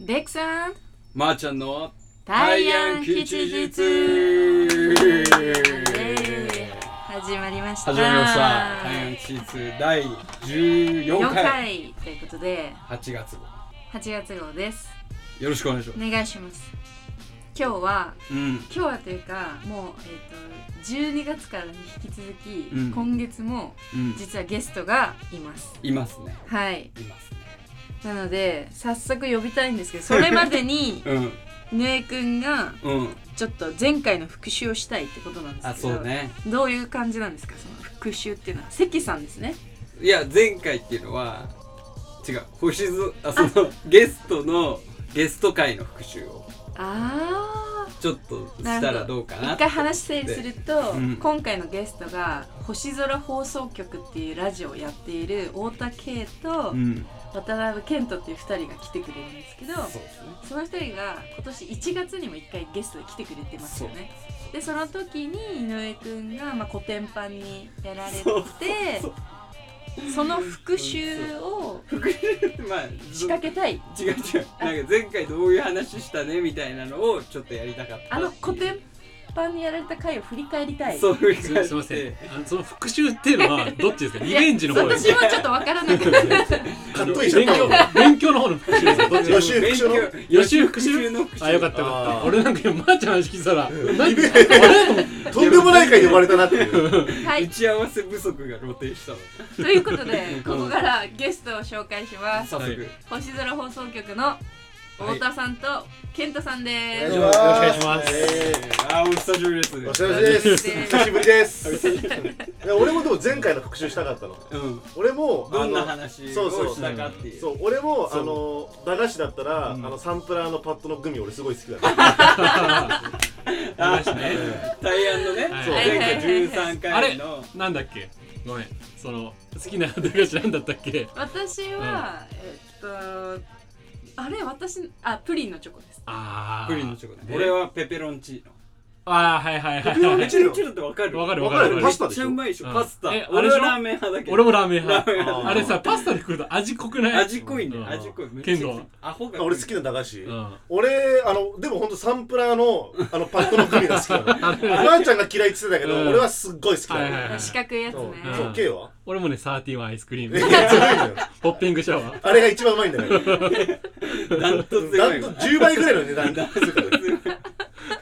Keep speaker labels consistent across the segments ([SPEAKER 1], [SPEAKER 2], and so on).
[SPEAKER 1] デクさん
[SPEAKER 2] まー、ちゃんの
[SPEAKER 1] 大安
[SPEAKER 2] 安
[SPEAKER 1] 吉日
[SPEAKER 2] イエーイ
[SPEAKER 1] 始まりました
[SPEAKER 2] 始まりました大安吉日第14
[SPEAKER 1] 4
[SPEAKER 2] 回
[SPEAKER 1] 回ということで
[SPEAKER 2] 8月号
[SPEAKER 1] 8月号です
[SPEAKER 2] よろしくお願いしま
[SPEAKER 1] お願いします今日は
[SPEAKER 2] すうん
[SPEAKER 1] 今日はというかもう、えっと12月からに引き続き、
[SPEAKER 2] うん
[SPEAKER 1] 今月も
[SPEAKER 2] うん
[SPEAKER 1] 実はゲストがいます
[SPEAKER 2] いますね
[SPEAKER 1] はい
[SPEAKER 2] いますね
[SPEAKER 1] なので早速呼びたいんです けどそれまでにぬえくんが
[SPEAKER 2] うんうん
[SPEAKER 1] ちょっと前回の復習をしたいってことなんですけど
[SPEAKER 2] あそうね
[SPEAKER 1] どういう感じなんですかその復習っていうのは関さんですね
[SPEAKER 2] いや前回っていうのは違う星ずあそのゲストのゲスト会の復習を
[SPEAKER 1] あ
[SPEAKER 2] ちょっとしたらどうか
[SPEAKER 1] あ
[SPEAKER 2] な
[SPEAKER 1] 一回話整理すると、
[SPEAKER 2] うん
[SPEAKER 1] 今回のゲストが星空放送局っていうラジオをやっている太田圭と
[SPEAKER 2] うん
[SPEAKER 1] 渡辺健人っていう2人が来てくれるんですけど、
[SPEAKER 2] そうですね
[SPEAKER 1] その2人が今年1月にも1回ゲストで来てくれてますよねでその時に井上くんがまあコテンパンにやられて
[SPEAKER 2] そうそ
[SPEAKER 1] その復習を
[SPEAKER 2] まあ
[SPEAKER 1] 仕掛けたい
[SPEAKER 2] 違う違うなんか前回どういう話したねみたいなのをちょっとやりたかった
[SPEAKER 1] あのコテンパンにやられた回を振り返りたい
[SPEAKER 2] そういう
[SPEAKER 3] すみませんあのその復習っていうの はどっちですかリベンジの方です
[SPEAKER 1] 私もちょっとわからなくて
[SPEAKER 4] カ
[SPEAKER 3] あ
[SPEAKER 4] ッ
[SPEAKER 3] の
[SPEAKER 4] トインし
[SPEAKER 3] 勉
[SPEAKER 4] ちゃ
[SPEAKER 3] 強
[SPEAKER 4] った
[SPEAKER 3] 勉強の方の復習ですかどっち
[SPEAKER 4] 予習
[SPEAKER 2] 勉強
[SPEAKER 3] 予習復習
[SPEAKER 2] の復習
[SPEAKER 3] あよかったよかっ
[SPEAKER 4] あ
[SPEAKER 3] た
[SPEAKER 4] ー
[SPEAKER 3] 俺なんか今まーちゃんの話聞いてたら何
[SPEAKER 4] とんでもない回で呼ばれたなっていう。
[SPEAKER 1] はい
[SPEAKER 2] 打ち合わせ不足が露呈したわ
[SPEAKER 1] ということでここからゲストを紹介します
[SPEAKER 2] 早速、
[SPEAKER 3] はい
[SPEAKER 1] 星空放送局の太田さんと健太さんで
[SPEAKER 3] よろしくお願いします
[SPEAKER 4] え
[SPEAKER 2] あーお久しぶりです
[SPEAKER 4] ー
[SPEAKER 2] ね
[SPEAKER 4] お久しぶりです。
[SPEAKER 1] えー
[SPEAKER 4] 久しぶりです。いや俺もでも前回の復習したかったの。
[SPEAKER 2] うん
[SPEAKER 4] 俺も
[SPEAKER 2] どんな
[SPEAKER 4] あの
[SPEAKER 2] 話
[SPEAKER 4] そうそう
[SPEAKER 2] をしたかっていう
[SPEAKER 4] そう俺もあ
[SPEAKER 2] そう
[SPEAKER 4] の駄菓子だったらあ
[SPEAKER 2] うん
[SPEAKER 4] のサンプラーのパッドのグミ俺すごい好きだった。
[SPEAKER 2] あ
[SPEAKER 3] 話ね
[SPEAKER 2] 対案のね、
[SPEAKER 3] はい
[SPEAKER 2] そう
[SPEAKER 4] はい
[SPEAKER 2] 前回13
[SPEAKER 3] あ
[SPEAKER 2] 回
[SPEAKER 3] れ
[SPEAKER 2] の
[SPEAKER 3] なんだっけごめんその好きな駄菓子なんだったっけ
[SPEAKER 1] 私は、えっとあれ私あプリンのチョコです
[SPEAKER 3] あー
[SPEAKER 2] プリンのチョコね
[SPEAKER 3] ね
[SPEAKER 2] 俺はペペロンチー
[SPEAKER 3] あーはいはいはい
[SPEAKER 2] ノ
[SPEAKER 3] は
[SPEAKER 2] ペ
[SPEAKER 3] い
[SPEAKER 2] ペロンチーノってわかる
[SPEAKER 3] わかる
[SPEAKER 4] わ
[SPEAKER 3] わ
[SPEAKER 4] か
[SPEAKER 3] か
[SPEAKER 4] る
[SPEAKER 3] る
[SPEAKER 4] パ
[SPEAKER 3] わ
[SPEAKER 4] ス
[SPEAKER 3] か
[SPEAKER 2] めっちゃ
[SPEAKER 4] タでしょ。
[SPEAKER 2] うまいでしょ、
[SPEAKER 3] うん
[SPEAKER 2] パスタ
[SPEAKER 3] えあ
[SPEAKER 2] 俺
[SPEAKER 3] れでしょ
[SPEAKER 2] はラーメン派だ
[SPEAKER 3] る
[SPEAKER 2] けど
[SPEAKER 3] 俺もラーメン
[SPEAKER 2] ラ
[SPEAKER 3] 派
[SPEAKER 2] ーメン派
[SPEAKER 3] あれさパスタで食うと味濃くない
[SPEAKER 2] 味濃いね、
[SPEAKER 3] うん
[SPEAKER 2] 味濃いめっちゃ
[SPEAKER 3] けど
[SPEAKER 2] アホが
[SPEAKER 4] 俺好きな駄菓子
[SPEAKER 3] う。ん
[SPEAKER 4] 俺あのでも本当サンプラーのあのパッドのグミが好きなの。ばあちゃんが嫌いって言ってたけど
[SPEAKER 3] うん
[SPEAKER 4] 俺はすっごい好き
[SPEAKER 3] はいは
[SPEAKER 4] だ
[SPEAKER 3] い
[SPEAKER 4] の。
[SPEAKER 3] はい
[SPEAKER 1] 四角いやつね
[SPEAKER 4] そう
[SPEAKER 3] うん
[SPEAKER 4] そう K は。
[SPEAKER 3] 俺もねサーティワンアイスクリー
[SPEAKER 4] いや
[SPEAKER 3] ム
[SPEAKER 4] 強いんだよ。
[SPEAKER 3] ポッピングシャワー
[SPEAKER 4] あれが一番うまいんだよ。
[SPEAKER 2] ダントツうま
[SPEAKER 4] ないんと
[SPEAKER 2] わ
[SPEAKER 4] 10倍ぐらいの値段だ。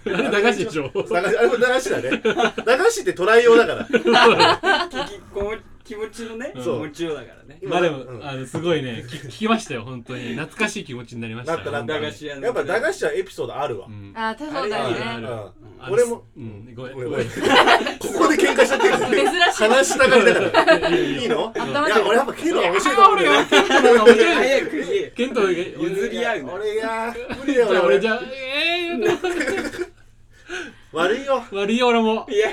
[SPEAKER 3] あれ駄菓子 でしょ
[SPEAKER 4] 駄菓子あれも駄菓子だね。駄菓子ってトライ用だから。
[SPEAKER 2] 気こう気持ちのね、
[SPEAKER 3] うん
[SPEAKER 2] そう持ちようだからね。
[SPEAKER 3] まあでも、
[SPEAKER 4] うん
[SPEAKER 3] あのすごいね 聞聞きましたよ本当に懐かしい気持ちになりました
[SPEAKER 4] なったなった
[SPEAKER 2] 駄菓子屋の。
[SPEAKER 4] やっぱ駄菓子はエピソードあるわ
[SPEAKER 3] う。ん
[SPEAKER 1] あーそうだ
[SPEAKER 2] あ
[SPEAKER 1] よ
[SPEAKER 2] れ
[SPEAKER 4] う
[SPEAKER 3] あ
[SPEAKER 1] ね
[SPEAKER 3] る
[SPEAKER 4] ん
[SPEAKER 3] あの
[SPEAKER 4] 俺も
[SPEAKER 3] うんごめん
[SPEAKER 4] 俺
[SPEAKER 3] ご
[SPEAKER 4] も
[SPEAKER 3] めん
[SPEAKER 4] ここで喧嘩しちゃってる
[SPEAKER 1] 珍しい
[SPEAKER 4] 話したがり だから。いいのい
[SPEAKER 1] 頭で
[SPEAKER 4] や、俺やっぱケロは面白いと思うんだよね。
[SPEAKER 3] なんか面白い
[SPEAKER 2] 早く言え。
[SPEAKER 3] ケントが譲
[SPEAKER 2] 譲り合うな。
[SPEAKER 4] 俺が、無理
[SPEAKER 3] じ
[SPEAKER 4] だ
[SPEAKER 3] ゃあ
[SPEAKER 4] よ
[SPEAKER 3] 俺
[SPEAKER 4] 俺
[SPEAKER 3] じ。ゃあえ ー、
[SPEAKER 4] 悪いよ。
[SPEAKER 3] 悪いよ俺も
[SPEAKER 2] いや、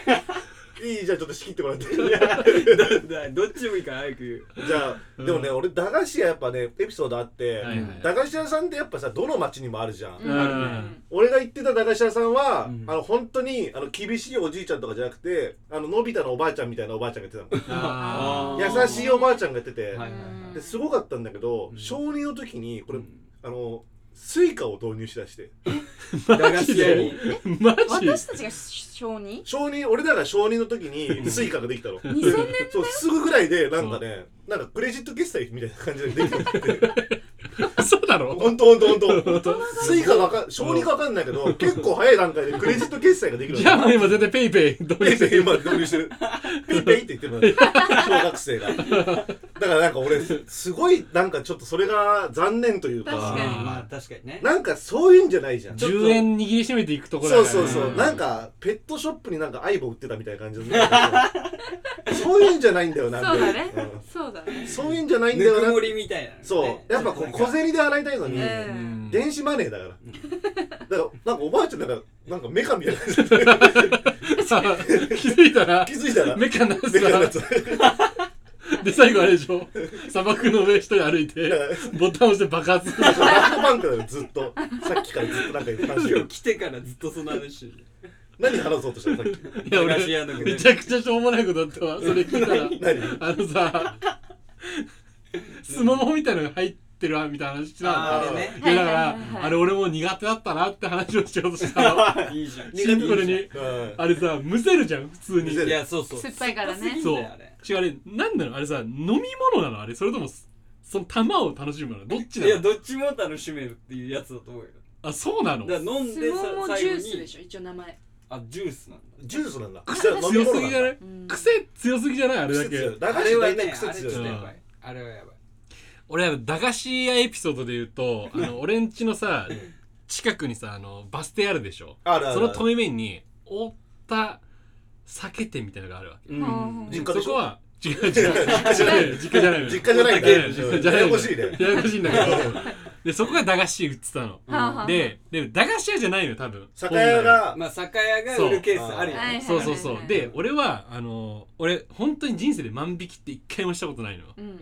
[SPEAKER 4] いいじゃあちょっと仕切ってもらって。
[SPEAKER 2] だだどっちもいいから早く
[SPEAKER 4] じゃあ、でもね、俺駄菓子屋やっぱね、エピソードあって
[SPEAKER 3] はいはい、
[SPEAKER 4] 駄菓子屋さんってやっぱさ、どの町にもあるじゃん。
[SPEAKER 1] うんうん
[SPEAKER 4] 俺が行ってた駄菓子屋さんは、
[SPEAKER 2] うん
[SPEAKER 4] あの本当にあの厳しいおじいちゃんとかじゃなくてあののび太のおばあちゃんみたいなおばあちゃんがやって
[SPEAKER 2] あ
[SPEAKER 3] あ
[SPEAKER 2] ー
[SPEAKER 4] たの優しいおばあちゃんがやってて、
[SPEAKER 2] はい
[SPEAKER 4] ですごかったんだけど、
[SPEAKER 2] うん
[SPEAKER 4] 小2の時にこ
[SPEAKER 2] 言
[SPEAKER 4] れ、
[SPEAKER 2] う。
[SPEAKER 4] あのスイカを導入しだして
[SPEAKER 2] 駄菓子屋に。
[SPEAKER 3] マジ
[SPEAKER 1] 私たちが小2
[SPEAKER 4] 小2俺らが小2の時 にスイカができたの
[SPEAKER 1] 2000年
[SPEAKER 4] そうすぐぐらいでなんかねなんかクレジット決済みたいな感じでできたの
[SPEAKER 3] そうだろ
[SPEAKER 4] 本当本当本
[SPEAKER 3] 当
[SPEAKER 4] 当スイカわかん小2かわかんない けど結構早い段階でクレジット決済ができるの
[SPEAKER 3] じゃあもう今絶対ペイペイどう
[SPEAKER 4] ペイ
[SPEAKER 3] し
[SPEAKER 4] ペイ
[SPEAKER 3] て
[SPEAKER 4] 今導入してる。ペイペイって言っ てるの小学生が。だからなんか俺、すごいなんかちょっとそれが残念というか、
[SPEAKER 1] 確かに
[SPEAKER 2] まあ確かにね。
[SPEAKER 4] なんかそういうんじゃないじゃん。そ
[SPEAKER 3] 10円握りしめていくところだか
[SPEAKER 4] う
[SPEAKER 3] ら
[SPEAKER 4] そう
[SPEAKER 3] ね
[SPEAKER 4] そう。
[SPEAKER 2] ん
[SPEAKER 4] なんかペットショップになんかアイボ売ってたみたいな感じだったけどそういうんじゃないんだよな。
[SPEAKER 1] そうだね
[SPEAKER 4] う
[SPEAKER 1] そうだね
[SPEAKER 4] んそういうんじゃないん
[SPEAKER 2] ぬ
[SPEAKER 4] だよ
[SPEAKER 2] くも
[SPEAKER 4] な。
[SPEAKER 2] りみたいなね。
[SPEAKER 4] そう。やっぱこう小銭で洗いたいのに、
[SPEAKER 1] うん
[SPEAKER 3] うん
[SPEAKER 4] 電子マネーだから。だからなんかおばあちゃんなんか、なんかメカ みたいな感じで
[SPEAKER 3] さあ気づいたら
[SPEAKER 4] 気づいたら。
[SPEAKER 3] メカなさ
[SPEAKER 4] メカにな っちゃう
[SPEAKER 3] で最後あれでしょ砂漠の上一人歩いて ボタン押して爆発する
[SPEAKER 4] バックパンクだよずっとさっきからずっとなんか言って話
[SPEAKER 2] 今
[SPEAKER 4] して
[SPEAKER 2] 日
[SPEAKER 4] る
[SPEAKER 2] 来てからずっとその話。
[SPEAKER 4] 何話そうとしたのさっき
[SPEAKER 3] いや俺
[SPEAKER 2] 駄菓子屋の具で
[SPEAKER 3] めちゃくちゃしょうもないことだったわそれ聞いたら
[SPEAKER 4] 何
[SPEAKER 3] あのさ、スモモみたいなのが入っってるわみたいな話してた
[SPEAKER 2] あー
[SPEAKER 3] の。
[SPEAKER 2] あれね
[SPEAKER 3] いやだか
[SPEAKER 1] はいはいはいはい
[SPEAKER 3] ら、あれ俺も苦手だったなって話をし ようとしたの。
[SPEAKER 2] いいじゃん
[SPEAKER 3] シンプルに。
[SPEAKER 4] うん
[SPEAKER 3] あれさ、むせるじゃん、普通に
[SPEAKER 4] む。せ
[SPEAKER 2] い
[SPEAKER 4] る
[SPEAKER 2] やそうそう
[SPEAKER 1] 酸っぱいからね
[SPEAKER 3] そ
[SPEAKER 2] 酸っぱすぎん
[SPEAKER 3] う
[SPEAKER 2] だよあ
[SPEAKER 3] 違う、あれ、なんなのあれさ、飲み物なのあれそれとも、その玉を楽しむのどっち
[SPEAKER 2] れいや
[SPEAKER 3] なの
[SPEAKER 2] どっちも楽しめるっていうやつだと思うよ
[SPEAKER 3] あ、そうなの
[SPEAKER 2] だから飲ん
[SPEAKER 1] ス
[SPEAKER 2] でさ
[SPEAKER 1] モモジ
[SPEAKER 2] 最
[SPEAKER 1] ュ
[SPEAKER 2] 後
[SPEAKER 1] ースで
[SPEAKER 2] に
[SPEAKER 1] しょ一応名前
[SPEAKER 2] あジュースなんだ
[SPEAKER 4] ジュースなんだ。癖飲み
[SPEAKER 3] 強す
[SPEAKER 4] 物
[SPEAKER 3] ぎ
[SPEAKER 4] なん
[SPEAKER 3] じゃな
[SPEAKER 4] だ。
[SPEAKER 3] い
[SPEAKER 1] うん
[SPEAKER 3] 癖強すぎじゃないあれだ
[SPEAKER 4] 癖強
[SPEAKER 3] け
[SPEAKER 4] い。駄
[SPEAKER 2] あ
[SPEAKER 4] 菓
[SPEAKER 2] れ
[SPEAKER 4] 子
[SPEAKER 2] はね
[SPEAKER 4] 大体
[SPEAKER 2] あれ
[SPEAKER 4] 癖
[SPEAKER 2] ちょっ
[SPEAKER 4] 強い
[SPEAKER 2] と
[SPEAKER 3] ね。
[SPEAKER 2] やばいあれはやばい
[SPEAKER 3] 俺は駄菓子屋エピソードで言うとあの俺んちのさ近くにさあのバス停あるでしょ
[SPEAKER 4] あるあるある
[SPEAKER 3] その止め面に覆った酒店みたいなのがあるわけ、
[SPEAKER 2] う
[SPEAKER 1] うん
[SPEAKER 4] 実家でしょ
[SPEAKER 3] そこは違う違う違う実家じゃないの
[SPEAKER 4] 実家じゃないんだよ
[SPEAKER 3] 実家じゃない
[SPEAKER 4] や
[SPEAKER 3] の
[SPEAKER 4] やこしいね。
[SPEAKER 3] ややこしいんだけどでそこが駄菓子売ってたの
[SPEAKER 2] うん
[SPEAKER 1] はあはあ
[SPEAKER 3] でで駄菓子屋じゃないのよ多分
[SPEAKER 4] 酒屋が、
[SPEAKER 2] まあ酒屋が売るケースあるよ
[SPEAKER 1] はい
[SPEAKER 2] ね
[SPEAKER 3] 本来はそうそうそう
[SPEAKER 1] はいはいはい
[SPEAKER 3] で俺はあの俺本当に人生で万引きって一回もしたことないの
[SPEAKER 1] うんうんうん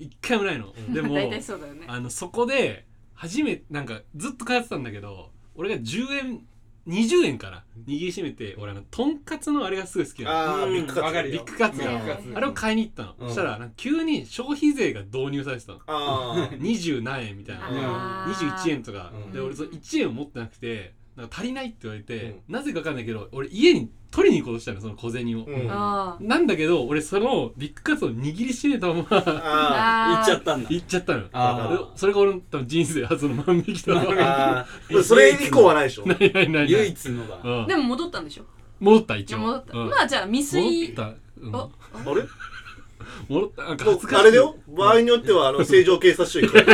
[SPEAKER 3] 一回もないの、
[SPEAKER 4] うん
[SPEAKER 3] で も
[SPEAKER 1] 大体そうだよね
[SPEAKER 3] あのそこで初めてなんかずっと通ってたんだけど俺が10円20円から握りしめて俺あのとんかつのあれがすごい好きなの
[SPEAKER 4] あ
[SPEAKER 2] う
[SPEAKER 4] ー
[SPEAKER 2] ん
[SPEAKER 4] ビッグカ
[SPEAKER 2] わか
[SPEAKER 4] ツ。
[SPEAKER 2] る
[SPEAKER 3] ビ
[SPEAKER 2] よ
[SPEAKER 3] ッグカツ
[SPEAKER 1] は
[SPEAKER 3] が
[SPEAKER 1] いはいはい
[SPEAKER 3] あれを買いに行ったの、
[SPEAKER 2] うん
[SPEAKER 3] そしたらなんか急に消費税が導入されてたの
[SPEAKER 4] あ ー
[SPEAKER 3] 20何円みたいな
[SPEAKER 2] うん
[SPEAKER 1] あー
[SPEAKER 3] 21円とか、
[SPEAKER 2] うん
[SPEAKER 3] で俺その1円を持ってなくてなんか足りないって言われて、
[SPEAKER 4] う
[SPEAKER 3] なぜかわかんないけど俺家に取りに行こうとしたのその小銭を、
[SPEAKER 4] うん
[SPEAKER 1] あー
[SPEAKER 3] なんだけど俺そのビッグカツを握りしめたまま
[SPEAKER 4] あ
[SPEAKER 1] あ
[SPEAKER 2] 行っちゃったんだ
[SPEAKER 3] 行っちゃったの
[SPEAKER 2] あ
[SPEAKER 4] ー
[SPEAKER 3] でそれが俺の多分人生初の万引き だ
[SPEAKER 2] 万
[SPEAKER 3] わ
[SPEAKER 2] 引
[SPEAKER 4] ー
[SPEAKER 2] き
[SPEAKER 4] あー。それ以降はないでし ょ。
[SPEAKER 3] ないないないな
[SPEAKER 2] 唯
[SPEAKER 3] い。
[SPEAKER 2] 一のだ
[SPEAKER 3] うん
[SPEAKER 1] でも戻ったんでしょ
[SPEAKER 3] 戻った
[SPEAKER 1] じ
[SPEAKER 3] 一
[SPEAKER 1] ゃ
[SPEAKER 3] 応。
[SPEAKER 1] あ戻った
[SPEAKER 3] うん
[SPEAKER 1] まあじゃあ未
[SPEAKER 3] 戻っ
[SPEAKER 1] 遂
[SPEAKER 3] た。うん
[SPEAKER 1] お
[SPEAKER 4] あれ
[SPEAKER 3] 戻った。なんか
[SPEAKER 4] も
[SPEAKER 3] 恥
[SPEAKER 4] う
[SPEAKER 3] ずかしい。
[SPEAKER 4] あれだよ。場合によっては、あの、成城警察署行く。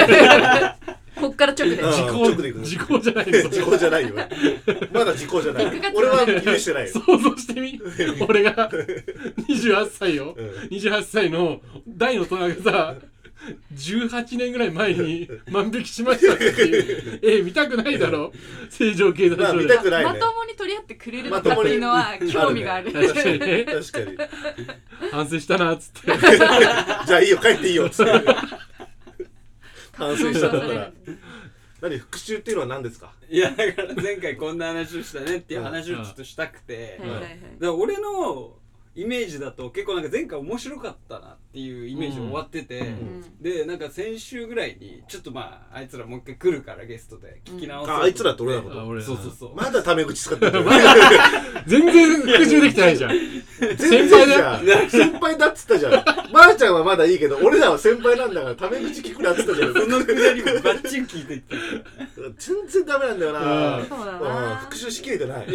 [SPEAKER 1] こっから直で
[SPEAKER 4] うん
[SPEAKER 3] 時
[SPEAKER 4] あ
[SPEAKER 3] 効
[SPEAKER 4] 直で行く
[SPEAKER 3] 時効じゃないの。
[SPEAKER 4] 時効じゃないよ。まだ時効じゃない
[SPEAKER 1] ビッグカ。ツ
[SPEAKER 4] 俺は許してないよ。
[SPEAKER 3] 想像して み。俺が28歳よ
[SPEAKER 4] うん。
[SPEAKER 3] 28歳の大の大人がさ。18年ぐらい前 に万引きしましたっていうえ見たくないだろ成城警察
[SPEAKER 4] まあ、
[SPEAKER 3] 署
[SPEAKER 4] 見
[SPEAKER 3] で
[SPEAKER 4] たくない
[SPEAKER 1] ま
[SPEAKER 4] ね。
[SPEAKER 1] ともに取り合ってくれるの
[SPEAKER 4] ま
[SPEAKER 1] か
[SPEAKER 4] と
[SPEAKER 1] っ
[SPEAKER 4] も
[SPEAKER 1] て
[SPEAKER 4] に
[SPEAKER 1] いうのは興味がある
[SPEAKER 3] 確かにね
[SPEAKER 4] 確かに。
[SPEAKER 3] 反省したなっつって
[SPEAKER 4] じゃあいいよ、帰っていいよ、つって。反省しちゃっ
[SPEAKER 1] 反
[SPEAKER 4] たか
[SPEAKER 1] 省
[SPEAKER 4] ら
[SPEAKER 1] さ。
[SPEAKER 4] 何、復讐っていうのは何ですか
[SPEAKER 2] いやだから前回こんな話をしたねっていう話をちょっとしたくて、
[SPEAKER 1] れるはいはいはい
[SPEAKER 2] だから俺のイメージだと結構なんか前回面白かったなっていうイメージで終わってて、
[SPEAKER 1] ん
[SPEAKER 2] でなんか先週ぐらいにちょっとまああいつらもう一回来るからゲストで聞き直そう
[SPEAKER 4] あ、あいつらって俺らのこ
[SPEAKER 3] あ
[SPEAKER 4] と。
[SPEAKER 3] 俺
[SPEAKER 2] そうそうそう、
[SPEAKER 4] まだタメ口使って る。
[SPEAKER 3] 全然復讐できてないじゃん
[SPEAKER 4] 全然じゃん。先輩だっつったじゃん。まーちゃんはまだいいけど、俺らは先輩なんだから、タメ口聞くなっつったじゃ ん。
[SPEAKER 2] そのくだりもバッチリ聞いてって
[SPEAKER 4] 全然ダメなんだよな。
[SPEAKER 3] うん
[SPEAKER 1] そうだ
[SPEAKER 4] うん
[SPEAKER 1] な
[SPEAKER 4] 復讐しきれてない。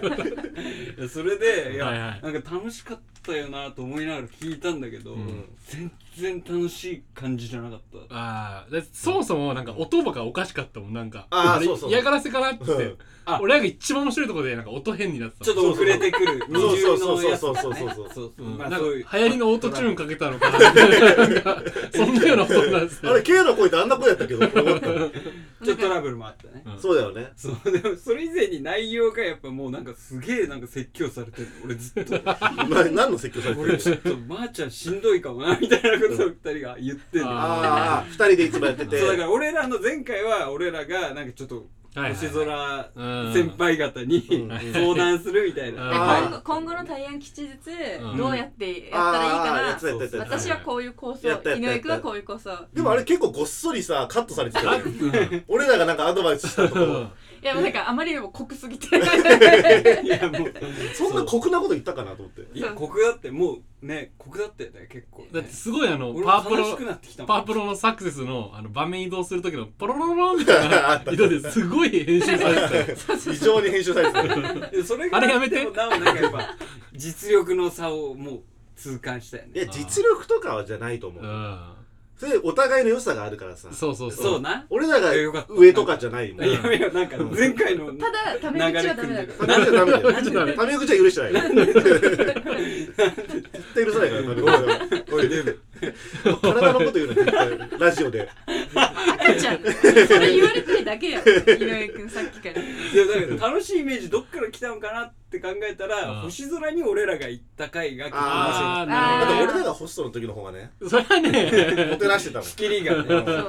[SPEAKER 2] いやそれでいや、
[SPEAKER 3] はいはい
[SPEAKER 2] なんか楽しかったよなと思いながら聞いたんだけど、
[SPEAKER 3] ん
[SPEAKER 2] 全然楽しい感じじゃなかった
[SPEAKER 3] ああ、でそもそもなんか音とかおかしかったもん、なんか。
[SPEAKER 4] あー
[SPEAKER 3] れ
[SPEAKER 4] そうそう
[SPEAKER 3] 嫌がらせかなって
[SPEAKER 4] うん。
[SPEAKER 2] あ
[SPEAKER 3] 俺らが一番面白いところでなんか音変になってた
[SPEAKER 2] ちょっ
[SPEAKER 3] もん。
[SPEAKER 2] と遅れてくる二重のやつ
[SPEAKER 4] そうそうそうそうそうそう
[SPEAKER 2] そうそう
[SPEAKER 3] うん
[SPEAKER 2] ま
[SPEAKER 3] な
[SPEAKER 2] あ
[SPEAKER 3] んか
[SPEAKER 2] そう
[SPEAKER 3] 流
[SPEAKER 2] いう
[SPEAKER 3] 行りのオートチューンかけたのかなみたいななんかそんなような音になってた
[SPEAKER 4] あれ、K の声ってあんな声やったっけど、思ったの
[SPEAKER 2] ちょっとトラブルもあったね
[SPEAKER 3] うん
[SPEAKER 4] そうだよね。
[SPEAKER 2] そうでもそれ以前に内容がやっぱもうなんかすげえなんか説教されてる俺ずっと
[SPEAKER 4] な何の説教されて
[SPEAKER 2] 俺
[SPEAKER 4] る
[SPEAKER 2] ちょっとまーちゃんしんどいかもなみたいなことを二人が言ってんの
[SPEAKER 4] ああ、二人でいつもやってて。
[SPEAKER 2] そうだから俺らの前回は俺らがなんかちょっと
[SPEAKER 3] はいはい
[SPEAKER 2] 星空
[SPEAKER 3] うん
[SPEAKER 2] 先輩方に
[SPEAKER 4] うん
[SPEAKER 2] 相談するみたい
[SPEAKER 3] うん
[SPEAKER 2] な
[SPEAKER 1] で
[SPEAKER 4] あ
[SPEAKER 1] 今
[SPEAKER 4] ー
[SPEAKER 1] 後今後の対案吉日
[SPEAKER 3] うん
[SPEAKER 1] どうやってやったらいい
[SPEAKER 4] ああ、や
[SPEAKER 1] か
[SPEAKER 4] つやったやつ
[SPEAKER 1] な
[SPEAKER 4] やった
[SPEAKER 1] 私はこういう構想
[SPEAKER 4] やったや
[SPEAKER 1] 井
[SPEAKER 4] ったやった
[SPEAKER 1] 上君はこういう構想
[SPEAKER 4] でもあれ結構ごっそりさ、カットされてたよね。
[SPEAKER 3] うん
[SPEAKER 4] 俺らがなんかアドバイスしたところ、
[SPEAKER 1] いやもうなんかあまりにも濃くすぎて
[SPEAKER 2] いやもう
[SPEAKER 4] そんな酷なこと言ったかなと思って。
[SPEAKER 2] いや酷だってもうね酷だったよね結構ね
[SPEAKER 3] だってすごいあの、
[SPEAKER 2] 俺
[SPEAKER 3] パ
[SPEAKER 2] も
[SPEAKER 3] ープ
[SPEAKER 2] 悲しく
[SPEAKER 3] ロ、
[SPEAKER 2] なってきたも
[SPEAKER 3] パ
[SPEAKER 2] ん
[SPEAKER 3] ープロのサクセスのあの場面移動する時のポロロロロンみたいな色ですごい編集されて
[SPEAKER 4] 非常に編集されてたよ ね。
[SPEAKER 2] でそれ
[SPEAKER 3] あれ
[SPEAKER 2] が
[SPEAKER 3] やめて
[SPEAKER 2] でもなおなんかやっぱ実力の差をもう痛感したよ
[SPEAKER 4] い
[SPEAKER 2] ね
[SPEAKER 4] や、実力とかはじゃないと思
[SPEAKER 3] た。う
[SPEAKER 4] う。
[SPEAKER 3] ん。
[SPEAKER 4] それお互いの良さがあるからさ。
[SPEAKER 3] そうそうそ
[SPEAKER 2] そう
[SPEAKER 3] う。
[SPEAKER 2] な
[SPEAKER 4] 俺らが
[SPEAKER 2] いやよかった
[SPEAKER 4] 上とかじゃないもん。
[SPEAKER 2] やめようなんか前回の
[SPEAKER 1] ただタメ口はダメだか
[SPEAKER 4] タメ口はダメだよ。
[SPEAKER 3] ダメ
[SPEAKER 4] タメ口は許してないよ。絶対許さないから、タメ口は。おい、デブ。体のこと言うの絶対、ラジオで。
[SPEAKER 1] ら赤ちゃんそれ言われてるだけや井上君さっきから
[SPEAKER 2] でもだから楽しいイメージどっから来たのかなって考えたら、
[SPEAKER 3] うん
[SPEAKER 2] 星空に俺らが行った回が結構面白
[SPEAKER 3] あ
[SPEAKER 2] い
[SPEAKER 3] あ、な
[SPEAKER 4] あ
[SPEAKER 3] る
[SPEAKER 4] と
[SPEAKER 3] ほ
[SPEAKER 4] 俺らがホストの時の方がね、
[SPEAKER 3] ど。それはね、
[SPEAKER 4] もてなしてたもん。
[SPEAKER 2] 仕切りが
[SPEAKER 1] そ
[SPEAKER 2] ね
[SPEAKER 1] うだね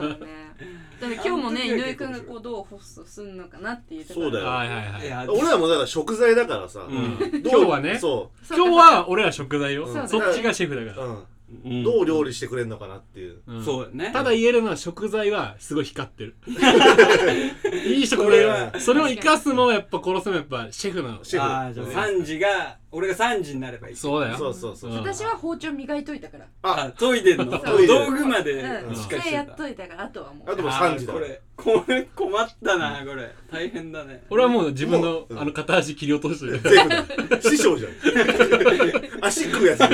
[SPEAKER 1] だから今日もね
[SPEAKER 2] あの時は
[SPEAKER 1] 井上
[SPEAKER 2] 結構
[SPEAKER 1] 君
[SPEAKER 2] 面
[SPEAKER 1] が
[SPEAKER 2] 白い
[SPEAKER 1] こうどうホストすんのかなっていうとこ
[SPEAKER 4] そうだよ。
[SPEAKER 3] はいはいはいい。
[SPEAKER 2] や
[SPEAKER 4] 俺らもだから食材だからさ、
[SPEAKER 3] うん
[SPEAKER 4] どう
[SPEAKER 3] 今日はね
[SPEAKER 4] そ
[SPEAKER 1] そう
[SPEAKER 3] 今日は俺ら食材よ
[SPEAKER 1] そうだ
[SPEAKER 3] そっちがシェフだ
[SPEAKER 4] う、
[SPEAKER 3] か
[SPEAKER 4] うん、
[SPEAKER 2] うん
[SPEAKER 4] どう料理してくれるのかなっていう、
[SPEAKER 3] うん
[SPEAKER 2] そうね
[SPEAKER 3] ただ言えるのは食材はすごい光ってる いい人こ
[SPEAKER 4] これ
[SPEAKER 3] れ
[SPEAKER 4] は
[SPEAKER 3] それを生かすもやっぱ殺すもやっぱシェフなの
[SPEAKER 4] シェフ
[SPEAKER 2] ああじゃあ
[SPEAKER 4] うん
[SPEAKER 2] 3時が俺が3時になればいい
[SPEAKER 3] そうだよ
[SPEAKER 4] そうそうそう、
[SPEAKER 3] うん
[SPEAKER 1] 私は包丁磨いといたから
[SPEAKER 2] あ研いでん の
[SPEAKER 1] そう
[SPEAKER 2] 道具まで
[SPEAKER 1] うん
[SPEAKER 2] しっ
[SPEAKER 1] そ
[SPEAKER 2] かりし
[SPEAKER 1] れや
[SPEAKER 2] て
[SPEAKER 1] ったといたからあとはも
[SPEAKER 4] あ
[SPEAKER 1] う
[SPEAKER 4] ともう3時だ
[SPEAKER 2] あーこれこれ困ったなこれ大変だね
[SPEAKER 3] 俺はもう自分の
[SPEAKER 4] もう
[SPEAKER 3] あの片足切り落としてる
[SPEAKER 4] 全部だ師匠じゃん足食うやつじゃん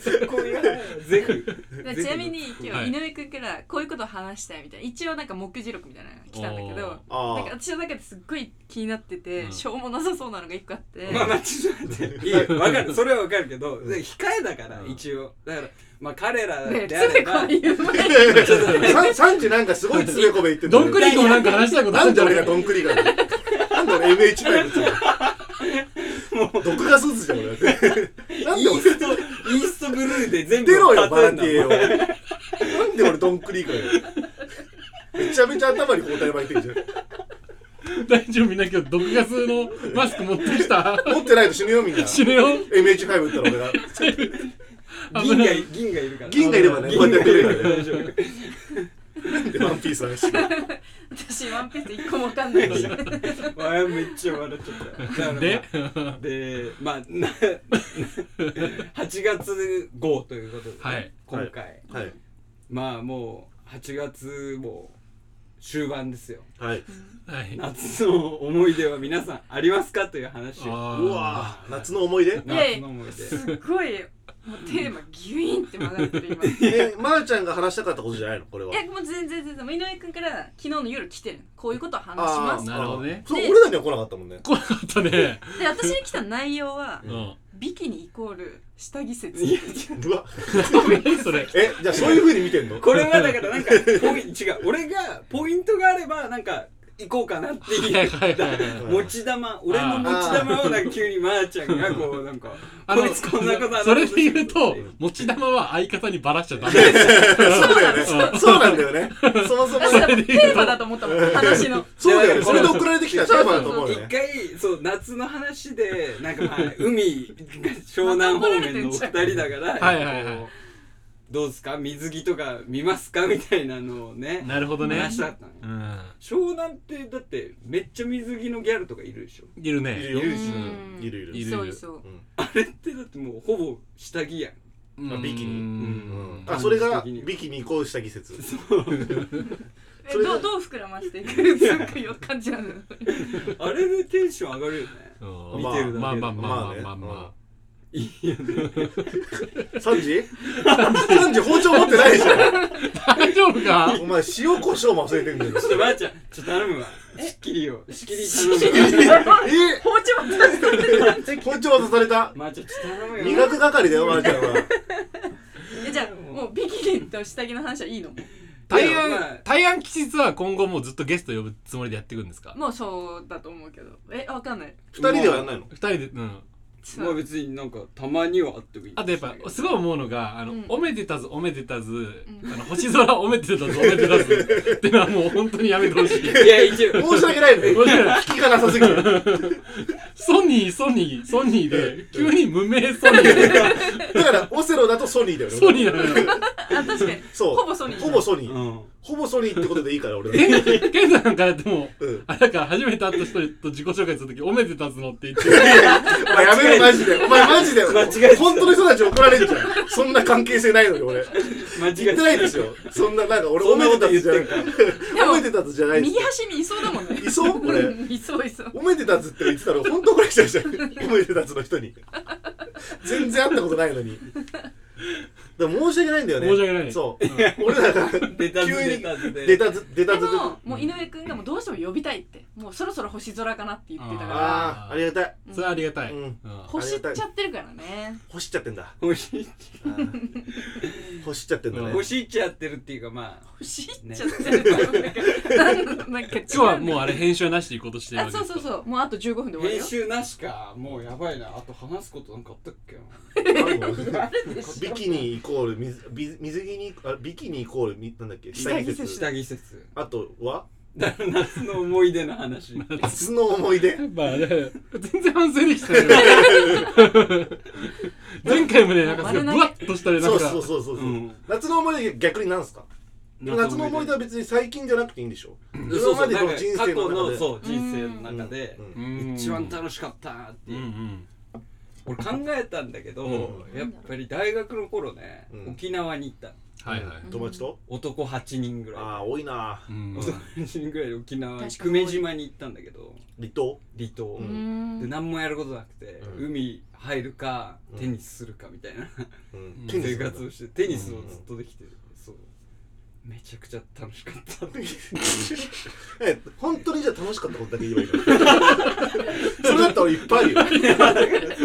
[SPEAKER 2] ツッコミ がゼフ
[SPEAKER 1] でちなみに今
[SPEAKER 3] はい
[SPEAKER 1] 日井上君からこういうことを話したいみたいな一応なんか目次録みたいなのが来たんだけど
[SPEAKER 4] あ
[SPEAKER 1] なんか私の中ですっごい気になってて、
[SPEAKER 3] うん
[SPEAKER 1] しょうもなさそうなのが一個あって、
[SPEAKER 2] まあまあちょっと待っていいよわかるそれはわかるけど
[SPEAKER 4] うん
[SPEAKER 2] で控えだから
[SPEAKER 3] うん
[SPEAKER 2] 一応だからまあ彼ら
[SPEAKER 1] ねえ
[SPEAKER 2] であ
[SPEAKER 1] つべ
[SPEAKER 2] れ
[SPEAKER 1] こ
[SPEAKER 2] ば
[SPEAKER 1] べ言う前に
[SPEAKER 4] あ3時なんかすごい詰め込め言ってんだ
[SPEAKER 3] ど
[SPEAKER 4] よ
[SPEAKER 3] んくりーコもなんか話したいことあ
[SPEAKER 4] な
[SPEAKER 3] る
[SPEAKER 4] ん
[SPEAKER 3] んじ
[SPEAKER 4] で
[SPEAKER 3] ゃな
[SPEAKER 4] 俺
[SPEAKER 3] い
[SPEAKER 4] がドンクリがなんで俺 MH ライブつもう毒ガス打つじゃん俺なん
[SPEAKER 2] イ
[SPEAKER 4] で
[SPEAKER 2] ー
[SPEAKER 4] 俺
[SPEAKER 2] ストイーストブルーで全部
[SPEAKER 4] 出 ろよ
[SPEAKER 2] を
[SPEAKER 4] バラ
[SPEAKER 2] 立
[SPEAKER 4] テ
[SPEAKER 2] て
[SPEAKER 4] ィ
[SPEAKER 2] ん
[SPEAKER 4] エ
[SPEAKER 2] だ
[SPEAKER 4] を
[SPEAKER 2] もん
[SPEAKER 4] なんで俺ドンクリがよめちゃめちゃ頭に包帯巻いてるじゃ
[SPEAKER 3] 大丈夫みんな今日毒ガスのマスク持ってき た
[SPEAKER 4] ん持ってないと死ぬよみん な
[SPEAKER 3] 死ぬよ
[SPEAKER 4] MH5 打ったら俺が
[SPEAKER 2] 銀がい銀がいるから
[SPEAKER 4] 銀がいればねこうやってやってくれるからね
[SPEAKER 2] 大丈夫
[SPEAKER 4] なんでワンピース話してる
[SPEAKER 1] 私ワンピース一個もわかんないし
[SPEAKER 2] わあめっちゃ笑っちゃっただからまあ
[SPEAKER 3] で
[SPEAKER 2] でまあな8月号ということでね、
[SPEAKER 3] はい
[SPEAKER 2] 今回、
[SPEAKER 4] はい
[SPEAKER 2] まあもう8月も終盤です よ
[SPEAKER 4] はい
[SPEAKER 3] はい
[SPEAKER 2] 夏の思い出は皆さんありますかという話を
[SPEAKER 3] あー
[SPEAKER 4] うわー夏の思い出
[SPEAKER 1] いやい
[SPEAKER 2] 夏
[SPEAKER 1] や
[SPEAKER 2] の思い出
[SPEAKER 1] すっごいもうテーマギュインって曲がってる今い
[SPEAKER 4] えまー、ちゃんが話したかったことじゃないのこれは
[SPEAKER 1] やもう全然全然もう井上君から昨日の夜来てるこういうことを話し
[SPEAKER 4] あ
[SPEAKER 1] ま
[SPEAKER 4] あ
[SPEAKER 1] す
[SPEAKER 3] なるほどね
[SPEAKER 4] そう俺らには来なかったもんね
[SPEAKER 3] 来なかったね
[SPEAKER 1] で私に来た内容は
[SPEAKER 3] うん
[SPEAKER 1] ビキニイコール下着説
[SPEAKER 2] いや
[SPEAKER 4] うわ
[SPEAKER 3] 何そ れ
[SPEAKER 4] えじゃあそういうふうに見てんの
[SPEAKER 2] これはだからなんかポイ違う俺がポイントがあればなんか行こうかなって
[SPEAKER 3] はい
[SPEAKER 2] い
[SPEAKER 3] は
[SPEAKER 2] う
[SPEAKER 3] いはい はい
[SPEAKER 2] 持ち玉俺の持ち玉をなんか急にまーちゃんがこうなんか
[SPEAKER 3] あの
[SPEAKER 2] こいつこんなことあんな
[SPEAKER 3] そ
[SPEAKER 2] こ
[SPEAKER 3] れ
[SPEAKER 2] と
[SPEAKER 3] で
[SPEAKER 2] して
[SPEAKER 3] 言
[SPEAKER 2] る
[SPEAKER 3] う
[SPEAKER 2] ぞ
[SPEAKER 3] と
[SPEAKER 2] っていう
[SPEAKER 3] 持ち玉は相方にばらしちゃダ メ
[SPEAKER 4] そうだよね。そうなんだよね。そもそも
[SPEAKER 1] 私多
[SPEAKER 4] ね。
[SPEAKER 1] 分テーマだと思ったもん話の
[SPEAKER 4] そうだよね。それで送られてきたテーマだと思う
[SPEAKER 2] 一
[SPEAKER 4] よね。
[SPEAKER 2] 回そう夏の話でなんかまあ海が湘南方面のお二人だから
[SPEAKER 3] はいはいはい
[SPEAKER 2] こうどうですか水着とか見ますかみたいなのをね
[SPEAKER 3] なるほどね
[SPEAKER 2] 話だったのよ
[SPEAKER 3] うん
[SPEAKER 2] 湘南ってだってめっちゃ水着のギャルとかいるでしょ
[SPEAKER 3] いるね
[SPEAKER 4] いるよ。
[SPEAKER 2] いる
[SPEAKER 1] うん
[SPEAKER 4] いるいる。
[SPEAKER 3] いる
[SPEAKER 1] そうそう
[SPEAKER 2] あれってだってもうほぼ下着やん
[SPEAKER 4] あビ
[SPEAKER 3] う
[SPEAKER 4] キニうんんあ、それがビキに移行した季節。
[SPEAKER 1] え
[SPEAKER 4] それで
[SPEAKER 1] どうどう膨らましていくすっごいよ感じなの
[SPEAKER 2] あれでテンション上がるよね
[SPEAKER 3] うん
[SPEAKER 2] 見てるだけで
[SPEAKER 3] まあまあまあまあま
[SPEAKER 4] ま
[SPEAKER 3] あ
[SPEAKER 4] あね
[SPEAKER 3] ま
[SPEAKER 2] いいよね
[SPEAKER 4] 三時？三時包丁持ってないでし
[SPEAKER 3] あ大丈夫 か
[SPEAKER 4] ょ。お前塩コショウも忘れてるんだよ。
[SPEAKER 2] ちょっとばあちゃんちょっと頼むわしっきりよしっきり頼むわ
[SPEAKER 4] え
[SPEAKER 1] 包丁渡す
[SPEAKER 4] 包丁渡された。
[SPEAKER 2] まあちょっと頼むよ
[SPEAKER 4] 磨く係だよ、まーちゃんは。
[SPEAKER 1] えじゃあもうビキニと下着の話はいいの
[SPEAKER 3] 対
[SPEAKER 2] いやまあ
[SPEAKER 3] 案対案期日は今後もずっとゲスト呼ぶつもりでやっていくんですか
[SPEAKER 1] もうそうだと思うけどえわかんない
[SPEAKER 4] 二人ではやんないの。
[SPEAKER 3] 二人でうん
[SPEAKER 2] まあ別になんかたまにはあってもいい
[SPEAKER 3] あとやっぱすごい思うのがあの
[SPEAKER 1] うん
[SPEAKER 3] おめでたずおめでたず
[SPEAKER 1] ん
[SPEAKER 3] あの星空おめでたずおめでたずってのはもう本当にやめてほしい
[SPEAKER 2] いや一応
[SPEAKER 4] 申し訳ないのよ。聞きがなさすぎる。
[SPEAKER 3] ソニーソニーソニーで急に無名ソニーで
[SPEAKER 4] だからオセロだとソニーだよね。
[SPEAKER 3] ソニーなのよ
[SPEAKER 1] あ確かに
[SPEAKER 4] そう。
[SPEAKER 1] ほぼソニー
[SPEAKER 4] ほぼソニー。
[SPEAKER 2] うん
[SPEAKER 4] ほぼソニーってことでいいから俺。
[SPEAKER 3] ケンケンさんなんかやっても
[SPEAKER 4] うん。
[SPEAKER 3] あなんか初めて会った人と自己紹介するときおめでたずのって言って
[SPEAKER 4] お前やめろマジでお前マジで
[SPEAKER 2] 間違えてた
[SPEAKER 4] 本当の人たち怒られるじゃんそんな関係性ないのに俺
[SPEAKER 2] 間違え
[SPEAKER 4] 言ってないですよそんななんか俺
[SPEAKER 2] そ
[SPEAKER 4] お
[SPEAKER 2] んな
[SPEAKER 4] め
[SPEAKER 2] こ
[SPEAKER 4] で
[SPEAKER 2] と
[SPEAKER 4] た
[SPEAKER 2] 言
[SPEAKER 4] つ
[SPEAKER 2] っ
[SPEAKER 4] じゃな
[SPEAKER 2] て
[SPEAKER 4] い
[SPEAKER 2] んか
[SPEAKER 4] おめでたつじゃないで
[SPEAKER 1] 右
[SPEAKER 4] す
[SPEAKER 1] 端にいそうだもんね
[SPEAKER 4] いそうこれ
[SPEAKER 1] うんいそういそう
[SPEAKER 4] おめでたつって言ってたら本当怒られちゃうじゃんおめでたつの人に全然会ったことないのにでも申し訳ないんだよね
[SPEAKER 3] 申し訳ない
[SPEAKER 4] そう、俺らが
[SPEAKER 2] 出たず
[SPEAKER 4] 急に
[SPEAKER 2] 出たずで
[SPEAKER 4] 出たつ出
[SPEAKER 1] で
[SPEAKER 4] たつ
[SPEAKER 1] ももう井上くんがもうどうしても呼びたいってもうそろそろ星空かなって言ってたから
[SPEAKER 4] ああありがたい
[SPEAKER 3] それはありがたい、
[SPEAKER 4] うん
[SPEAKER 1] 欲しっちゃってるからね
[SPEAKER 4] 欲しっちゃってんだ
[SPEAKER 2] 欲しい
[SPEAKER 4] あー欲しっちゃってんだね
[SPEAKER 2] 欲しいっちゃってるっていうかまあ
[SPEAKER 1] 欲しいっちゃってるからなんかなんか違う
[SPEAKER 3] 今日はもうあれ編集はなしで行こうとしてる
[SPEAKER 1] あ
[SPEAKER 3] わけで
[SPEAKER 1] そう
[SPEAKER 3] す
[SPEAKER 1] そうそうもうあと15分で終わる
[SPEAKER 2] 編
[SPEAKER 1] よ
[SPEAKER 2] 集なしかもうやばいなあと話すことなんかあったっけな
[SPEAKER 1] あるでしょ
[SPEAKER 4] ビキニイコール水水水着にあビキニイコールみなんだっけ
[SPEAKER 1] 下着説
[SPEAKER 2] 下着説
[SPEAKER 4] あとは
[SPEAKER 2] だ 夏の思い出の話
[SPEAKER 4] 夏の思い出
[SPEAKER 3] まあね、全然反省できてないよ。 前回もね、なんかすごいブワッとしたね、な
[SPEAKER 4] そ
[SPEAKER 3] ん
[SPEAKER 4] う
[SPEAKER 3] か
[SPEAKER 4] そうそうそう、う
[SPEAKER 2] うん
[SPEAKER 4] 夏の思い出逆になんすかでも夏の思い出は別に最近じゃなくていいんでしょ
[SPEAKER 2] そうそう
[SPEAKER 4] 今までの人
[SPEAKER 2] 過
[SPEAKER 4] 生
[SPEAKER 2] 去
[SPEAKER 4] の中
[SPEAKER 2] の
[SPEAKER 4] で
[SPEAKER 2] そう人生の中で
[SPEAKER 4] うん
[SPEAKER 3] うん
[SPEAKER 2] 一番楽しかったって
[SPEAKER 3] うん。
[SPEAKER 2] いううん俺考えたんだけど、
[SPEAKER 4] う
[SPEAKER 2] やっぱり大学の頃ね、
[SPEAKER 4] うん
[SPEAKER 2] 沖縄に行った
[SPEAKER 3] はいはい。
[SPEAKER 4] 友達と、
[SPEAKER 2] 男8人ぐ
[SPEAKER 4] あ
[SPEAKER 2] ら
[SPEAKER 4] あ多いな
[SPEAKER 3] うん
[SPEAKER 2] い男8人ぐらいで沖縄
[SPEAKER 1] 確か
[SPEAKER 2] 久
[SPEAKER 1] に
[SPEAKER 2] 米島に行ったんだけど
[SPEAKER 4] 離島
[SPEAKER 2] 離島、
[SPEAKER 4] う
[SPEAKER 1] うん
[SPEAKER 2] で
[SPEAKER 1] ん
[SPEAKER 2] 何もやることなくて、
[SPEAKER 4] うん
[SPEAKER 2] 海入るか、
[SPEAKER 4] うん
[SPEAKER 2] テニスするかみたいな
[SPEAKER 4] うん
[SPEAKER 3] テニ
[SPEAKER 2] 生
[SPEAKER 4] なんだ
[SPEAKER 2] 活をしてテニスをずっとできてる、そうめちゃくちゃ楽しか った
[SPEAKER 4] え本当にじゃあ楽しかったことだけ言えばいいの それだったらいっぱいよ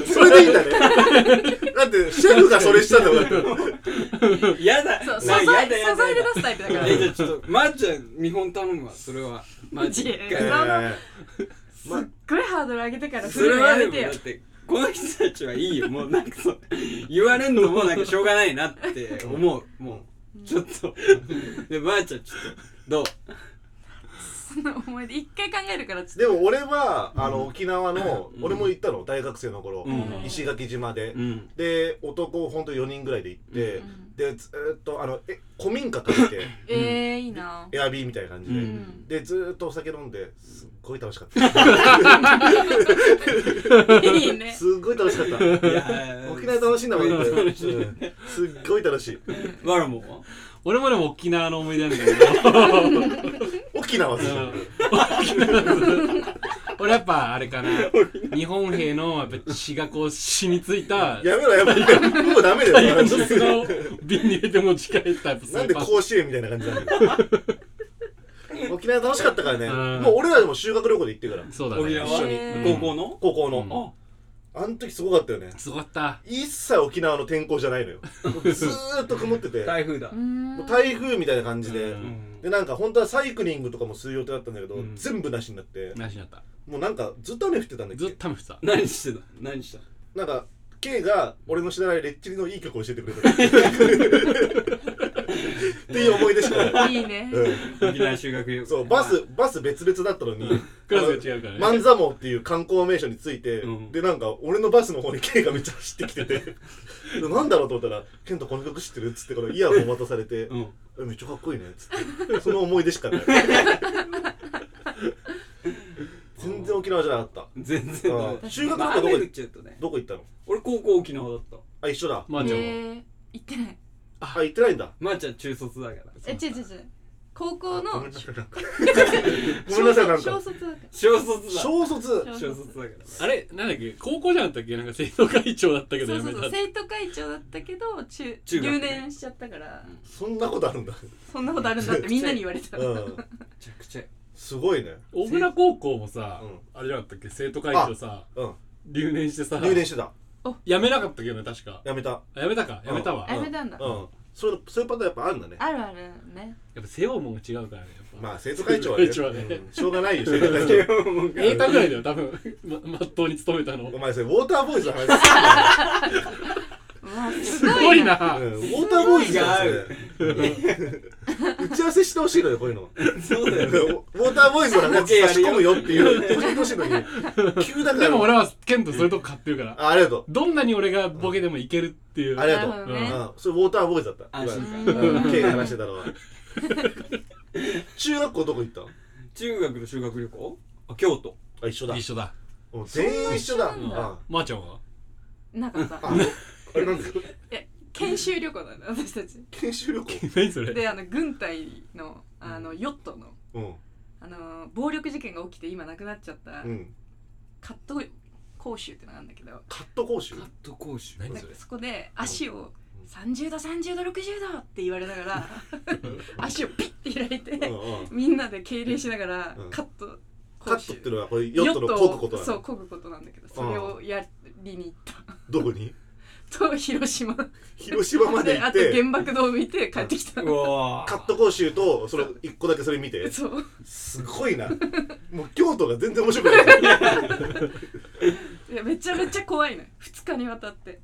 [SPEAKER 4] それでいいんだねだってシェフがそれしたんだもんだって
[SPEAKER 2] 嫌だ
[SPEAKER 1] そう素
[SPEAKER 2] な
[SPEAKER 1] 材
[SPEAKER 2] やだ
[SPEAKER 1] 素
[SPEAKER 2] やだ
[SPEAKER 1] 材で
[SPEAKER 2] やだ
[SPEAKER 1] 出すタイプだから
[SPEAKER 2] えじゃあちょっとまーちゃん見本頼むわそれはマジで一
[SPEAKER 1] いや
[SPEAKER 2] 回
[SPEAKER 1] まあまあ
[SPEAKER 4] えーまあ
[SPEAKER 1] これハードル上げてから
[SPEAKER 2] そ
[SPEAKER 1] 振る
[SPEAKER 2] れ
[SPEAKER 1] のや
[SPEAKER 2] は
[SPEAKER 1] め
[SPEAKER 2] でも
[SPEAKER 1] て
[SPEAKER 2] だ
[SPEAKER 1] よ
[SPEAKER 2] ってこの人たちはいいよもうなんかそう言われんのもなんかしょうがないなって思うもうちょっとでばあちゃんちょっとどう
[SPEAKER 1] その 思い出一回考えるからちょっ
[SPEAKER 4] でも俺はあの沖縄の、俺も行ったの大学生の頃、
[SPEAKER 2] うん
[SPEAKER 4] 石垣島で、
[SPEAKER 2] うん
[SPEAKER 4] で男ほんと4人ぐらいで行って、
[SPEAKER 1] うん
[SPEAKER 4] でずーっとあのえ古民家借りて
[SPEAKER 1] とえーいいな
[SPEAKER 4] エアビーみたいな感じで、
[SPEAKER 1] うん
[SPEAKER 4] でずーっとお酒飲んですっごい楽しかった
[SPEAKER 1] いいね
[SPEAKER 4] すっごい楽しかった
[SPEAKER 2] いや
[SPEAKER 4] 沖縄楽しいんだもんだって
[SPEAKER 2] 楽しい
[SPEAKER 4] うんすっごい楽しい
[SPEAKER 2] わらもは
[SPEAKER 3] 俺もでも沖縄の思い出なんだけど、
[SPEAKER 4] 沖縄好き
[SPEAKER 3] 俺やっぱあれかな、日本兵のやっぱ血がこう染みついた、
[SPEAKER 4] やめろやめろもうダメだよ
[SPEAKER 3] ちょっとその瓶に入れて持ち帰ったやっぱス
[SPEAKER 4] なん
[SPEAKER 3] ー
[SPEAKER 4] で
[SPEAKER 3] パー
[SPEAKER 4] 甲子園みたいな感じなんだよ沖縄楽しかったからね、
[SPEAKER 3] うん
[SPEAKER 4] もう俺らでも修学旅行で行ってるから
[SPEAKER 3] そうだ
[SPEAKER 2] 沖
[SPEAKER 3] ね。
[SPEAKER 2] 縄
[SPEAKER 1] え
[SPEAKER 2] 高
[SPEAKER 1] ー
[SPEAKER 2] 校の
[SPEAKER 4] 高校の、
[SPEAKER 2] あ
[SPEAKER 4] あん時すごかったよね
[SPEAKER 3] すごかった。
[SPEAKER 4] 一切沖縄の天候じゃないのよずーっと曇ってて
[SPEAKER 2] 台風だ
[SPEAKER 1] うーん
[SPEAKER 4] もう台風みたいな感じで、
[SPEAKER 3] うん
[SPEAKER 4] でなんか本当はサイクリングとかもする予定だったんだけど、
[SPEAKER 3] うん
[SPEAKER 4] 全部なしになって
[SPEAKER 3] なしだった。
[SPEAKER 4] もうなんかずっと雨降ってたんだっ
[SPEAKER 3] ずっ
[SPEAKER 4] け
[SPEAKER 3] と雨降ってた。
[SPEAKER 2] 何してた何した
[SPEAKER 4] なんか K が俺の知らないレッチリのいい曲を教えてくれたっていう思い出しかない、
[SPEAKER 1] いいね
[SPEAKER 4] う
[SPEAKER 2] 沖縄修学旅行
[SPEAKER 4] ん、そうバスバス別々だったのに
[SPEAKER 3] クラスが違うからね。
[SPEAKER 4] 万座網っていう観光名所について、
[SPEAKER 2] うん
[SPEAKER 4] でなんか俺のバスの方に K がめっちゃ走ってきててでなんだろうと思ったら「ケントこの曲知ってる?」っつってからイヤホン渡されて
[SPEAKER 2] うん
[SPEAKER 4] 「えめっちゃかっこいいね」っつってその思い出しかない全然沖縄じゃなかった
[SPEAKER 2] 全然
[SPEAKER 4] あ
[SPEAKER 2] だ
[SPEAKER 4] ー修学旅行どこ行
[SPEAKER 2] 雨降っちゃうとね
[SPEAKER 4] どこ行ったの
[SPEAKER 2] 俺高校沖縄だった
[SPEAKER 4] あ一緒だ
[SPEAKER 3] ま
[SPEAKER 1] え
[SPEAKER 3] あちゃんは。
[SPEAKER 1] ー行ってない
[SPEAKER 4] あ行ってないんだ
[SPEAKER 2] まーちゃん中卒だから
[SPEAKER 1] え違う違う違う高校
[SPEAKER 4] あご
[SPEAKER 1] の
[SPEAKER 4] めんなさいなんかごめんなさいなん
[SPEAKER 1] 小
[SPEAKER 4] か
[SPEAKER 1] 卒だから
[SPEAKER 2] 小卒だ
[SPEAKER 4] 小卒
[SPEAKER 1] 小
[SPEAKER 2] 小卒だから
[SPEAKER 3] あれなんだっけ高校じゃなかったっけなんか生徒会長だったけど
[SPEAKER 1] そ
[SPEAKER 3] や
[SPEAKER 1] うそ
[SPEAKER 3] め
[SPEAKER 1] う
[SPEAKER 3] た
[SPEAKER 1] そう
[SPEAKER 3] って
[SPEAKER 1] 生徒会長だったけど中
[SPEAKER 2] 中学
[SPEAKER 1] 留
[SPEAKER 2] ね
[SPEAKER 1] 年しちゃったから
[SPEAKER 4] そんなことあるんだ
[SPEAKER 1] そんなことあるんだってみんなに言われてた
[SPEAKER 4] うん
[SPEAKER 2] めちゃくちゃ
[SPEAKER 4] すごいね
[SPEAKER 3] 小倉高校もさ、
[SPEAKER 4] うん
[SPEAKER 3] あれじゃなかったっけ生徒会長さ
[SPEAKER 4] うん
[SPEAKER 3] 留年してさ
[SPEAKER 4] 留年してた
[SPEAKER 3] 辞めなかったけどね確か
[SPEAKER 4] やめた
[SPEAKER 3] あ辞めたか辞めたわ、
[SPEAKER 1] あ
[SPEAKER 3] や
[SPEAKER 1] やめたんだ
[SPEAKER 4] うんそういうそういうパターンやっぱあるんだね
[SPEAKER 1] あるあるね
[SPEAKER 3] っぱ背負うもんが違うからね
[SPEAKER 4] まあ生徒会長はね
[SPEAKER 3] 生徒会長はね
[SPEAKER 4] うんしょうがないよ生徒会長
[SPEAKER 3] 英単ぐらいだよ多分ままっとうに勤めたの
[SPEAKER 4] お前それウォーターボーイズの話 す
[SPEAKER 1] まあす
[SPEAKER 3] すごいな
[SPEAKER 4] るうんウォーターボーイズじゃんそれうん打ち合わせしてほしいのよこうい うの
[SPEAKER 2] そうだ
[SPEAKER 4] ウ
[SPEAKER 2] よね
[SPEAKER 4] ォーターボーイズの話差し込むよっていう教えてほしいのに急だから
[SPEAKER 3] でも俺はケントそういうとこ買ってるから
[SPEAKER 4] あありがとう
[SPEAKER 3] どんなに俺がボケでもいけるっていう
[SPEAKER 4] ありがとう
[SPEAKER 1] なるほど
[SPEAKER 4] う
[SPEAKER 1] ね
[SPEAKER 4] んそれウォーターボーイズだった
[SPEAKER 2] 安心
[SPEAKER 4] う
[SPEAKER 2] 感
[SPEAKER 4] ん K が話してたのは中学校どこ行ったの
[SPEAKER 2] 中学の修学旅行あ京都
[SPEAKER 4] あ一緒だ
[SPEAKER 3] 一緒だ
[SPEAKER 4] うん全員一緒だ
[SPEAKER 1] そんな一緒なん
[SPEAKER 4] あ
[SPEAKER 3] まー、ちゃんは
[SPEAKER 1] なかった
[SPEAKER 4] ああれなんですか
[SPEAKER 1] 研修旅行なんだ私たち
[SPEAKER 4] 研修旅行
[SPEAKER 3] 何それ
[SPEAKER 1] であの軍隊のあのヨットの
[SPEAKER 4] うん
[SPEAKER 1] あの暴力事件が起きて今亡くなっちゃった
[SPEAKER 4] うん
[SPEAKER 1] カット講習ってのがあるんだけど
[SPEAKER 4] カット講習
[SPEAKER 2] カット講習
[SPEAKER 3] 何
[SPEAKER 1] なん
[SPEAKER 3] そ
[SPEAKER 1] か
[SPEAKER 3] れ
[SPEAKER 1] そこで足を30度30度60度って言われながら足をピッて開いて、
[SPEAKER 4] うんうん
[SPEAKER 1] みんなで敬礼しながら
[SPEAKER 4] うん
[SPEAKER 1] カット
[SPEAKER 4] カ
[SPEAKER 1] 講
[SPEAKER 4] ット
[SPEAKER 1] 習
[SPEAKER 4] っていうのはこれヨットの漕ぐこ
[SPEAKER 1] ヨット
[SPEAKER 4] とな
[SPEAKER 1] をそ
[SPEAKER 4] の
[SPEAKER 1] う漕ぐことなんだけどそれをやりに行っ
[SPEAKER 4] どこに
[SPEAKER 1] た と広島
[SPEAKER 4] 広島まで
[SPEAKER 1] で
[SPEAKER 4] 行
[SPEAKER 1] あ
[SPEAKER 4] っ
[SPEAKER 1] と
[SPEAKER 4] て
[SPEAKER 1] 原爆ドーム見て帰ってきた
[SPEAKER 2] うわ
[SPEAKER 4] カット講習とそれ一個だけそれ見て
[SPEAKER 1] そう
[SPEAKER 4] すごいなもう京都が全然面白くない
[SPEAKER 1] いやめちゃめちゃ怖いのよ2日にわたって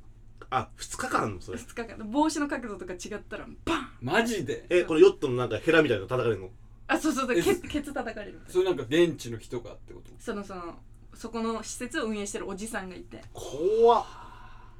[SPEAKER 4] あ二日間あんのそれ
[SPEAKER 1] 2日間帽子の角度とか違ったらバン
[SPEAKER 2] マジで
[SPEAKER 4] えこれヨットのなんかヘラみたいなの叩かれるの
[SPEAKER 1] あそうそうそうケツケツ叩かれる
[SPEAKER 2] それなんか現地の人がってこと
[SPEAKER 1] そのそのそこの施設を運営してるおじさんがいて
[SPEAKER 4] 怖っ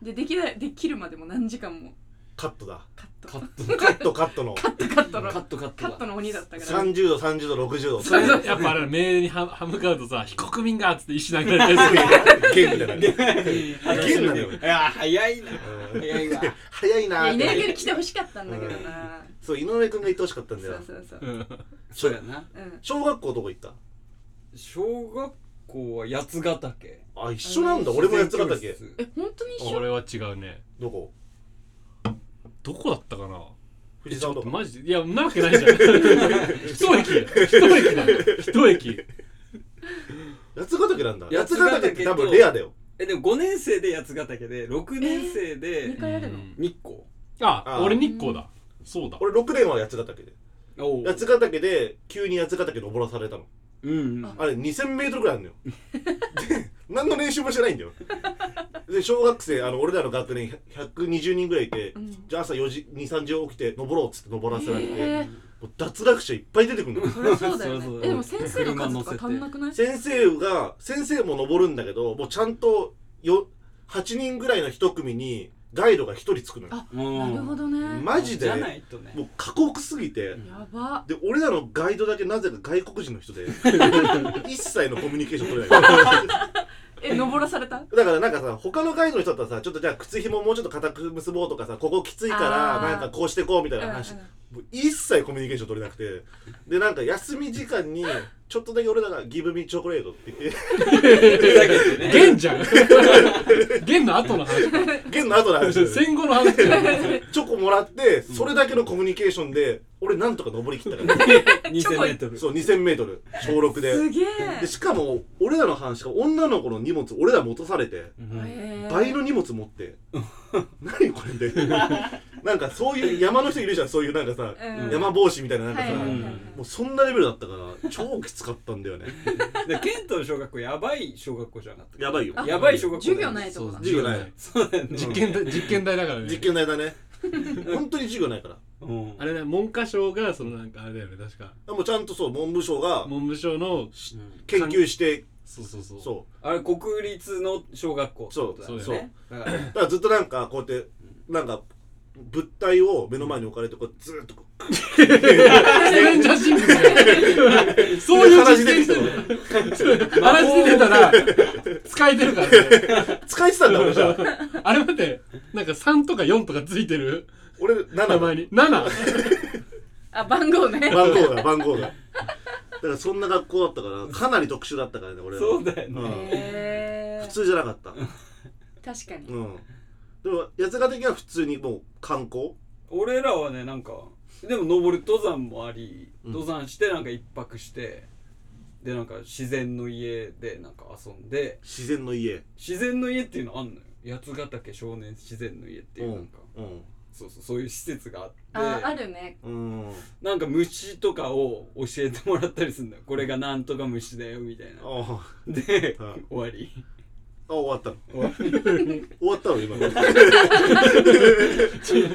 [SPEAKER 1] でできないできるまでも何時間も
[SPEAKER 4] カットだ
[SPEAKER 1] カット
[SPEAKER 2] カット
[SPEAKER 4] カットカットの
[SPEAKER 1] カットカットの
[SPEAKER 2] カットカット
[SPEAKER 1] カ
[SPEAKER 2] だ
[SPEAKER 1] ットの鬼だったから
[SPEAKER 4] 30度30度60度
[SPEAKER 3] それやっぱあれ命には 歯向かうとさ非国民がっつって石投げられたりする
[SPEAKER 4] ゲームみたいな
[SPEAKER 2] あ
[SPEAKER 4] ゲームなのよ
[SPEAKER 2] いや早いな早いわ
[SPEAKER 4] 早い
[SPEAKER 1] い
[SPEAKER 4] な
[SPEAKER 1] や井
[SPEAKER 4] ーっ
[SPEAKER 1] 上君
[SPEAKER 4] て
[SPEAKER 1] に来てほしかったんだけどな
[SPEAKER 4] そう井上君が言ってほしかったんだ
[SPEAKER 1] そ
[SPEAKER 4] よ
[SPEAKER 1] うそうそう
[SPEAKER 3] うん
[SPEAKER 2] そうやな
[SPEAKER 1] うん
[SPEAKER 4] 小学校どこ行った
[SPEAKER 2] 小学校は八ヶ岳
[SPEAKER 4] あ一緒なんだ俺もやつらだけ
[SPEAKER 1] え本当に一緒
[SPEAKER 3] 俺は違うね
[SPEAKER 4] どこ
[SPEAKER 3] どこだったかな
[SPEAKER 4] 藤沢とか
[SPEAKER 3] マジでいやなわけないじゃん一駅一駅だよ一駅
[SPEAKER 4] 八ヶ岳なんだ
[SPEAKER 2] 八
[SPEAKER 4] 八
[SPEAKER 2] ヶ
[SPEAKER 4] ヶ
[SPEAKER 2] 岳
[SPEAKER 4] 岳って多分レアだよ
[SPEAKER 2] えでも5年生で八ヶ岳で6年生
[SPEAKER 1] 2
[SPEAKER 2] で
[SPEAKER 1] 回あるの
[SPEAKER 3] うん
[SPEAKER 2] 日光
[SPEAKER 3] あ
[SPEAKER 4] あ
[SPEAKER 3] 俺日光だそうだ
[SPEAKER 4] 俺6年は八ヶ岳で
[SPEAKER 2] おう
[SPEAKER 4] 八ヶ岳で急に八ヶ岳登らされたの
[SPEAKER 2] うんうん
[SPEAKER 4] あれ 2000m ぐらいあるのよで何の練習もしてないんだよで小学生あの俺らの学年120人ぐらいいて、
[SPEAKER 1] うん
[SPEAKER 4] じゃあ朝4時23時起きて登ろうっつって登らせられて、
[SPEAKER 1] へー
[SPEAKER 4] もう脱落者いっぱい出てくる の
[SPEAKER 1] そりゃそうだよ
[SPEAKER 2] そうそう
[SPEAKER 1] ねえでも先生の数とか足んなくない
[SPEAKER 4] 先生が先生も登るんだけどもうちゃんとよ8人ぐらいの一組にガイドが1人つくのよ
[SPEAKER 1] あ
[SPEAKER 2] な
[SPEAKER 1] なるほどね
[SPEAKER 4] マジで
[SPEAKER 2] じゃないとね
[SPEAKER 4] もう過酷すぎて、
[SPEAKER 1] やば
[SPEAKER 4] で俺らのガイドだけなぜか外国人の人 で一切のコミュニケーション取れないだ
[SPEAKER 1] え登らされた
[SPEAKER 4] からなんかさ他のガイドの人だったらさちょっとじゃあ靴ひももうちょっと固く結ぼうとかさここきついから
[SPEAKER 1] あー
[SPEAKER 4] なんかこうしてこうみたいな話、
[SPEAKER 1] う
[SPEAKER 4] もう一切コミュニケーション取れなくてでなんか休み時間にちょっとだけ俺らが「ギブミチョコレート」って言って
[SPEAKER 3] 元じゃん元の後の話
[SPEAKER 4] 現の後の話だよね
[SPEAKER 3] 戦後の話じゃん
[SPEAKER 4] チョコもらってそれだけのコミュニケーションで俺なんとか登りきったから
[SPEAKER 2] 2000m
[SPEAKER 4] そう 2000m 小6
[SPEAKER 1] んうんす
[SPEAKER 4] で
[SPEAKER 1] げ
[SPEAKER 4] でしかも俺らの話が女の子の荷物俺ら持たされて
[SPEAKER 1] え
[SPEAKER 4] 倍の荷物持って何これ みたいななんかそういう山の人いるじゃんそういうなんかさ
[SPEAKER 1] うん
[SPEAKER 4] 山帽子みたいななんかさ
[SPEAKER 1] はいはいはいはい
[SPEAKER 4] もうそんなレベルだったから超きつかったんだよね
[SPEAKER 2] でケントの小学校やばい小学校じゃなかった
[SPEAKER 4] やばいよ
[SPEAKER 2] やばい小学校だ
[SPEAKER 1] 授業
[SPEAKER 2] よ
[SPEAKER 1] ないとこだ
[SPEAKER 4] 授業ない
[SPEAKER 2] そうだよね
[SPEAKER 3] 実験台実験台だからね
[SPEAKER 4] 実験台だね本当に授業ないから
[SPEAKER 2] うん
[SPEAKER 3] あれね文科省がそのなんかあれだよね確か
[SPEAKER 4] もうちゃんとそう文部省が
[SPEAKER 3] 文部省の
[SPEAKER 4] 研究して
[SPEAKER 3] そうそうそう
[SPEAKER 4] そう
[SPEAKER 2] あれ国立の小学校ってことだよね
[SPEAKER 3] そう
[SPEAKER 2] だから
[SPEAKER 4] だからずっとなんかこうやってなんか物体を目の前に置かれてこうずっとこう
[SPEAKER 3] スレンジャーシングスだよそういう
[SPEAKER 4] 話
[SPEAKER 3] 実
[SPEAKER 4] 出て
[SPEAKER 3] 験
[SPEAKER 4] き
[SPEAKER 3] したて
[SPEAKER 4] の
[SPEAKER 3] る話出てたら使えてるから ね
[SPEAKER 4] 使えてたんだ俺じゃあ
[SPEAKER 3] あれ待ってなんか3とか4とかついてる
[SPEAKER 4] 俺7
[SPEAKER 3] 名
[SPEAKER 4] 番
[SPEAKER 3] 前に 7!
[SPEAKER 1] あ番号ね
[SPEAKER 4] 号が番号がだからそんな学校だったからかなり特殊だったからね俺は
[SPEAKER 2] そうだよね
[SPEAKER 1] へー
[SPEAKER 4] 普通じゃなかった
[SPEAKER 1] 確か
[SPEAKER 4] う
[SPEAKER 1] に
[SPEAKER 4] んでも八ヶ岳は普通にもう観光
[SPEAKER 2] 俺らはねなんかでも登る登山もあり
[SPEAKER 4] うん
[SPEAKER 2] 登山してなんか一泊してでなんか自然の家でなんか遊んで
[SPEAKER 4] 自然の家
[SPEAKER 2] 自然の家っていうのあんのよ八ヶ岳少年自然の家っていうなんか
[SPEAKER 4] うん
[SPEAKER 2] そうそうそういう施設があ
[SPEAKER 1] あ
[SPEAKER 2] って
[SPEAKER 1] あるね
[SPEAKER 4] うん
[SPEAKER 2] なんか虫とかを教えてもらったりするんだよこれがなんとか虫だよみたいな
[SPEAKER 4] ああ
[SPEAKER 2] で
[SPEAKER 4] はい
[SPEAKER 2] 終わり
[SPEAKER 4] あ終わった の
[SPEAKER 2] 終わり
[SPEAKER 4] 終わったの今の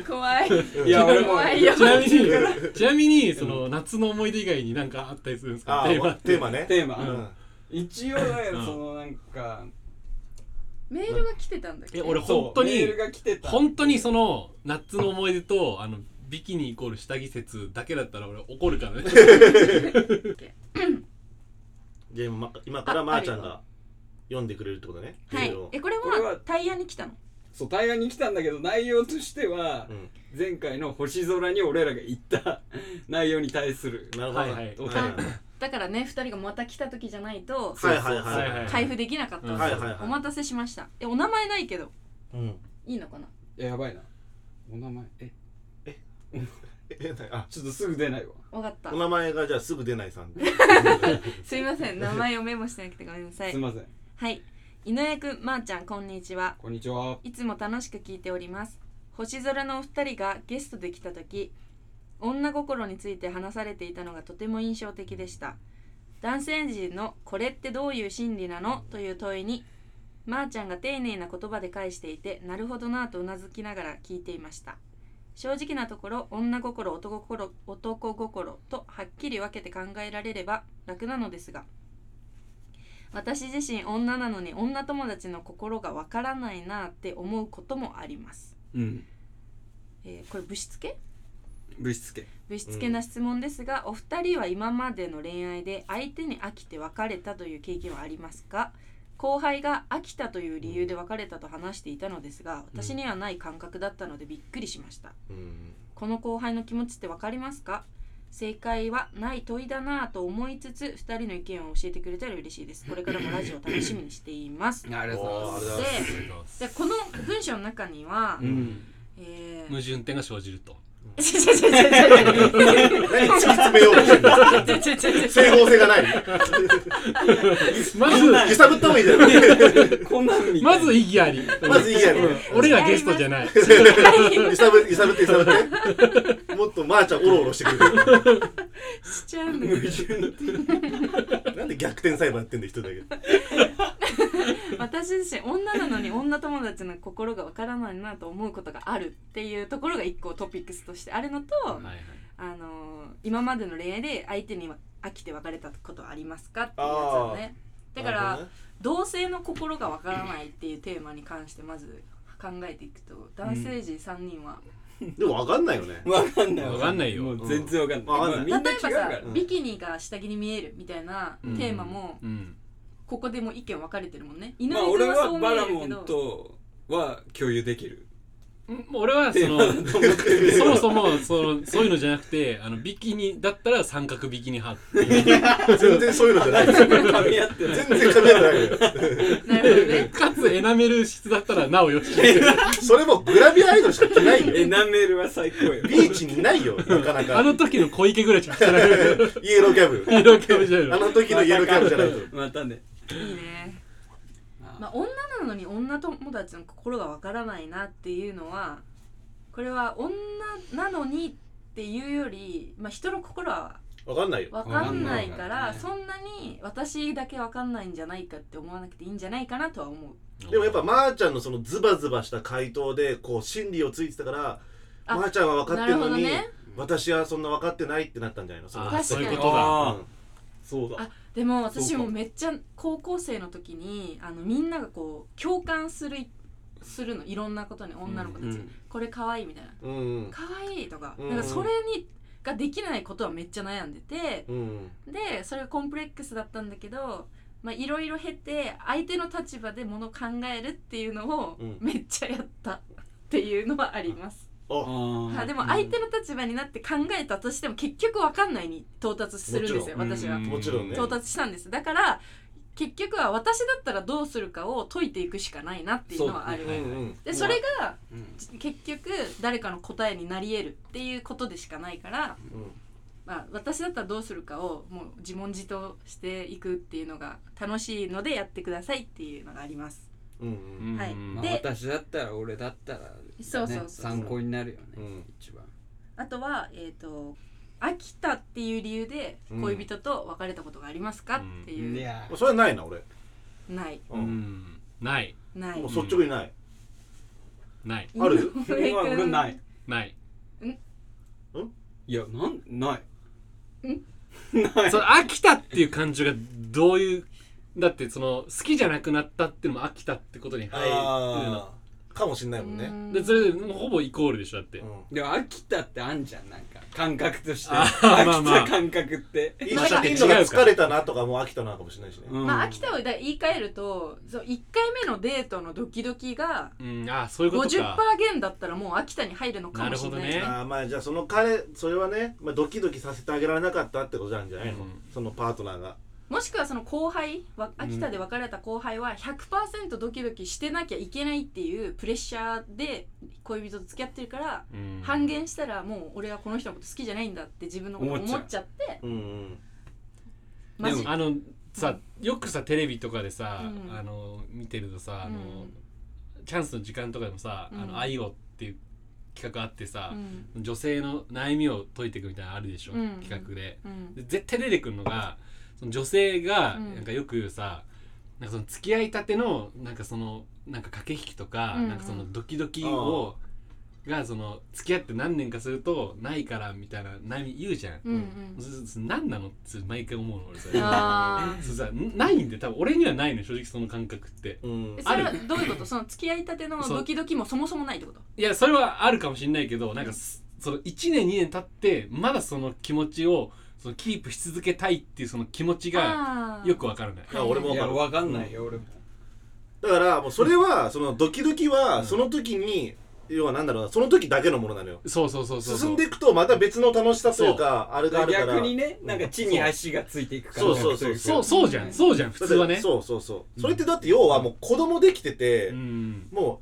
[SPEAKER 1] 怖い
[SPEAKER 2] いや俺も
[SPEAKER 1] 怖いよ
[SPEAKER 3] ちなみにちなみにその夏の思い出以外に何かあったりするんですか
[SPEAKER 4] あ
[SPEAKER 3] テーマ
[SPEAKER 4] あテーマね
[SPEAKER 2] テーマ、
[SPEAKER 4] うん
[SPEAKER 2] 一応だよ
[SPEAKER 3] うん
[SPEAKER 2] そのなんか
[SPEAKER 1] メールが来てたんだけ
[SPEAKER 3] え
[SPEAKER 1] ど
[SPEAKER 3] 俺本当に
[SPEAKER 2] そうメールが来てた
[SPEAKER 3] 本当にその夏の思い出とあのビキニイコール下着説だけだったら俺怒るからね
[SPEAKER 4] じゃあ今今からまーちゃんが読んでくれるってことね
[SPEAKER 1] はい
[SPEAKER 4] メールを
[SPEAKER 1] えこれ
[SPEAKER 2] これは
[SPEAKER 1] はタイヤに来たの
[SPEAKER 2] そう対話に来たんだけど内容としては
[SPEAKER 4] う、ん
[SPEAKER 2] 前回の星空に俺らが行った 内容に対する
[SPEAKER 4] なるほど
[SPEAKER 3] はいはい
[SPEAKER 2] お
[SPEAKER 4] はい
[SPEAKER 2] 互い
[SPEAKER 1] だからね二人がまた来た時じゃないと
[SPEAKER 4] はいはいはい
[SPEAKER 3] はい
[SPEAKER 1] 開封できなかったんですよ
[SPEAKER 4] はいはいはい
[SPEAKER 1] お待たせしましたえお名前ないけど
[SPEAKER 4] うん
[SPEAKER 1] いいのかない
[SPEAKER 2] ややばいなお名前え
[SPEAKER 4] えあ
[SPEAKER 2] ちょっとすぐ出ないわ
[SPEAKER 1] わかった
[SPEAKER 4] お名前がじゃあすぐ出ないさん で
[SPEAKER 1] すいません名前をメモしてなくてごめんなさい
[SPEAKER 2] すいません
[SPEAKER 1] はい井上くんまー、ちゃんこんにちは
[SPEAKER 2] こんにちはい
[SPEAKER 1] つも楽しく聞いております星空のお二人がゲストで来た時女心について話されていたのがとても印象的でした男性陣の「これってどういう心理なの?」という問いにまー、ちゃんが丁寧な言葉で返していてなるほどなぁとうなずきながら聞いていました正直なところ女心男心男心とはっきり分けて考えられれば楽なのですが私自身女なのに女友達の心がわからないなって思うこともあります、
[SPEAKER 2] うん
[SPEAKER 1] えーこれぶしつけ
[SPEAKER 2] ぶしつけ
[SPEAKER 1] ぶしつけな質問ですが、お二人は今までの恋愛で相手に飽きて別れたという経験はありますか後輩が飽きたという理由で別れたと話していたのですが私にはない感覚だったのでびっくりしました
[SPEAKER 4] うん
[SPEAKER 1] この後輩の気持ちってわかりますか正解はない問いだなぁと思いつつ2人の意見を教えてくれたら嬉しいですこれからもラジオ楽しみにしていますで
[SPEAKER 2] ありがとうございま
[SPEAKER 4] ありが
[SPEAKER 2] す
[SPEAKER 4] とうござい
[SPEAKER 1] じゃあこの文章の中には、
[SPEAKER 2] うん
[SPEAKER 1] えー
[SPEAKER 3] 矛盾点が生じると
[SPEAKER 1] ちょちょちょちょちょ
[SPEAKER 4] 何突き詰めようとしてるんですか
[SPEAKER 1] ちょちょちょちょ
[SPEAKER 4] 整合性がない
[SPEAKER 3] ま
[SPEAKER 2] こんな
[SPEAKER 3] ず
[SPEAKER 2] ん
[SPEAKER 4] 揺さぶった方がいいんじゃ ない
[SPEAKER 2] こんなん見
[SPEAKER 3] まず意義あり
[SPEAKER 4] まずいいやね
[SPEAKER 3] 俺らゲストじゃない
[SPEAKER 4] 揺さぶ揺さぶって揺さぶってもっとまーちゃんオロオロしてく
[SPEAKER 1] しちゃうんだ
[SPEAKER 2] 矛盾の
[SPEAKER 4] るなんで逆転裁判やってんだよ一人だけ
[SPEAKER 1] 私自身女なのに女友達の心がわからないなと思うことがあるっていうところが一個トピックスとしてあるのと、
[SPEAKER 3] はいはい
[SPEAKER 1] あのー今までの恋愛で相手に飽きて別れたことありますかっていうやつをねだから、同性の心がわからないっていうテーマに関してまず考えていくと男性陣3人は、
[SPEAKER 4] でもわかんないよね
[SPEAKER 2] わかんない
[SPEAKER 3] わかんないよ
[SPEAKER 2] もう全然わかんない,、
[SPEAKER 4] うんわかんない
[SPEAKER 2] みんな
[SPEAKER 1] 例
[SPEAKER 2] 違
[SPEAKER 1] え
[SPEAKER 2] う
[SPEAKER 1] ば
[SPEAKER 2] か
[SPEAKER 1] さ
[SPEAKER 2] ら、
[SPEAKER 1] ビキニが下着に見えるみたいなテ
[SPEAKER 3] うん
[SPEAKER 1] ーマも
[SPEAKER 3] うん
[SPEAKER 1] ここでも意見分かれてるもんね井上
[SPEAKER 2] まあ俺
[SPEAKER 1] 君は
[SPEAKER 2] は
[SPEAKER 1] そう見
[SPEAKER 2] バ
[SPEAKER 1] え
[SPEAKER 2] ラ
[SPEAKER 1] る
[SPEAKER 2] モ
[SPEAKER 1] け
[SPEAKER 2] ン
[SPEAKER 1] ど、
[SPEAKER 2] とは共有できる
[SPEAKER 3] うん俺はそ
[SPEAKER 2] テーマ
[SPEAKER 3] の
[SPEAKER 2] だと思ってる
[SPEAKER 3] そもそもそのそういうのじゃなくてあのビキニだったら三角ビキニ派
[SPEAKER 4] 全然そういうのじゃない全然
[SPEAKER 2] 噛み合ってない
[SPEAKER 4] 噛み合ってないよ
[SPEAKER 1] なるほど ね
[SPEAKER 3] かつエナメル質だったらなお よし
[SPEAKER 4] それもグラビアアイドルしか着ない
[SPEAKER 2] エ
[SPEAKER 4] よ
[SPEAKER 2] ナメルは最高よ
[SPEAKER 4] ビーチにいないよなかな
[SPEAKER 3] あ
[SPEAKER 4] か
[SPEAKER 3] の時の小池ぐらいしかしてな かっ
[SPEAKER 4] イエローキャブ
[SPEAKER 3] た色気もじゃない
[SPEAKER 4] あ
[SPEAKER 3] の
[SPEAKER 4] の時のイエローキャブじゃないと
[SPEAKER 2] またね
[SPEAKER 1] いいね
[SPEAKER 2] あ
[SPEAKER 1] まあ、女なのに女友達の心がわからないなっていうのはこれは女なのにっていうより、まあ、人の心は
[SPEAKER 4] わかんないよ
[SPEAKER 1] わかんないか
[SPEAKER 2] わ
[SPEAKER 1] ら
[SPEAKER 2] かんない
[SPEAKER 1] そんなに私だけわかんないんじゃないかって思わなくていいんじゃないかなとは思う
[SPEAKER 4] でもやっぱまーちゃんのそのズバズバした回答でこう真理をついてたから
[SPEAKER 1] あ
[SPEAKER 4] まーちゃんは分かってるのに
[SPEAKER 1] なるほ
[SPEAKER 4] 私はそんな分かってないってなったんじゃないのその
[SPEAKER 3] あ
[SPEAKER 1] か
[SPEAKER 3] ー
[SPEAKER 1] に
[SPEAKER 3] そういうことだ
[SPEAKER 2] あ
[SPEAKER 4] うん
[SPEAKER 2] ーそうだ
[SPEAKER 1] あでも私
[SPEAKER 2] そうか
[SPEAKER 1] もめっちゃ高校生の時にあのみんながこう共感するするのいろんなことに女の子たち、
[SPEAKER 2] うんうん
[SPEAKER 1] これ可愛いみたいな
[SPEAKER 4] うん
[SPEAKER 1] 可愛いとか,、
[SPEAKER 4] うん
[SPEAKER 1] なんかそれにができないことはめっちゃ悩んでて、
[SPEAKER 4] うん
[SPEAKER 1] でそれがコンプレックスだったんだけどまあいろいろ経て相手の立場でもの考えるっていうのを
[SPEAKER 4] うん
[SPEAKER 1] めっちゃやったっていうのはあります、
[SPEAKER 2] あ
[SPEAKER 4] あ
[SPEAKER 2] ー
[SPEAKER 1] はいでも相手の立場になって考えたとしても結局わかんないに到達するんですよ
[SPEAKER 2] も
[SPEAKER 1] 私
[SPEAKER 2] ちろ
[SPEAKER 1] は
[SPEAKER 2] ん
[SPEAKER 4] もちろんね
[SPEAKER 1] 到達したんですだから結局は私だったらどうするかを解いていくしかないなっていうのはある
[SPEAKER 2] そう
[SPEAKER 4] うんう
[SPEAKER 2] だね
[SPEAKER 4] ん
[SPEAKER 1] でそれが
[SPEAKER 2] うん
[SPEAKER 1] 結局誰かの答えになり得るっていうことでしかないからまあ、私だったらどうするかをもう自問自答していくっていうのが楽しいのでやってくださいっていうのがあります。
[SPEAKER 4] うんうんうん
[SPEAKER 1] はい
[SPEAKER 2] まあ
[SPEAKER 1] で
[SPEAKER 2] 私だったら俺だったらね
[SPEAKER 1] そうそうそう
[SPEAKER 2] 参考になるよ
[SPEAKER 4] う
[SPEAKER 2] ね
[SPEAKER 4] ん
[SPEAKER 2] 一番
[SPEAKER 1] あとは、えー、と飽きたっていう理由で
[SPEAKER 4] うん
[SPEAKER 1] 恋人と別れたことがありますか、
[SPEAKER 3] うん
[SPEAKER 1] っていう、
[SPEAKER 2] や
[SPEAKER 4] それはないな俺
[SPEAKER 1] ない
[SPEAKER 3] うんうんない
[SPEAKER 1] ない
[SPEAKER 4] もう率直にない
[SPEAKER 3] ない
[SPEAKER 4] ある
[SPEAKER 1] 井上
[SPEAKER 2] 俺は
[SPEAKER 1] 君
[SPEAKER 2] 俺ない
[SPEAKER 3] ない
[SPEAKER 2] いやなんない
[SPEAKER 1] ん
[SPEAKER 2] ない
[SPEAKER 3] その飽きたっていう感情がどういうだってその好きじゃなくなったっていうのも飽きたってことに入るの
[SPEAKER 4] あーかもしんないもん
[SPEAKER 1] う
[SPEAKER 4] ね
[SPEAKER 1] ん
[SPEAKER 3] でそれでもうほぼイコールでしょだって、
[SPEAKER 4] うん
[SPEAKER 2] でも飽きたってあんじゃんなんか感覚として
[SPEAKER 3] あ
[SPEAKER 2] 飽
[SPEAKER 3] ーまあ
[SPEAKER 2] き
[SPEAKER 3] まあ
[SPEAKER 2] た感覚って
[SPEAKER 4] 一緒にいるのが疲れたなとかもう飽きたなかもしれないしね
[SPEAKER 2] うん
[SPEAKER 1] まあ、飽きたを言い換えるとそう1回目のデートのドキドキが
[SPEAKER 3] うん、ああそういうこと
[SPEAKER 1] 50%
[SPEAKER 3] か
[SPEAKER 1] 減だったらもう飽きたに入るのかもしれない
[SPEAKER 3] なるほどね
[SPEAKER 4] あーまあじゃあその彼それはねまあドキドキさせてあげられなかったってことなんじゃないの
[SPEAKER 3] うん
[SPEAKER 4] そのパートナーが
[SPEAKER 1] もしくはその後輩わ秋田で別れた後輩は100%ドキドキしてなきゃいけないっていうプレッシャーで恋人と付き合ってるから
[SPEAKER 3] うん
[SPEAKER 1] 半減したらもう俺はこの人のこと好きじゃないんだって自分のこと思っちゃって
[SPEAKER 4] うんうん
[SPEAKER 1] マジ
[SPEAKER 3] あのさよくさテレビとかでさ、
[SPEAKER 1] うん
[SPEAKER 3] あの見てるとさあの、チャンスの時間とかでもさ「
[SPEAKER 1] うん
[SPEAKER 3] あの愛を」っていう企画あってさ
[SPEAKER 1] う、ん
[SPEAKER 3] 女性の悩みを解いていくみたいなのあるでしょ、
[SPEAKER 1] うん
[SPEAKER 3] 企画で
[SPEAKER 1] うん
[SPEAKER 3] で絶対出てくるのがその女性が
[SPEAKER 1] うん
[SPEAKER 3] なんかよくさ、なんかその付き合いたてのなんかそのなんか駆け引きとか、
[SPEAKER 1] うんうん
[SPEAKER 3] なんかそのドキドキをがその付き合って何年かするとないからみたいな波言うじゃん、
[SPEAKER 1] うんうん
[SPEAKER 3] そそそ何なのって毎回思うの俺さ
[SPEAKER 1] あー
[SPEAKER 3] そうさんないんで多分俺にはないの正直その感覚って
[SPEAKER 2] うん
[SPEAKER 1] えそれはどういうことその付き合いたての
[SPEAKER 3] そう
[SPEAKER 1] ドキドキもそもそもないってこと
[SPEAKER 3] いやそれはあるかもしれないけどなんかすその1年2年経ってまだその気持ちをそのキープし続けたいっていうその気持ち
[SPEAKER 1] あ
[SPEAKER 3] が
[SPEAKER 1] ー
[SPEAKER 3] よくわからない
[SPEAKER 4] あ俺も
[SPEAKER 2] い
[SPEAKER 4] わか
[SPEAKER 2] や
[SPEAKER 4] る
[SPEAKER 2] わかんないよ俺も
[SPEAKER 4] だからもうそれはそのドキドキはその時に、要はなんだろうなその時だけのものなのよ
[SPEAKER 3] そうそうそうそうそう
[SPEAKER 4] 進んでいくとまた別の楽しさというかあれがあるから
[SPEAKER 2] 逆にねなんか地に足がついていく感覚
[SPEAKER 4] そうそうそ
[SPEAKER 2] と
[SPEAKER 4] う
[SPEAKER 2] い
[SPEAKER 3] そうそうじゃんそうじゃん普
[SPEAKER 4] だって
[SPEAKER 3] 通はね
[SPEAKER 4] そうそうそうそれってだって要はもう子供できてて、
[SPEAKER 3] うん
[SPEAKER 4] も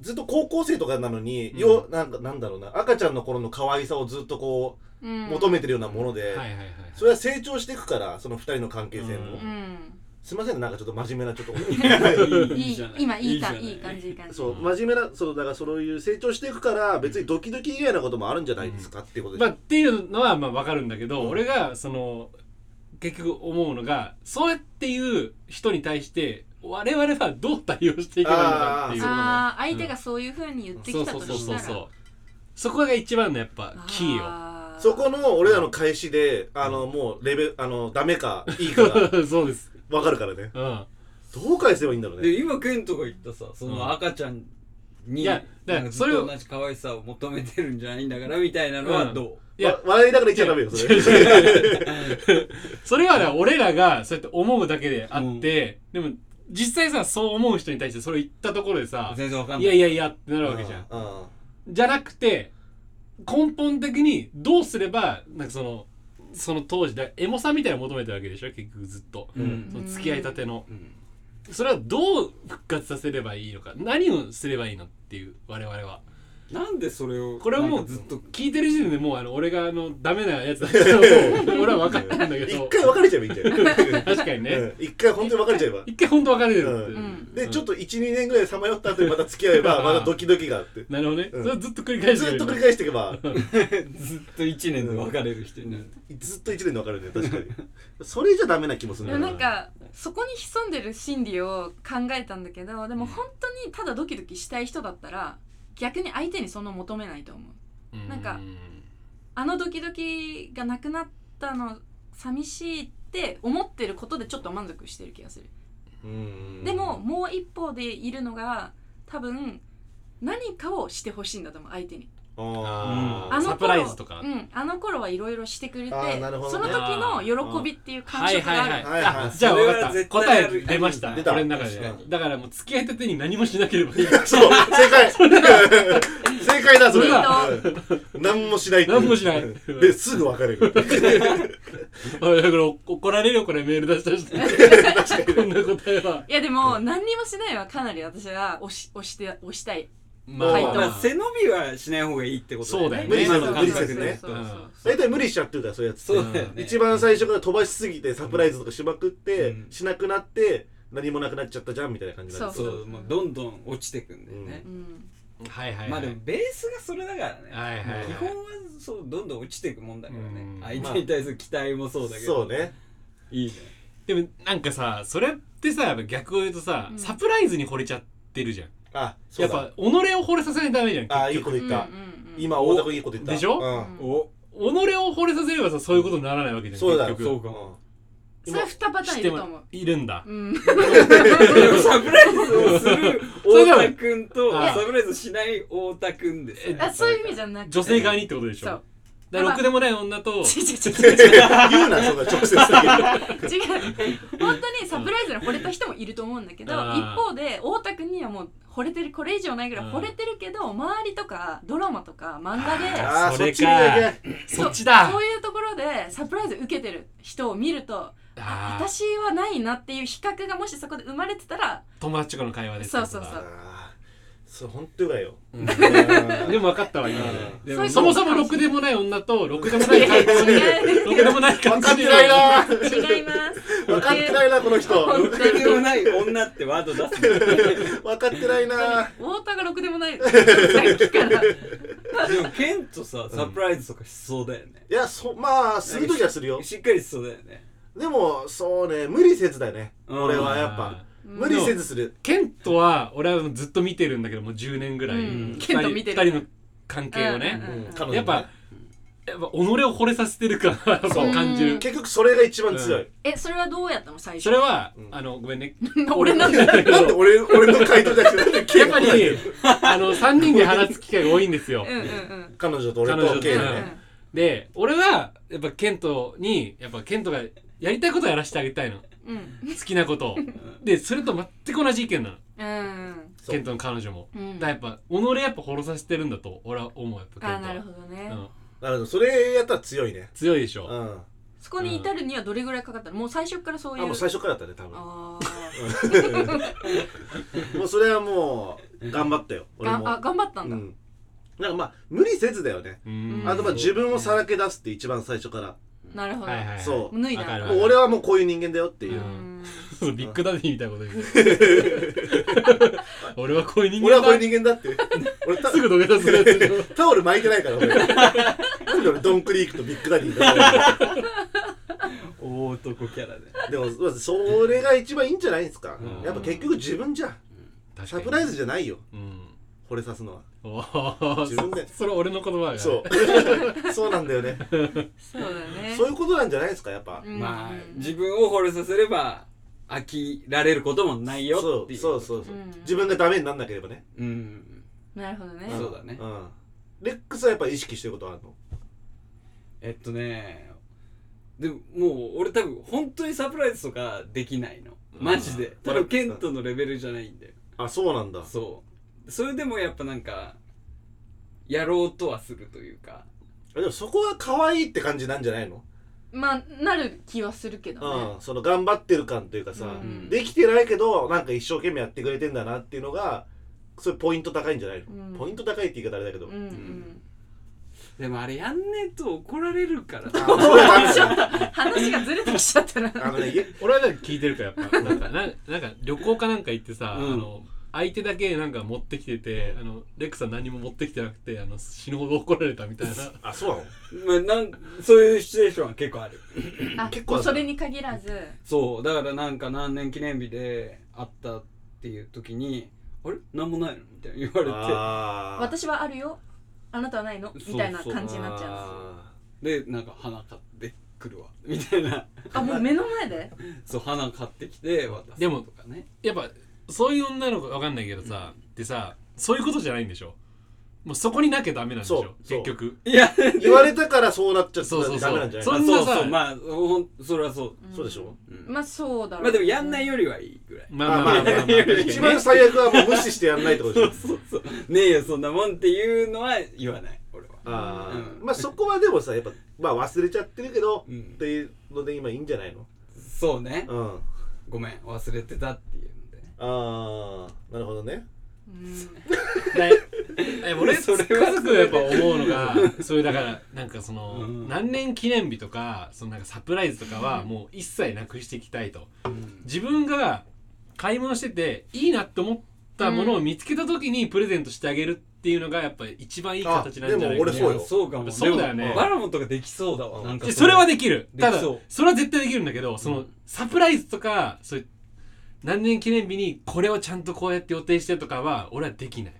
[SPEAKER 4] うずっと高校生とかなのに、
[SPEAKER 3] うん
[SPEAKER 4] よなんかなんだろうな赤ちゃんの頃の可愛さをずっとこう求めてるようなもので、
[SPEAKER 3] はいはいはい
[SPEAKER 4] それは成長していくからその二人の関係性も、
[SPEAKER 3] う
[SPEAKER 1] うん
[SPEAKER 4] すいませんなんかちょっと真面目なちょっと
[SPEAKER 2] う
[SPEAKER 1] いい
[SPEAKER 2] じゃない
[SPEAKER 1] 今いいか
[SPEAKER 2] じゃない
[SPEAKER 1] いい感じいい感じ
[SPEAKER 4] そう真面目なそうだからそういう成長していくから別にドキドキ以外のこともあるんじゃないですかっていうことで、
[SPEAKER 3] ますあっていうのはまあわかるんだけど、俺がその結局思うのがそうやっていう人に対して我々はどう対応していけばいいのかっていう
[SPEAKER 1] あー相手がそういうふうに言って
[SPEAKER 3] そ
[SPEAKER 1] き
[SPEAKER 3] う
[SPEAKER 1] た
[SPEAKER 3] そ
[SPEAKER 1] と
[SPEAKER 3] うそう
[SPEAKER 1] した
[SPEAKER 3] そう
[SPEAKER 1] ら
[SPEAKER 3] そうそこが一番のやっぱキーよ
[SPEAKER 1] あー
[SPEAKER 4] そこの俺らの返しであのもうレベルあのダメかいいか が
[SPEAKER 3] そうです
[SPEAKER 4] 分かるからね
[SPEAKER 3] うん
[SPEAKER 4] どう返せばいいんだろうね
[SPEAKER 2] で今くんとか言ったさその赤ちゃんに
[SPEAKER 3] いやだから
[SPEAKER 2] なんかず
[SPEAKER 3] そ
[SPEAKER 2] っ
[SPEAKER 3] れを
[SPEAKER 2] と同じ可愛さを求めてるんじゃないんだからみたいなのはどう、
[SPEAKER 3] いや
[SPEAKER 4] わ笑いながら言っちゃダメよそれ
[SPEAKER 3] それはね俺らがそうやって思うだけであって、でも実際さそう思う人に対してそれ言ったところでさ
[SPEAKER 2] 全然わかん
[SPEAKER 3] い
[SPEAKER 2] ない
[SPEAKER 3] やいやいやってなるわけじ ゃん
[SPEAKER 4] うんうん
[SPEAKER 3] じゃなくて根本的にどうすればなんかそのその当時だエモさみたいなの求めてるわけでしょ結局ずっと、
[SPEAKER 2] うん
[SPEAKER 3] その付き合いたての
[SPEAKER 2] うん
[SPEAKER 3] それはどう復活させればいいのか何をすればいいのっていう我々は
[SPEAKER 2] なんでそれを
[SPEAKER 3] これはもう
[SPEAKER 2] なんかずっと
[SPEAKER 3] 聞いてる時点でもうあの俺があのダメなやつだっていうのを俺は分かってるんだけ
[SPEAKER 4] 一
[SPEAKER 3] ど
[SPEAKER 4] 回別れちゃえばいいんじゃない
[SPEAKER 3] 確かに ね
[SPEAKER 4] うん一回本当に別れちゃえば
[SPEAKER 3] 一回本当別れてるって、
[SPEAKER 4] うんでちょっと12年ぐらいさまよった後にまた付き合えばまだドキドキがあって
[SPEAKER 3] なるほどね、
[SPEAKER 4] うん
[SPEAKER 3] それをずっと繰り返して
[SPEAKER 4] ず
[SPEAKER 3] る
[SPEAKER 4] っと繰り返していけば
[SPEAKER 2] ずっと1年で別れる人になる、
[SPEAKER 4] ずっと1年で別れるね確かにそれじゃダメな気もする
[SPEAKER 1] でもなんかそこに潜んでる心理を考えたんだけどでも本当にただドキドキしたい人だったら逆に相手にその求めないと思うなんかあのドキドキがなくなったの寂しいって思ってることでちょっと満足してる気がする
[SPEAKER 4] うん
[SPEAKER 1] でももう一方でいるのが多分何かをしてほしいんだと思う相手に
[SPEAKER 4] あ
[SPEAKER 2] うん
[SPEAKER 4] ー
[SPEAKER 1] あの頃
[SPEAKER 3] サプライズとか
[SPEAKER 1] うん、あの頃はいろいろしてくれて、
[SPEAKER 4] あーなるほ
[SPEAKER 1] その
[SPEAKER 4] どね
[SPEAKER 1] 時の喜びっていう感
[SPEAKER 3] は
[SPEAKER 1] 触
[SPEAKER 3] い
[SPEAKER 1] があ
[SPEAKER 3] は
[SPEAKER 1] る、
[SPEAKER 3] いはい
[SPEAKER 4] はいはい
[SPEAKER 3] あじゃあ分か
[SPEAKER 2] それは
[SPEAKER 3] った
[SPEAKER 2] 絶対あ
[SPEAKER 3] 答
[SPEAKER 2] る
[SPEAKER 3] え出ました
[SPEAKER 4] 出た
[SPEAKER 3] 俺の中
[SPEAKER 2] 確か
[SPEAKER 3] で
[SPEAKER 2] に
[SPEAKER 3] だからもう付き合いたてに何もしなければいい
[SPEAKER 4] そう正 解正解だそ
[SPEAKER 3] それ
[SPEAKER 4] れ
[SPEAKER 3] だ
[SPEAKER 4] うん何もしないってう
[SPEAKER 3] 何もしない
[SPEAKER 4] うんですぐ別れる
[SPEAKER 3] おいだから怒られるよこれメール出した人こんな答えはい
[SPEAKER 1] やでも何にもしないはかなり私は押し押して押したい
[SPEAKER 3] ま
[SPEAKER 4] あ
[SPEAKER 2] ま
[SPEAKER 4] ー
[SPEAKER 2] あ
[SPEAKER 1] 回答
[SPEAKER 2] だから背伸びはしない方がいいってことだよね
[SPEAKER 3] そうだよね
[SPEAKER 2] 今の感覚
[SPEAKER 4] 無理せず
[SPEAKER 2] ね
[SPEAKER 4] ね
[SPEAKER 1] そうそうそう
[SPEAKER 4] 大体無理しちゃってるからそういうやつ
[SPEAKER 2] そうだよね
[SPEAKER 4] 一番最初から飛ばしすぎてサプライズとかしまくって
[SPEAKER 2] うん
[SPEAKER 4] しなくなって何もなくなっちゃったじゃんみたいな感じになる
[SPEAKER 1] そ
[SPEAKER 2] そううもうどんどん落ちてくんだよね
[SPEAKER 1] う、ん
[SPEAKER 3] はいはいはい
[SPEAKER 2] まあでもベースがそれだからね、
[SPEAKER 3] はいはいはい
[SPEAKER 2] 基本はそうどんどん落ちていくもんだからね、
[SPEAKER 3] うん
[SPEAKER 2] 相手に対する期待もそうだけど、
[SPEAKER 4] そうね
[SPEAKER 2] いいじゃん
[SPEAKER 3] でもなんかさそれってさやっぱ逆を言うとさ、
[SPEAKER 1] うん
[SPEAKER 3] サプライズに惚れちゃってるじゃん
[SPEAKER 4] あそ
[SPEAKER 3] や
[SPEAKER 4] う
[SPEAKER 3] っ
[SPEAKER 4] だ
[SPEAKER 3] ぱ己を惚れさせないためじゃん
[SPEAKER 4] あー
[SPEAKER 3] 結
[SPEAKER 4] いいこと
[SPEAKER 3] 局
[SPEAKER 4] 言った
[SPEAKER 1] うんうんうん
[SPEAKER 4] 今大田君いいこと言った
[SPEAKER 3] でしょ
[SPEAKER 4] うん
[SPEAKER 2] お
[SPEAKER 3] 己を惚れさせればさそういうことにならないわけじゃん
[SPEAKER 4] そうだよ
[SPEAKER 3] 結
[SPEAKER 2] そ
[SPEAKER 3] 局
[SPEAKER 2] うかも
[SPEAKER 1] それは二パターンいると思う
[SPEAKER 3] いるんだ
[SPEAKER 1] うん、
[SPEAKER 2] でもサプライズをする
[SPEAKER 3] それでも
[SPEAKER 2] 太田くんと
[SPEAKER 3] いや
[SPEAKER 2] サプライズしない太田くんです
[SPEAKER 1] あそういう意味じゃなくて
[SPEAKER 3] 女性側にってことでしょ
[SPEAKER 1] そう
[SPEAKER 3] だからろくでもない女と
[SPEAKER 1] 違う違
[SPEAKER 4] うん 言うなそんな直接的に
[SPEAKER 1] う違う違う本当にサプライズに惚れた人もいると思うんだけど
[SPEAKER 3] うん
[SPEAKER 1] 一方で太田君にはもう惚れてるこれ以上ないぐらい惚れてるけど周りとかドラマとか漫画で
[SPEAKER 4] あー
[SPEAKER 3] それか
[SPEAKER 4] そっちにだけ
[SPEAKER 1] そう
[SPEAKER 3] そっちだ
[SPEAKER 1] そういうところでサプライズ受けてる人を見るとあ
[SPEAKER 3] あー
[SPEAKER 1] 私はないなっていう比較がもしそこで生まれてた ら
[SPEAKER 3] 友達とかの会話で
[SPEAKER 1] そうそうそう
[SPEAKER 4] あーそう本当だよ
[SPEAKER 3] うん
[SPEAKER 4] うん
[SPEAKER 3] でも分かったわ今ので
[SPEAKER 2] で
[SPEAKER 1] そういう
[SPEAKER 3] そもそもろくでもない女とろくでもない感情に
[SPEAKER 1] 違う
[SPEAKER 3] ろくでもない感
[SPEAKER 4] 分か
[SPEAKER 3] 情
[SPEAKER 4] っ
[SPEAKER 3] に
[SPEAKER 4] てないな
[SPEAKER 1] 違い ます
[SPEAKER 4] 分かってないなこの人
[SPEAKER 2] ろ
[SPEAKER 4] 分
[SPEAKER 2] くでもない女ってワード出す
[SPEAKER 4] かってないな
[SPEAKER 1] 太田がろくでもないさ っきから
[SPEAKER 2] のでもケンとさサプライズとかしそうだよね
[SPEAKER 4] いやそまあするときはするよ
[SPEAKER 2] しっかりしそうだよね
[SPEAKER 4] でもそうね無理せずだよね
[SPEAKER 2] うん
[SPEAKER 4] 俺はやっぱ無理せずする
[SPEAKER 3] ケントは俺はずっと見てるんだけどもう10年ぐらい、
[SPEAKER 1] うん
[SPEAKER 3] 二人
[SPEAKER 1] ケント見てる
[SPEAKER 3] 二人の関係をね、
[SPEAKER 1] うんうんうん
[SPEAKER 4] 彼女ね
[SPEAKER 3] やっぱやっぱ己を惚れさせてる感は
[SPEAKER 4] そう
[SPEAKER 3] 感じる
[SPEAKER 4] 結局それが一番強い。
[SPEAKER 1] えそれはどうやったの最初
[SPEAKER 3] それは、
[SPEAKER 4] うん
[SPEAKER 3] あのごめんね
[SPEAKER 1] 俺なん だ
[SPEAKER 3] けど
[SPEAKER 4] なんで俺、俺の回答じゃなく て、
[SPEAKER 3] やっぱりあの3人で話す機会が多いんですよ
[SPEAKER 1] うんうんうん
[SPEAKER 4] 彼女と俺
[SPEAKER 3] 彼女
[SPEAKER 4] と
[SPEAKER 3] と
[SPEAKER 4] K
[SPEAKER 3] う
[SPEAKER 4] の
[SPEAKER 3] ん
[SPEAKER 4] ね。
[SPEAKER 3] で俺はやっぱケントにやっぱケントがやりたいことをやらせてあげたいの
[SPEAKER 1] うんうん
[SPEAKER 3] 好きなことをでそれと全く同じ意見なの
[SPEAKER 1] うん
[SPEAKER 4] そう
[SPEAKER 3] ケントの彼女も、
[SPEAKER 1] うん
[SPEAKER 3] だからやっぱ己やっぱ滅させてるんだと俺は思うやっぱケント
[SPEAKER 1] あ
[SPEAKER 3] は
[SPEAKER 1] なるほどね
[SPEAKER 3] うん、
[SPEAKER 4] なるほど、それやったら強いね。
[SPEAKER 3] 強いでし
[SPEAKER 4] う
[SPEAKER 3] ょ、
[SPEAKER 4] ん。あ、
[SPEAKER 1] そこに至るにはどれぐらいかかったのもう最初からそういう
[SPEAKER 4] もう最初からだったね、多
[SPEAKER 1] あ
[SPEAKER 4] 分。もうそれはもう、頑張ったよ、
[SPEAKER 1] ー
[SPEAKER 4] 俺も。
[SPEAKER 1] があ頑張ったん
[SPEAKER 4] う
[SPEAKER 1] だ
[SPEAKER 4] ん。なんかまあ、無理せずだよね。
[SPEAKER 3] うん
[SPEAKER 1] うん
[SPEAKER 4] あとまあ、自分をさらけ出すって一番最初から。
[SPEAKER 1] なるほど
[SPEAKER 3] はいはいはい、
[SPEAKER 4] そう
[SPEAKER 1] 脱いだ
[SPEAKER 3] わかる
[SPEAKER 4] もう俺
[SPEAKER 3] は
[SPEAKER 4] はもうこういう人間だよっていうう。
[SPEAKER 1] ん
[SPEAKER 3] ビッグダディみたいなこと言う 俺はこういう人
[SPEAKER 4] 俺
[SPEAKER 3] 間
[SPEAKER 4] は
[SPEAKER 3] だ
[SPEAKER 4] こういう人間だって。俺た
[SPEAKER 3] すぐ土下座するや つでしょ
[SPEAKER 4] タオル巻いてないから俺。なんで俺ドンクリークとビッグダディだから
[SPEAKER 2] 大男キャラで
[SPEAKER 4] でもまあそれが一番いいんじゃないですか、
[SPEAKER 3] うん
[SPEAKER 4] やっぱ結局自分じゃん
[SPEAKER 3] 確か
[SPEAKER 4] サ
[SPEAKER 3] に
[SPEAKER 4] プライズじゃないよ
[SPEAKER 3] うん
[SPEAKER 4] 惚れさすのは
[SPEAKER 3] おー
[SPEAKER 4] 自分で
[SPEAKER 3] そそれ俺の言葉がね
[SPEAKER 4] そう そうなんだよね
[SPEAKER 1] そうだね
[SPEAKER 4] そういうことなんじゃないですかやっぱ、
[SPEAKER 1] うん
[SPEAKER 2] まあ自分を惚れさせれば飽きられることもないよ
[SPEAKER 4] そ
[SPEAKER 2] って
[SPEAKER 4] う
[SPEAKER 2] いう
[SPEAKER 4] そうそうそう、
[SPEAKER 1] うん
[SPEAKER 4] 自分がダメになんなければね
[SPEAKER 2] うん
[SPEAKER 1] なるほどね
[SPEAKER 2] そうだね
[SPEAKER 4] んレックスはやっぱ意識してることあるの
[SPEAKER 2] えっとねでももう俺多分本当にサプライズとかできないのマジで多分ケントのレベルじゃないんだよ
[SPEAKER 4] あそうなんだ
[SPEAKER 2] そうそれでもやっぱなんかやろうとはするというか
[SPEAKER 4] でもそこは可愛いって感じなんじゃないの、
[SPEAKER 1] まあなる気はするけどね
[SPEAKER 4] うんその頑張ってる感というかさ、
[SPEAKER 1] うん
[SPEAKER 4] できてないけどなんか一生懸命やってくれてんだなっていうのがそういうポイント高いんじゃないの、
[SPEAKER 1] うん
[SPEAKER 4] ポイント高いって言い方あれだけど、
[SPEAKER 1] うんうん
[SPEAKER 2] でもあれやんねえと怒られる から
[SPEAKER 4] あそうなんだ
[SPEAKER 1] 話がずれてきちゃったな
[SPEAKER 4] あのね、いえ
[SPEAKER 3] 俺はなんか聞いてるからやっぱなんかななんか旅行かなんか行ってさ、
[SPEAKER 2] うん
[SPEAKER 3] あの相手だけなんか持ってきててあのレックさん何も持ってきてなくてあの死ぬほど怒られたみたいな
[SPEAKER 4] あ、そうなの
[SPEAKER 2] まあ、なんそういうシチュエーションは結構ある
[SPEAKER 1] あ
[SPEAKER 4] 結構ある
[SPEAKER 1] それに限らず
[SPEAKER 2] そうだからなんか何年記念日で会ったっていう時に「あれ何もないの?」みたいな言わ
[SPEAKER 4] あー
[SPEAKER 1] 私はあるよあなたはないのみたいな感じになっちゃう
[SPEAKER 4] あ
[SPEAKER 2] れてでなんか花買ってくるわ みたいな
[SPEAKER 1] あもう目の前で
[SPEAKER 2] そう花買ってきて渡す
[SPEAKER 3] でも
[SPEAKER 2] とかね
[SPEAKER 3] やっぱそういう女の子わかんないけどさ、でさそういうことじゃないんでしょもうそこになきゃダメなんでし
[SPEAKER 4] そう
[SPEAKER 3] ょ
[SPEAKER 4] そう
[SPEAKER 3] 結局
[SPEAKER 2] いや
[SPEAKER 4] ー言われたからそうなっちゃった
[SPEAKER 3] そうそうそう
[SPEAKER 4] ダメなんじゃない
[SPEAKER 3] そ
[SPEAKER 2] あ
[SPEAKER 3] んな
[SPEAKER 2] そう
[SPEAKER 3] さ
[SPEAKER 2] そうまあほんそれはそう、
[SPEAKER 4] そうでしょ
[SPEAKER 2] うん
[SPEAKER 1] まあそうだろう
[SPEAKER 2] まあでもやんないよりはいいぐらい、
[SPEAKER 3] ま
[SPEAKER 4] あまあまあまあ 一番最悪はもう無視してやんないってことでしょ
[SPEAKER 2] そうそう ねえよそんなもんっていうのは言わない俺は
[SPEAKER 4] あー
[SPEAKER 2] うん
[SPEAKER 4] まあそこはでもさやっぱまあ忘れちゃってるけど、
[SPEAKER 2] うん
[SPEAKER 4] っていうので今いいんじゃないの
[SPEAKER 2] そうね
[SPEAKER 4] うんあ
[SPEAKER 2] ごめん忘れてたっていうのでね
[SPEAKER 4] あーなるほどね
[SPEAKER 1] うん
[SPEAKER 3] え俺つ
[SPEAKER 2] そ
[SPEAKER 3] く
[SPEAKER 2] れは
[SPEAKER 3] づくやっぱ思うのがそういうだからなんかその、
[SPEAKER 2] うん
[SPEAKER 3] 何年記念日とかそのなんかサプライズとかはもう一切なくしていきたいと自分が買い物してていいなって思ったものを見つけた時にプレゼントしてあげるっていうのがやっぱ一番いい形なんじゃないか
[SPEAKER 4] あでも俺そうよ
[SPEAKER 2] いやそうかも
[SPEAKER 3] そうだよね
[SPEAKER 2] でもバラモンとかできそうだわなんか
[SPEAKER 3] でそれはできる
[SPEAKER 2] でき
[SPEAKER 3] ただ
[SPEAKER 2] そう
[SPEAKER 3] それは絶対できるんだけどそうの
[SPEAKER 2] ん
[SPEAKER 3] サプライズとかそういう何年記念日にこれをちゃんとこうやって予定してとかは俺はできない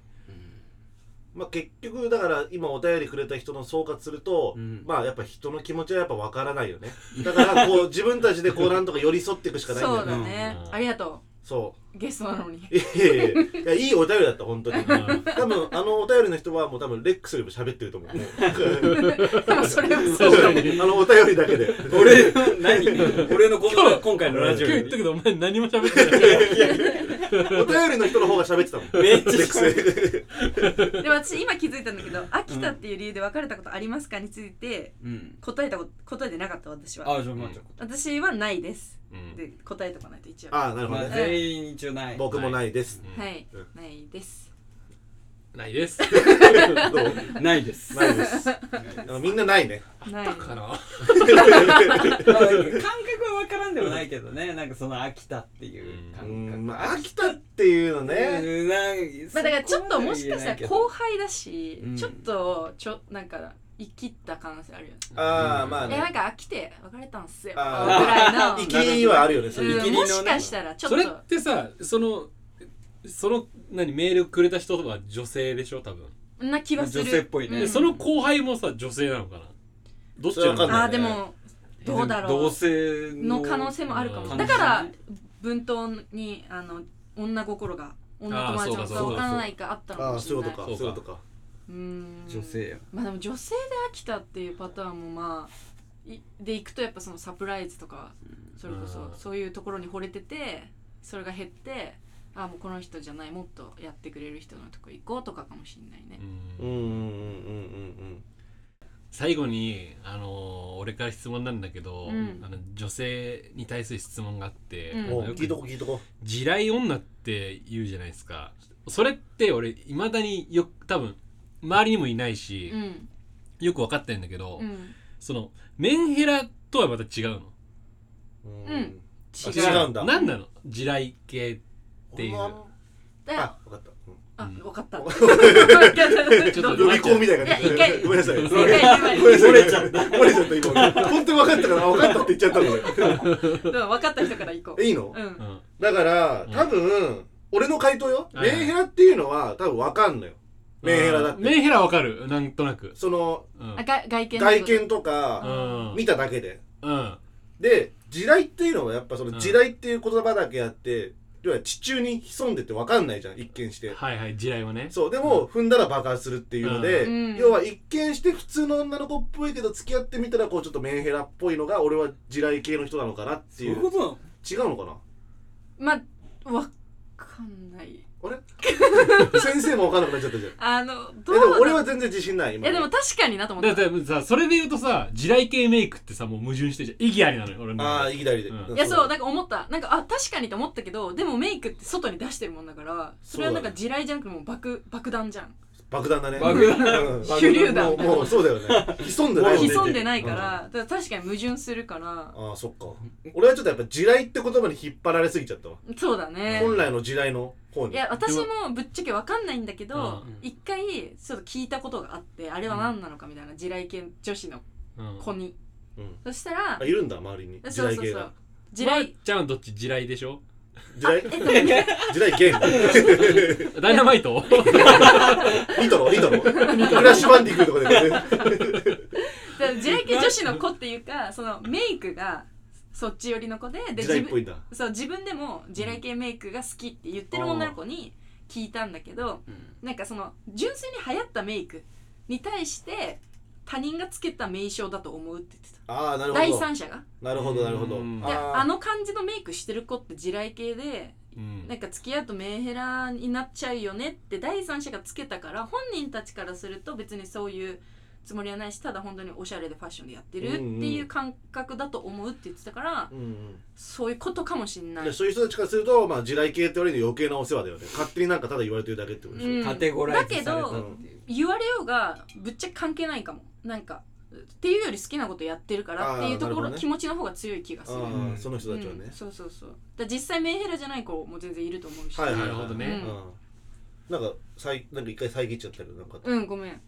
[SPEAKER 4] まあ結局だから今お便りくれた人の総括すると、
[SPEAKER 2] うん
[SPEAKER 4] まあやっぱ人の気持ちはやっぱわからないよねだからこう自分たちでこうなんとか寄り添っていくしかないんだ
[SPEAKER 1] そ
[SPEAKER 4] よ
[SPEAKER 1] う
[SPEAKER 4] ね
[SPEAKER 1] だね
[SPEAKER 3] うん
[SPEAKER 1] ありがと
[SPEAKER 4] そう
[SPEAKER 1] うゲストなの に
[SPEAKER 4] いやいやいやいやいいお便りだった本当に
[SPEAKER 3] ん
[SPEAKER 4] 多分あのお便りの人はもう多分レックスよりも喋ってると思うもう
[SPEAKER 1] でもそれはそう
[SPEAKER 3] 確かに
[SPEAKER 4] あのお便りだけで
[SPEAKER 2] 俺の 何俺のこ
[SPEAKER 3] 今
[SPEAKER 2] の
[SPEAKER 3] 日
[SPEAKER 2] 今回のラジオ
[SPEAKER 3] 今日
[SPEAKER 2] より
[SPEAKER 3] 言ったけどお前何も喋ってない
[SPEAKER 4] お便りの人の方が喋ってたもん
[SPEAKER 2] めっちゃ
[SPEAKER 4] レックス
[SPEAKER 2] 喋
[SPEAKER 1] で私今気づいたんだけど「秋田っていう理由で別れたことありますか?」について
[SPEAKER 2] うん
[SPEAKER 1] 答えたこと答えてなかった私は
[SPEAKER 2] あじゃあまあじゃ
[SPEAKER 1] 私はないです
[SPEAKER 3] うん
[SPEAKER 1] で答えとかないと一応は
[SPEAKER 4] ああなる
[SPEAKER 2] あ
[SPEAKER 4] ほ
[SPEAKER 2] ま
[SPEAKER 4] ど
[SPEAKER 2] あ
[SPEAKER 4] ね
[SPEAKER 2] 全員一応ない
[SPEAKER 4] 僕もないです
[SPEAKER 3] うん
[SPEAKER 1] い
[SPEAKER 4] うん
[SPEAKER 1] ないです
[SPEAKER 3] ないです
[SPEAKER 4] ど う
[SPEAKER 2] ないです
[SPEAKER 4] ないですあみんなないね
[SPEAKER 1] ない
[SPEAKER 3] かな
[SPEAKER 2] まあ感覚は分からんでもないけどねなんかその飽きたっていう
[SPEAKER 4] う
[SPEAKER 2] 感覚
[SPEAKER 4] んまあ秋田っていうのね
[SPEAKER 2] うんなん
[SPEAKER 1] まあだからちょっと
[SPEAKER 2] そこま
[SPEAKER 1] も
[SPEAKER 2] で
[SPEAKER 1] しか
[SPEAKER 2] 言え
[SPEAKER 1] し
[SPEAKER 2] な
[SPEAKER 1] た
[SPEAKER 2] いけ
[SPEAKER 1] ら
[SPEAKER 2] ど
[SPEAKER 1] 後輩だし、
[SPEAKER 2] うん
[SPEAKER 1] ちょっとちょなんか生きった可能性あるよね、
[SPEAKER 4] ああまあ
[SPEAKER 1] えなん
[SPEAKER 4] ね
[SPEAKER 1] か飽きて別れたんすよぐ
[SPEAKER 4] あ
[SPEAKER 2] ー
[SPEAKER 1] らいの
[SPEAKER 4] 生きはあるよねそれ
[SPEAKER 2] 生き
[SPEAKER 1] う
[SPEAKER 2] り
[SPEAKER 1] ん、
[SPEAKER 2] のね
[SPEAKER 1] もしかしたらちょっと
[SPEAKER 3] それってさそのその何メールくれた人は女性でしょ多分
[SPEAKER 1] な気はす
[SPEAKER 2] 女性っ
[SPEAKER 1] る
[SPEAKER 2] ぽいね、
[SPEAKER 1] う
[SPEAKER 3] え
[SPEAKER 1] ん
[SPEAKER 3] その後輩もさ女性なのかなどっち
[SPEAKER 4] それ
[SPEAKER 3] な
[SPEAKER 4] わか
[SPEAKER 3] の
[SPEAKER 4] んない
[SPEAKER 1] あーでもどうだろう
[SPEAKER 2] 同性
[SPEAKER 1] の可能性もあるかも
[SPEAKER 3] うん
[SPEAKER 1] だから文頭にあの女心が女友達
[SPEAKER 3] あー
[SPEAKER 1] の
[SPEAKER 3] そ
[SPEAKER 1] か
[SPEAKER 3] うかそうか
[SPEAKER 1] わからないかあったのか
[SPEAKER 4] あ
[SPEAKER 1] も
[SPEAKER 4] あ
[SPEAKER 1] しれ
[SPEAKER 4] そうい
[SPEAKER 1] な
[SPEAKER 4] う
[SPEAKER 1] い
[SPEAKER 4] こと
[SPEAKER 3] そうか
[SPEAKER 4] かそういうことか
[SPEAKER 1] うーん
[SPEAKER 2] 女性や
[SPEAKER 1] まあでも女性で飽きたっていうパターンもまあいで行くとやっぱそのサプライズとかそれこ
[SPEAKER 3] う
[SPEAKER 1] そ
[SPEAKER 3] ん
[SPEAKER 1] そういうところに惚れててそれが減ってああもうこの人じゃないもっとやってくれる人のとこ行こうとかかもしれないね
[SPEAKER 3] う、ん
[SPEAKER 4] うんうんうん
[SPEAKER 3] 最後に、あのー俺から質問なんだけど、
[SPEAKER 1] うん
[SPEAKER 3] あの女性に対する質問があって、
[SPEAKER 1] うん
[SPEAKER 3] あ
[SPEAKER 4] うんうん
[SPEAKER 3] の
[SPEAKER 4] おう
[SPEAKER 3] よく
[SPEAKER 4] 聞いとこ聞いとこ
[SPEAKER 3] 地雷女って言うじゃないですかそれって俺いまだによく多分周りにもいないし、
[SPEAKER 1] うん
[SPEAKER 3] よく分かってるんだけど、
[SPEAKER 1] うん
[SPEAKER 3] そのメンヘラとはまた違うの
[SPEAKER 4] う
[SPEAKER 1] うん
[SPEAKER 4] あ
[SPEAKER 1] 違う
[SPEAKER 4] 違うんだ
[SPEAKER 3] 何なの地雷系ってっていう
[SPEAKER 4] 俺もあん
[SPEAKER 1] だよ
[SPEAKER 4] あ分かったう
[SPEAKER 1] あ、
[SPEAKER 3] うん
[SPEAKER 1] 分かった。
[SPEAKER 3] ちょっ
[SPEAKER 4] ん予備校みたいな感じ
[SPEAKER 1] いや一回
[SPEAKER 4] ごめんなさい
[SPEAKER 1] 正解
[SPEAKER 4] ごめんなさい。漏れちゃった。漏れちゃった、今。本当に分かったから、あ分かったって言っちゃったの俺
[SPEAKER 1] どうぞ分かった人から行こう。
[SPEAKER 4] え。いいの
[SPEAKER 1] う。
[SPEAKER 3] うんん
[SPEAKER 4] だから
[SPEAKER 3] うん、
[SPEAKER 4] 多分、俺の回答よ。
[SPEAKER 3] はい
[SPEAKER 4] メンヘラっていうのは、多分分かんのよ。メンヘラだって。
[SPEAKER 3] メンヘラわかるなんとなく、
[SPEAKER 4] その、
[SPEAKER 3] うん
[SPEAKER 1] あ、が外見。
[SPEAKER 4] 外見
[SPEAKER 1] と。
[SPEAKER 4] とか、
[SPEAKER 3] うん
[SPEAKER 4] 見ただけで。
[SPEAKER 3] うん
[SPEAKER 4] で、地雷っていうのは、やっぱそ
[SPEAKER 3] う
[SPEAKER 4] の
[SPEAKER 3] ん
[SPEAKER 4] 地雷っていう言葉だけあって、要は地中に潜んでて分かんないじゃん、一見して。
[SPEAKER 3] はいはい地雷はね
[SPEAKER 4] そう、でも、踏んだら爆発するっていうので、
[SPEAKER 1] うん
[SPEAKER 4] 要は一見して普通の女の子っぽいけど、付き合ってみたら、こう、ちょっとメンヘラっぽいのが、俺は地雷系の人なのかなって
[SPEAKER 2] そう
[SPEAKER 4] い。
[SPEAKER 2] いううことなの
[SPEAKER 4] 違うのかな
[SPEAKER 1] まあ、分かんない。
[SPEAKER 4] 先生も分かんなくなっちゃったじゃん。
[SPEAKER 1] あの、ど
[SPEAKER 4] えでも
[SPEAKER 1] う
[SPEAKER 4] 俺
[SPEAKER 1] だ
[SPEAKER 4] は全然自信ない
[SPEAKER 1] い
[SPEAKER 4] 今
[SPEAKER 1] やでも確かになと思
[SPEAKER 3] だ
[SPEAKER 1] っ。
[SPEAKER 3] ったてさそれで言うとさ地雷系メイクってさもう矛盾してるじゃん意義ありなのよ俺の
[SPEAKER 4] あ
[SPEAKER 3] 中
[SPEAKER 4] あ
[SPEAKER 3] で
[SPEAKER 4] いきなりで、
[SPEAKER 3] うん
[SPEAKER 1] いやそう、
[SPEAKER 4] だ
[SPEAKER 1] なんか思った。なんか、あ、確かにと思ったけど、でもメイクって外に出してるもんだから、それはなんか地雷じゃなくてもう爆、爆弾じゃん。
[SPEAKER 4] 爆弾だね
[SPEAKER 2] 爆弾だ
[SPEAKER 4] うん
[SPEAKER 1] 手榴弾
[SPEAKER 4] もうもうそうだよね潜んでないもね
[SPEAKER 1] 潜んでないから、だから確かに矛盾するから、
[SPEAKER 4] ああそっか俺はちょっとやっぱ地雷って言葉に引っ張られすぎちゃったわ、
[SPEAKER 1] そうだね。
[SPEAKER 4] 本来の地雷の方に
[SPEAKER 1] いや私もぶっちゃけわかんないんだけど
[SPEAKER 3] うん
[SPEAKER 2] うん
[SPEAKER 1] 一、回ちょっと聞いたことがあってあれは何なのかみたいな地雷系女子の
[SPEAKER 3] うん
[SPEAKER 1] 子に、
[SPEAKER 4] うん
[SPEAKER 1] そしたら
[SPEAKER 4] あいるんだ周りに地
[SPEAKER 1] そう
[SPEAKER 4] 雷
[SPEAKER 1] そう
[SPEAKER 4] 系
[SPEAKER 1] そう
[SPEAKER 4] が
[SPEAKER 1] 地
[SPEAKER 3] まあ
[SPEAKER 1] 雷
[SPEAKER 3] ちゃんはどっち地雷でしょ
[SPEAKER 4] 地雷地雷 ゲーム
[SPEAKER 3] ダイナマイト
[SPEAKER 4] リトロリトロクラッシュバンディクーとかで、ね、
[SPEAKER 1] だから地雷系女子の子っていうかそのメイクがそっち寄りの子でで
[SPEAKER 4] 地
[SPEAKER 1] 自
[SPEAKER 4] 雷っぽい
[SPEAKER 1] 分
[SPEAKER 4] んだ
[SPEAKER 1] そう自分でも地雷系メイクが好きって言ってる女の子に聞いたんだけどなんかその純粋に流行ったメイクに対して他人がつけた名称だと思うって言ってた
[SPEAKER 4] ああなるほ
[SPEAKER 1] 第
[SPEAKER 4] ど
[SPEAKER 1] 三者が
[SPEAKER 4] なるほどなるほど
[SPEAKER 3] うん
[SPEAKER 1] で
[SPEAKER 4] ー
[SPEAKER 1] あの感じのメイクしてる子って地雷系で
[SPEAKER 3] うん
[SPEAKER 1] なんか付き合うとメンヘラになっちゃうよねって第三者がつけたから本人たちからすると別にそういうつもりはないしただ本当におしゃれでファッションでやってるっていう感覚だと思うって言ってたから
[SPEAKER 4] うんうん
[SPEAKER 1] そういうことかもしんない
[SPEAKER 4] でそういう人たちからすると、まあ、地雷系って言われるの余計なお世話だよね勝手になんかただ言われてるだけってことでしょ、
[SPEAKER 1] うん
[SPEAKER 2] カテゴライズされた
[SPEAKER 4] だ
[SPEAKER 2] っていう
[SPEAKER 1] 言われようがぶっちゃけ関係ないかもなんかっていうより好きなことやってるからっていうとこ
[SPEAKER 4] あーなるほ
[SPEAKER 1] ろ、
[SPEAKER 4] どね
[SPEAKER 1] 気持ちの方が強い気がする、
[SPEAKER 4] あ
[SPEAKER 3] う
[SPEAKER 4] あ
[SPEAKER 3] ん
[SPEAKER 4] その人たちはね
[SPEAKER 1] うん、そうそうそうだから実際メンヘラじゃない子も全然いると思うし、
[SPEAKER 4] はいはい
[SPEAKER 3] な
[SPEAKER 4] はい
[SPEAKER 3] るほどね
[SPEAKER 4] うんなんかさいなんか一回遮っちゃったけどなんかあった
[SPEAKER 1] うんごめん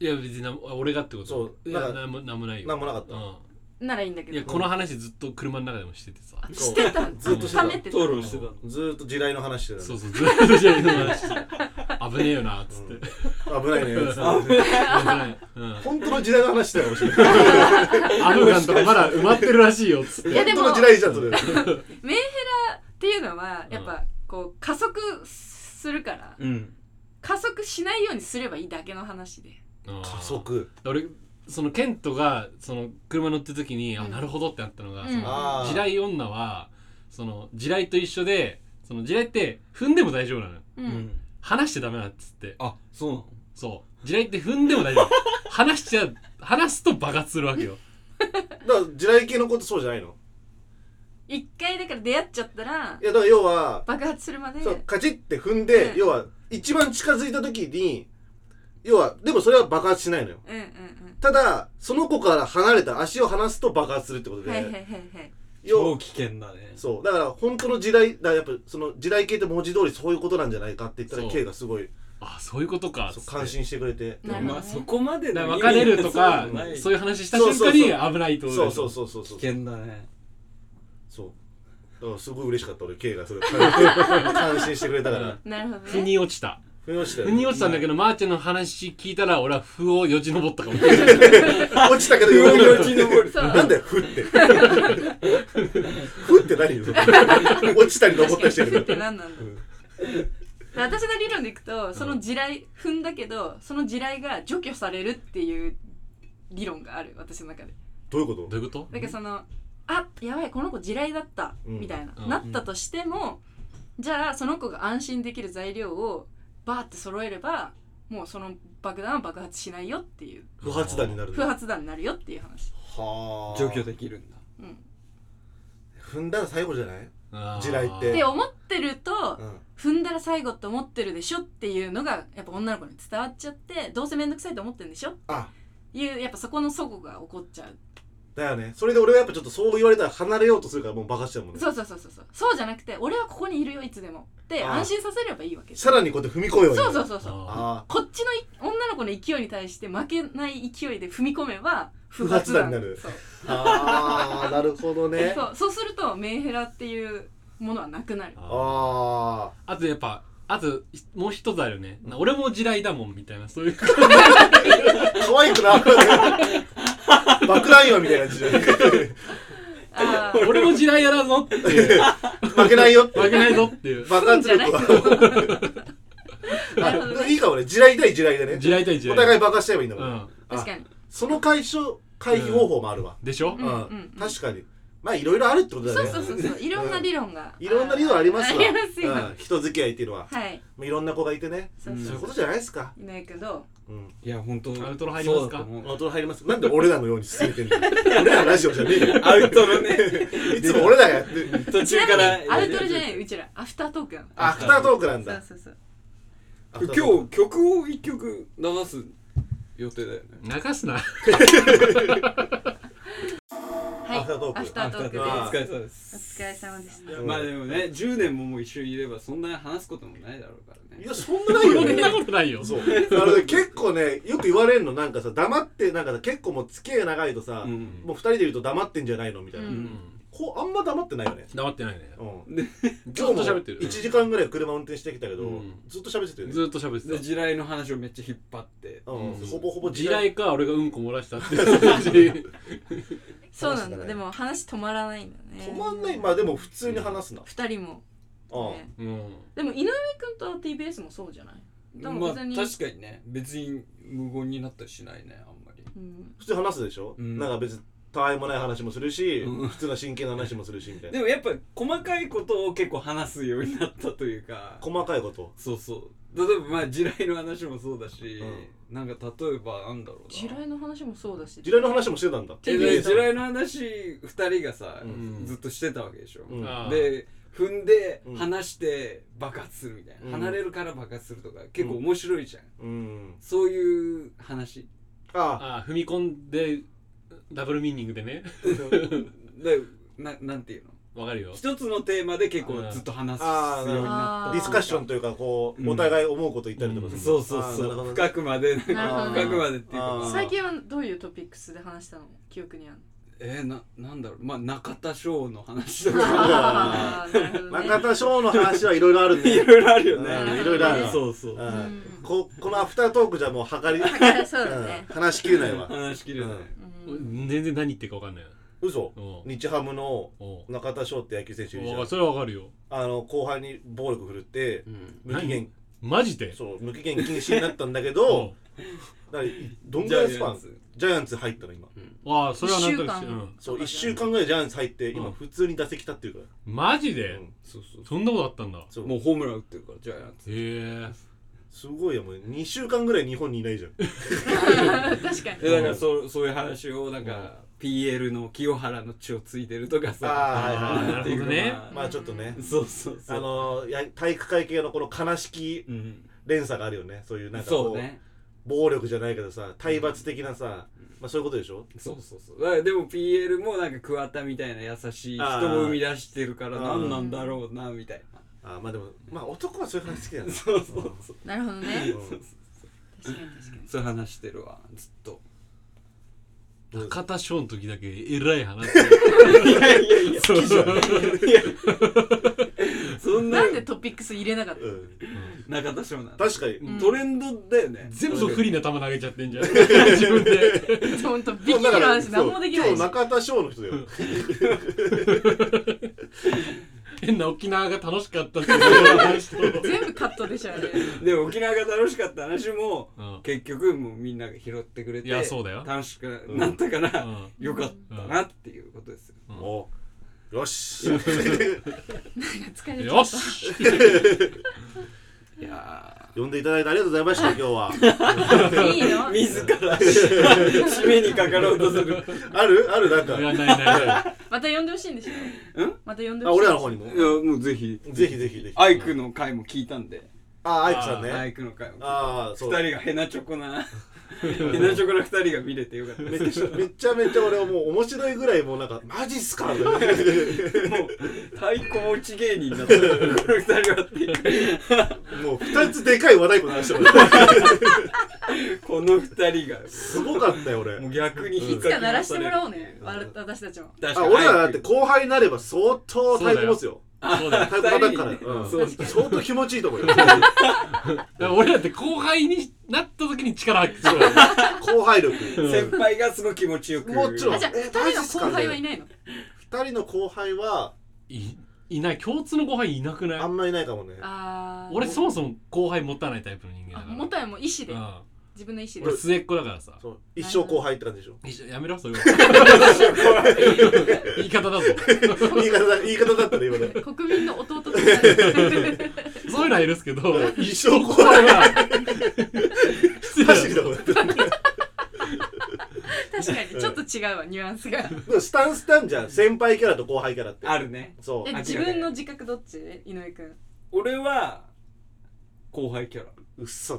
[SPEAKER 3] いや別にな俺がってこと
[SPEAKER 4] そう
[SPEAKER 3] いや
[SPEAKER 4] なんか
[SPEAKER 3] なんもなんもないよ
[SPEAKER 4] なんもなかった
[SPEAKER 3] う
[SPEAKER 1] ならいいんだ
[SPEAKER 3] んいや
[SPEAKER 1] けど
[SPEAKER 3] この話ずっと車の中でもしててさ
[SPEAKER 4] そう
[SPEAKER 1] してた
[SPEAKER 4] ずっとしてた
[SPEAKER 1] ためてた
[SPEAKER 2] 討論してたの
[SPEAKER 4] ずーっと地雷の話してた
[SPEAKER 3] そう
[SPEAKER 4] ね
[SPEAKER 3] そうずっと地雷の話してた危ねえよなっつって、
[SPEAKER 4] うん危ないね
[SPEAKER 3] 危ないうん
[SPEAKER 4] 本当の地雷の話してたかもしれない
[SPEAKER 3] アフガンとかまだ埋まってるらしいよっつって
[SPEAKER 1] いやでも
[SPEAKER 4] 本当の地雷じゃんそれ
[SPEAKER 1] っていうのはやっ
[SPEAKER 3] う
[SPEAKER 1] ぱこう加速するから
[SPEAKER 2] うん
[SPEAKER 1] 加速しないようにすればいいだけの話で
[SPEAKER 3] うん
[SPEAKER 4] 加速
[SPEAKER 3] 俺そのケントがその車乗ってる時に、
[SPEAKER 1] う
[SPEAKER 3] あ
[SPEAKER 1] ん
[SPEAKER 3] なるほどってなったのが、
[SPEAKER 1] うん
[SPEAKER 3] その
[SPEAKER 4] あー
[SPEAKER 3] 地雷女はその地雷と一緒でその地雷って踏んでも大丈夫なのよ
[SPEAKER 1] う
[SPEAKER 2] うんん
[SPEAKER 3] 話しちゃダメだっつって
[SPEAKER 2] あそうなの
[SPEAKER 3] そう地雷って踏んでも大丈夫話しちゃ 話すと爆発するわけよ
[SPEAKER 4] だから地雷系のことそうじゃないの
[SPEAKER 1] 一回だから出会っちゃったら
[SPEAKER 4] いやだから要は
[SPEAKER 1] 爆発するまで
[SPEAKER 4] そうカチッて踏ん
[SPEAKER 1] う
[SPEAKER 4] で
[SPEAKER 1] ん
[SPEAKER 4] 要は一番近づいた時に要はでもそれは爆発しないのよ
[SPEAKER 1] うんうんう
[SPEAKER 4] ただその子から離れた足を離すと爆発するってこと
[SPEAKER 1] んはいはいは
[SPEAKER 4] で
[SPEAKER 1] いはい
[SPEAKER 4] 要は
[SPEAKER 2] 超危険だね
[SPEAKER 4] そうだから本当の地雷だからやっぱその地雷系って文字通りそういうことなんじゃないかって言った
[SPEAKER 3] そう
[SPEAKER 4] ら K がすごい
[SPEAKER 3] あそういうことかっ
[SPEAKER 4] そう
[SPEAKER 3] つっ
[SPEAKER 4] 感
[SPEAKER 3] て
[SPEAKER 4] 心してくれて
[SPEAKER 1] なるほどね
[SPEAKER 2] まあそこまで
[SPEAKER 3] だから
[SPEAKER 2] の
[SPEAKER 3] 別れると
[SPEAKER 2] 意
[SPEAKER 3] か
[SPEAKER 2] 味はない
[SPEAKER 3] そういう話した
[SPEAKER 4] そ
[SPEAKER 3] 瞬
[SPEAKER 4] うそ
[SPEAKER 3] 間
[SPEAKER 4] うそう
[SPEAKER 3] に危ないってこと
[SPEAKER 4] そうそう
[SPEAKER 3] う
[SPEAKER 4] そうそうそ
[SPEAKER 2] 危
[SPEAKER 4] う
[SPEAKER 2] 険だね
[SPEAKER 4] そうだからすごい嬉しかった俺 K がそれ感感心してくれたから
[SPEAKER 1] なるほど
[SPEAKER 3] 腑
[SPEAKER 1] ね
[SPEAKER 3] に落ちた
[SPEAKER 4] 見ました
[SPEAKER 3] 腑
[SPEAKER 4] よ
[SPEAKER 3] に落ちたんだけど、まーちゃんの話聞いたら、俺は歩をよじ登ったかもしれない。
[SPEAKER 4] 落ちたけど
[SPEAKER 2] 上
[SPEAKER 4] よ
[SPEAKER 2] に落ち
[SPEAKER 4] じ登る
[SPEAKER 2] 登 る
[SPEAKER 1] そう
[SPEAKER 4] なんだよ、ふって。 ふって何よ。 落ちたり
[SPEAKER 1] 確
[SPEAKER 4] 登っ
[SPEAKER 1] か
[SPEAKER 4] た
[SPEAKER 1] に
[SPEAKER 4] りして
[SPEAKER 1] ふっ
[SPEAKER 4] る。
[SPEAKER 1] て何なんだろう私の理論でいくとその地雷踏んだけどその地雷が除去されるっていう理論がある私の中で
[SPEAKER 4] どういうこ
[SPEAKER 3] ど
[SPEAKER 4] と
[SPEAKER 3] ういうこと
[SPEAKER 1] だからそのあやばいこの子地雷だった
[SPEAKER 4] うん
[SPEAKER 1] みたいな、
[SPEAKER 3] うん
[SPEAKER 1] なったとしても、じゃあその子が安心できる材料をバーって揃えればもうその爆弾は爆発しないよっていう
[SPEAKER 4] 不発弾になる。
[SPEAKER 1] 不発弾になるよっていう話、
[SPEAKER 4] はあ。
[SPEAKER 2] 除去できるんだ
[SPEAKER 1] うん、
[SPEAKER 4] 踏んだら最後じゃない
[SPEAKER 3] あー
[SPEAKER 4] 地雷って
[SPEAKER 1] で思ってると
[SPEAKER 4] うん。
[SPEAKER 1] 踏んだら最後って思ってるでしょっていうのがやっぱ女の子に伝わっちゃってどうせ面倒くさいと思ってるんでしょ
[SPEAKER 4] あ、
[SPEAKER 1] いうやっぱそこの齟齬が起こっちゃう、
[SPEAKER 4] だよね。それで俺はやっぱちょっとそう言われたら離れようとするからもうバカしてたもんね。
[SPEAKER 1] そうそうそうそうそうそうじゃなくて俺はここにいるよいつでもで
[SPEAKER 4] あー
[SPEAKER 1] 安心させればいいわけです
[SPEAKER 4] さらにこうやって踏み込めばいいんだ。
[SPEAKER 1] そうそうそうそう
[SPEAKER 3] あ
[SPEAKER 4] あ
[SPEAKER 1] こっちのい女の子の勢いに対して負けない勢いで踏み込めば
[SPEAKER 4] 不発弾になる
[SPEAKER 1] そう
[SPEAKER 4] ーあー、なるほどね。
[SPEAKER 1] そうそうするとメンヘラっていうものはなくなる
[SPEAKER 3] ー
[SPEAKER 4] あ
[SPEAKER 3] あとやっぱ、あとひもう一つあるよね。な俺も地雷だもんみたいな、そういう。
[SPEAKER 4] あ。 可愛くな。爆弾よみたいな感じで。
[SPEAKER 1] あー
[SPEAKER 3] 俺も地雷やらんぞっていう。
[SPEAKER 4] 負けないよって。
[SPEAKER 3] 負けないぞっていう。
[SPEAKER 4] 爆発力は。
[SPEAKER 1] なるほど
[SPEAKER 4] あ
[SPEAKER 1] ね
[SPEAKER 4] いいかもね。地雷対地雷でね
[SPEAKER 3] 地。雷対地
[SPEAKER 4] お
[SPEAKER 3] 雷。
[SPEAKER 4] 互い爆発しちゃえばいいんだも
[SPEAKER 3] うん
[SPEAKER 4] ね。
[SPEAKER 3] ん。
[SPEAKER 1] 確かに
[SPEAKER 4] その解消回避方法もあるわ、
[SPEAKER 3] でしょ
[SPEAKER 1] うんうんうん
[SPEAKER 4] 確かにまあいろいろあるってことだ
[SPEAKER 1] そ
[SPEAKER 4] よ
[SPEAKER 1] う
[SPEAKER 4] ね
[SPEAKER 1] そうそうそういろんな理論が
[SPEAKER 4] いろんな理由ありますわ
[SPEAKER 1] ありますよ
[SPEAKER 4] うん、人付き合いっていうのは、
[SPEAKER 1] はい
[SPEAKER 4] まあいろんな子がいてね
[SPEAKER 1] そう
[SPEAKER 4] そう
[SPEAKER 1] そ
[SPEAKER 4] いううことじゃないですか、
[SPEAKER 1] いないけど
[SPEAKER 4] うん、
[SPEAKER 2] いや本当
[SPEAKER 3] アウトロ入りま
[SPEAKER 2] そ
[SPEAKER 3] すか
[SPEAKER 2] うだと思う
[SPEAKER 4] アウトロ入りますなんで俺らのように進めてんの俺らのラジオじゃねえよ
[SPEAKER 2] アウトロね
[SPEAKER 4] いつも俺らがやってる
[SPEAKER 1] ち
[SPEAKER 2] 途中か
[SPEAKER 1] な
[SPEAKER 2] ら
[SPEAKER 1] みにアウトロじゃないうちらアフタートークなの
[SPEAKER 4] アフタートークなん
[SPEAKER 1] そう
[SPEAKER 4] だ
[SPEAKER 1] そうそう
[SPEAKER 4] アフタートー
[SPEAKER 2] 今日曲を一曲流す予定だよね
[SPEAKER 3] 流すな。
[SPEAKER 1] はい
[SPEAKER 4] アフタートーク
[SPEAKER 1] アフタートーク
[SPEAKER 2] あ
[SPEAKER 1] で
[SPEAKER 2] お疲れ様です
[SPEAKER 1] すお疲れ様でした
[SPEAKER 4] ク
[SPEAKER 2] まあでもね10年ももう一緒にいればそんなに話すこともないだろうから
[SPEAKER 4] い
[SPEAKER 2] ね
[SPEAKER 4] やそんなない
[SPEAKER 3] そ
[SPEAKER 4] よ
[SPEAKER 3] んな
[SPEAKER 4] ね
[SPEAKER 3] ことないよ。
[SPEAKER 4] そうあのね結構ねよく言われるのなんかさ黙ってなんかさ結構もう付き合い長いとさ、
[SPEAKER 2] うん
[SPEAKER 4] もう二人でいると黙ってんじゃないのみたいな、
[SPEAKER 1] う
[SPEAKER 3] うんん
[SPEAKER 4] こうあんま黙ってないよね
[SPEAKER 3] 黙ってないね。
[SPEAKER 4] うん
[SPEAKER 3] ずっと
[SPEAKER 4] 今日も
[SPEAKER 3] 喋ってる。
[SPEAKER 4] 1時間ぐらい車運転してきたけど、
[SPEAKER 3] うん
[SPEAKER 4] ずっと喋ってたよね
[SPEAKER 3] ずっと喋って
[SPEAKER 2] で
[SPEAKER 3] た。
[SPEAKER 2] 地雷の話をめっちゃ引っ張って
[SPEAKER 4] うん
[SPEAKER 3] うん
[SPEAKER 4] ほぼほぼ
[SPEAKER 3] 地雷か俺がうんこ漏らしたっていう感じ
[SPEAKER 1] そうなん
[SPEAKER 4] 話だ
[SPEAKER 1] だ
[SPEAKER 4] ね
[SPEAKER 1] でも話止まらないんだね
[SPEAKER 4] 止まんないまあでも普通に話すな、
[SPEAKER 1] 二人も
[SPEAKER 4] うん
[SPEAKER 1] ね
[SPEAKER 3] うん
[SPEAKER 1] でも井上君と TBS もそうじゃないで
[SPEAKER 2] ま
[SPEAKER 1] も
[SPEAKER 2] あ
[SPEAKER 1] 別に、
[SPEAKER 2] 確かにね別に無言になったりしないねあんまり
[SPEAKER 1] うん
[SPEAKER 4] 普通に話すでしょ、
[SPEAKER 2] うん
[SPEAKER 4] なんか別にたわいもない話もするし、
[SPEAKER 2] うん
[SPEAKER 4] 普通な真剣な話もするしみたいな
[SPEAKER 2] でもやっぱり細かいことを結構話すようになったというか
[SPEAKER 4] 細かいこと
[SPEAKER 2] そうそう例えばまあ地雷の話もそうだし、
[SPEAKER 4] う
[SPEAKER 2] なんか例えばなんだろうな
[SPEAKER 1] 地雷の話もそうだし
[SPEAKER 4] 地雷の話もしてたんだ
[SPEAKER 2] え
[SPEAKER 1] TBS
[SPEAKER 2] で地雷の話2人がさ、
[SPEAKER 3] うん
[SPEAKER 2] ずっとしてたわけでしょ、
[SPEAKER 4] うん
[SPEAKER 3] あー
[SPEAKER 2] で踏んで
[SPEAKER 4] うん
[SPEAKER 2] 離して爆発するみたいな、
[SPEAKER 4] うん
[SPEAKER 2] 離れるから爆発するとか結構面白いじゃん、
[SPEAKER 4] うん
[SPEAKER 2] そういう話
[SPEAKER 3] あ
[SPEAKER 4] あ
[SPEAKER 3] 踏み込んでダブルミーニングでね
[SPEAKER 2] でななんていうの
[SPEAKER 3] わかるよ
[SPEAKER 2] 一つのテーマで結構ずっと話す
[SPEAKER 4] あー
[SPEAKER 2] ようにな
[SPEAKER 1] あ
[SPEAKER 2] っ
[SPEAKER 1] ー
[SPEAKER 2] た
[SPEAKER 4] ディスカッションというかこう、
[SPEAKER 2] うん
[SPEAKER 4] お互い思うこと言ったりとかする、
[SPEAKER 2] そうそう
[SPEAKER 4] あー
[SPEAKER 2] そ
[SPEAKER 4] なるほ
[SPEAKER 2] う、
[SPEAKER 4] どね
[SPEAKER 2] 深くまでなんか
[SPEAKER 1] なるほどね
[SPEAKER 2] 深くまでっていうか
[SPEAKER 4] あー
[SPEAKER 1] 最近はどういうトピックスで話したの記憶に あるの
[SPEAKER 2] えー、ななんだろうまあ中田翔の話とか
[SPEAKER 1] あーなるほどね
[SPEAKER 4] 中田翔の話はいろいろあ る
[SPEAKER 2] い
[SPEAKER 4] ね
[SPEAKER 2] ろいろあるよ
[SPEAKER 4] う
[SPEAKER 2] ね
[SPEAKER 4] ん
[SPEAKER 1] いろいろある
[SPEAKER 2] そうそう
[SPEAKER 4] う
[SPEAKER 1] うんん
[SPEAKER 4] ここのアフタートークじゃもう測り、
[SPEAKER 1] だからそうだね
[SPEAKER 4] うん話しきれないわ
[SPEAKER 2] 話しきれない、
[SPEAKER 1] うん
[SPEAKER 3] 全然何言ってるかわかんないよ
[SPEAKER 4] 嘘
[SPEAKER 3] おう
[SPEAKER 4] 日ハムの
[SPEAKER 3] おう
[SPEAKER 4] 中田翔って野球選手いるじゃ
[SPEAKER 3] わ
[SPEAKER 4] ん
[SPEAKER 3] それはわかるよ
[SPEAKER 4] あの後半に暴力振るって
[SPEAKER 2] うん
[SPEAKER 4] 無期限
[SPEAKER 3] マジで
[SPEAKER 4] そう無期限禁止になったんだ けどだからどんぐらいスパン
[SPEAKER 2] ジャイアンツ
[SPEAKER 4] ジャイアンツ入ったの今
[SPEAKER 3] うんああそれはなんと
[SPEAKER 1] 一
[SPEAKER 3] か
[SPEAKER 1] 週間
[SPEAKER 3] してうん
[SPEAKER 4] そう1週間ぐらいジャイアンツ入って
[SPEAKER 3] う
[SPEAKER 4] 今
[SPEAKER 3] ん
[SPEAKER 4] 普通に打席立ってるか
[SPEAKER 3] マジ
[SPEAKER 4] ら、う
[SPEAKER 3] で
[SPEAKER 4] ん
[SPEAKER 2] そうそう
[SPEAKER 3] そんなことあったんだへ
[SPEAKER 4] そう
[SPEAKER 2] も
[SPEAKER 4] も
[SPEAKER 2] う
[SPEAKER 4] う
[SPEAKER 2] ホームラン打ってるからジャイアンツ
[SPEAKER 3] え
[SPEAKER 4] すごいよもう2週間ぐらい日本にいないじゃん
[SPEAKER 1] 確かに
[SPEAKER 2] えだからそそういう話をなんか PL の清原の血を継いでるとかさ
[SPEAKER 4] あ
[SPEAKER 3] ー
[SPEAKER 2] なんていうか
[SPEAKER 3] なるほ
[SPEAKER 4] まあちょっとね、
[SPEAKER 2] そうそうそう
[SPEAKER 4] あのや体育会系のこの悲しき
[SPEAKER 2] うん
[SPEAKER 4] 連鎖があるよねそういうなんか
[SPEAKER 2] そ
[SPEAKER 4] こ
[SPEAKER 2] う
[SPEAKER 4] う
[SPEAKER 2] ね
[SPEAKER 4] 暴力じゃないけどさ体罰的なさ、まあ、そういうことでしょ
[SPEAKER 2] そうそうそうだからでも PL もなんか桑田みたいな優しい人
[SPEAKER 4] あー
[SPEAKER 2] を生み出してるから
[SPEAKER 4] あー
[SPEAKER 2] 何なんだろうなみたいな
[SPEAKER 4] あーまあでもまあ男はそういう話好きだよね
[SPEAKER 2] そうそうそう
[SPEAKER 1] なるほどね
[SPEAKER 4] う
[SPEAKER 1] 確か
[SPEAKER 4] ん
[SPEAKER 1] に確かに
[SPEAKER 2] そういう話してるわずっ と
[SPEAKER 3] 中田翔の時だけえらい
[SPEAKER 2] い
[SPEAKER 3] 話
[SPEAKER 2] やいやいや
[SPEAKER 3] そう
[SPEAKER 2] そんな
[SPEAKER 1] なんでトピックス入れなかった
[SPEAKER 4] うん
[SPEAKER 2] 中田翔なんて
[SPEAKER 4] 確かに。
[SPEAKER 1] ん
[SPEAKER 2] トレンドだよね
[SPEAKER 3] 全部不利な球投げちゃってんじゃん自分で
[SPEAKER 1] 本当ビキニの話何もできな
[SPEAKER 4] そう
[SPEAKER 1] い
[SPEAKER 4] 今日
[SPEAKER 1] し
[SPEAKER 4] 中田翔の人だよ。
[SPEAKER 3] 変な沖縄が楽しかったっていう話と
[SPEAKER 1] 全部カットでしょあ れ
[SPEAKER 2] でも沖縄が楽しかった話も
[SPEAKER 3] うん
[SPEAKER 2] 結局もうみんなが拾ってくれて
[SPEAKER 3] いやそうだよ
[SPEAKER 2] 楽しくなったから、
[SPEAKER 3] うん
[SPEAKER 2] よかったなっていうことですよ、
[SPEAKER 3] うん
[SPEAKER 4] およし。
[SPEAKER 1] 疲れちゃ
[SPEAKER 3] よ
[SPEAKER 1] っ
[SPEAKER 3] した
[SPEAKER 2] いや
[SPEAKER 4] 呼んでいただいてありがとうございました、今日は。
[SPEAKER 1] いいの
[SPEAKER 2] 自ら締めにかかろうとする
[SPEAKER 4] あるあるなん
[SPEAKER 3] いやな
[SPEAKER 4] か。
[SPEAKER 3] いない
[SPEAKER 1] また呼んでほしいんでしょ
[SPEAKER 2] ん
[SPEAKER 1] また呼んで
[SPEAKER 4] あ、
[SPEAKER 1] ほしい
[SPEAKER 4] 俺らの方にも
[SPEAKER 2] い。やもうぜひ
[SPEAKER 4] ぜひぜひぜひ。
[SPEAKER 2] アイクの回も聞いたんで、
[SPEAKER 4] あ、アイクさん
[SPEAKER 2] ア
[SPEAKER 4] ね。
[SPEAKER 2] イクの回も
[SPEAKER 4] ああ、
[SPEAKER 2] 二
[SPEAKER 4] そう。
[SPEAKER 2] 人がヘナチョコなヘナチョコな二人が見れてよかった
[SPEAKER 4] め
[SPEAKER 2] で
[SPEAKER 4] っちゃめちゃめちゃ俺はもう面白いぐらいもうなんかマジっすか
[SPEAKER 2] すもう太鼓持ち芸人だったこの二人はっていう
[SPEAKER 4] もう二つでかい和太鼓鳴らしてた俺
[SPEAKER 2] この二人が
[SPEAKER 4] すごかったよ俺
[SPEAKER 2] もう逆に引っ
[SPEAKER 1] いつか
[SPEAKER 2] か
[SPEAKER 1] 鳴らしてもら
[SPEAKER 2] う
[SPEAKER 1] おうねわ私たちも
[SPEAKER 2] 確
[SPEAKER 4] あ
[SPEAKER 2] かに
[SPEAKER 4] 俺らだって後輩になれば相当太鼓持つよ
[SPEAKER 3] そうだよ
[SPEAKER 4] 太鼓叩くから、
[SPEAKER 2] 二人にね
[SPEAKER 4] うん
[SPEAKER 2] そう
[SPEAKER 4] 相当気持ちいいと 思うよ
[SPEAKER 3] だから俺だって後輩になった時に力発揮する
[SPEAKER 4] 後輩力
[SPEAKER 2] 先輩がすごい気持ちよく
[SPEAKER 4] もちろん
[SPEAKER 1] あじゃあ
[SPEAKER 4] え
[SPEAKER 1] 二人の後輩はいないの
[SPEAKER 4] 二人の後輩はい
[SPEAKER 3] いない共通の後輩いなくない
[SPEAKER 4] あんまりいないかもね
[SPEAKER 1] あー
[SPEAKER 3] 俺そもそも後輩持たないタイプの人間だ
[SPEAKER 1] あ
[SPEAKER 3] から
[SPEAKER 1] もたいも意思で
[SPEAKER 3] うん
[SPEAKER 1] 自分の意思
[SPEAKER 3] 俺
[SPEAKER 1] で
[SPEAKER 3] 末っ子だからさ
[SPEAKER 4] そう一生後輩って感じでしょ
[SPEAKER 3] 一緒やめろ そういうこと言い方だぞ
[SPEAKER 4] 言い方だ言い方だったね今ね
[SPEAKER 1] 国民の弟として
[SPEAKER 3] そういうのはいるっすけど
[SPEAKER 4] 一生後
[SPEAKER 3] 後輩
[SPEAKER 4] 輩
[SPEAKER 3] は失
[SPEAKER 4] 走って
[SPEAKER 3] 礼
[SPEAKER 4] き
[SPEAKER 3] だ
[SPEAKER 4] た
[SPEAKER 3] よ
[SPEAKER 4] もん
[SPEAKER 1] 確かにちょっと違うわニュアンスが
[SPEAKER 4] で もスタンスタンじゃん先輩キャラと後輩キャラって
[SPEAKER 2] あるね
[SPEAKER 4] そ
[SPEAKER 1] え
[SPEAKER 4] う
[SPEAKER 1] 自分の自覚どっち井上 くん
[SPEAKER 2] 俺は後輩キャラ
[SPEAKER 4] 嘘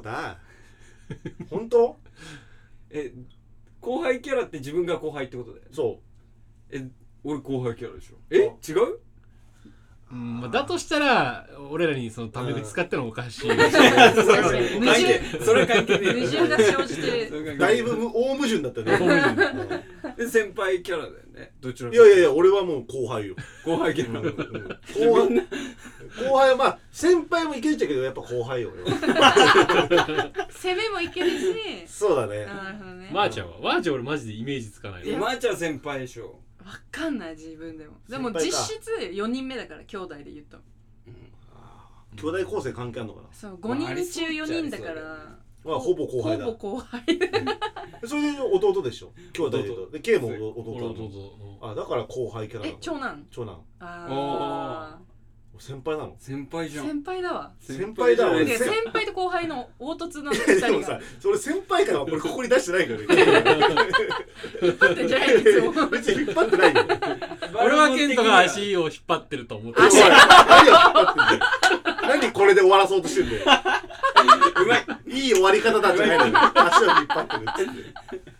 [SPEAKER 4] だ本当
[SPEAKER 2] え後輩キャラって自分が後輩ってことだよね
[SPEAKER 4] そう
[SPEAKER 2] え俺後輩キャラでしょえ違う
[SPEAKER 3] うんまあだとしたら俺らにそのタメ口使ってのもおかしい
[SPEAKER 1] 確かに矛
[SPEAKER 2] 関
[SPEAKER 1] 盾
[SPEAKER 2] 係それ関係ねえ
[SPEAKER 1] 矛盾が生じて
[SPEAKER 2] それ関係ねえ
[SPEAKER 4] だいぶ無大矛盾だった
[SPEAKER 3] 大矛盾
[SPEAKER 4] ね。
[SPEAKER 2] で先輩キャラだよねどちら
[SPEAKER 4] うん
[SPEAKER 2] か
[SPEAKER 4] いやいやいや、俺はもう後輩よ。
[SPEAKER 2] 後輩キ
[SPEAKER 4] うん
[SPEAKER 2] ャ
[SPEAKER 4] うん
[SPEAKER 2] ラ
[SPEAKER 4] 後輩後輩はまあ、先輩もいけるっちゃいけど、やっぱ後輩よ。俺は
[SPEAKER 1] 攻めもいけるし
[SPEAKER 4] そうだね。
[SPEAKER 1] なるほどね
[SPEAKER 3] マーちゃんはマーちゃん俺マジでイメージつかない
[SPEAKER 2] え
[SPEAKER 3] の
[SPEAKER 2] まーちゃん先輩でしょ
[SPEAKER 1] わかんない自分でもでも
[SPEAKER 4] 先輩か
[SPEAKER 1] 実質4人目だから兄弟で言った
[SPEAKER 4] 兄弟構成関係あるのかな
[SPEAKER 1] そう
[SPEAKER 2] まああ
[SPEAKER 1] 5
[SPEAKER 2] り
[SPEAKER 1] 人
[SPEAKER 2] そう
[SPEAKER 1] 中
[SPEAKER 2] っちゃ
[SPEAKER 1] 4人だ
[SPEAKER 2] あ
[SPEAKER 1] か
[SPEAKER 2] りそうだ
[SPEAKER 1] ら
[SPEAKER 4] まあ、ほぼ後輩だ
[SPEAKER 1] ほ。ぼ後輩
[SPEAKER 4] それで弟でしょ。兄弟で言うと。で、K も
[SPEAKER 3] 俺
[SPEAKER 4] 弟だもん
[SPEAKER 3] 弟うん
[SPEAKER 4] あ、だから後輩キャラな
[SPEAKER 1] え
[SPEAKER 4] の。
[SPEAKER 1] 長男
[SPEAKER 4] 長男。
[SPEAKER 1] ああ
[SPEAKER 4] 先輩なの
[SPEAKER 2] 先輩じゃん
[SPEAKER 1] 先輩だわ
[SPEAKER 4] 先輩だ
[SPEAKER 1] い
[SPEAKER 4] わ俺
[SPEAKER 1] や
[SPEAKER 4] 先
[SPEAKER 1] 先輩と後輩の凹凸なの2
[SPEAKER 4] で
[SPEAKER 1] 人
[SPEAKER 4] もさ
[SPEAKER 1] が、
[SPEAKER 4] それ先輩からはこれここに出してない からね。
[SPEAKER 1] 引っ張ってんじゃないんですよ
[SPEAKER 4] 別に引っ張ってないよ。
[SPEAKER 3] 俺はケントが足を引っ張ってると思ってる
[SPEAKER 4] おい何を引っ張ってんだよ。何これで終わらそうとしてんだよ。
[SPEAKER 2] うまい
[SPEAKER 4] いい終わり方だじゃないのよ。足を引っ張ってるっつって。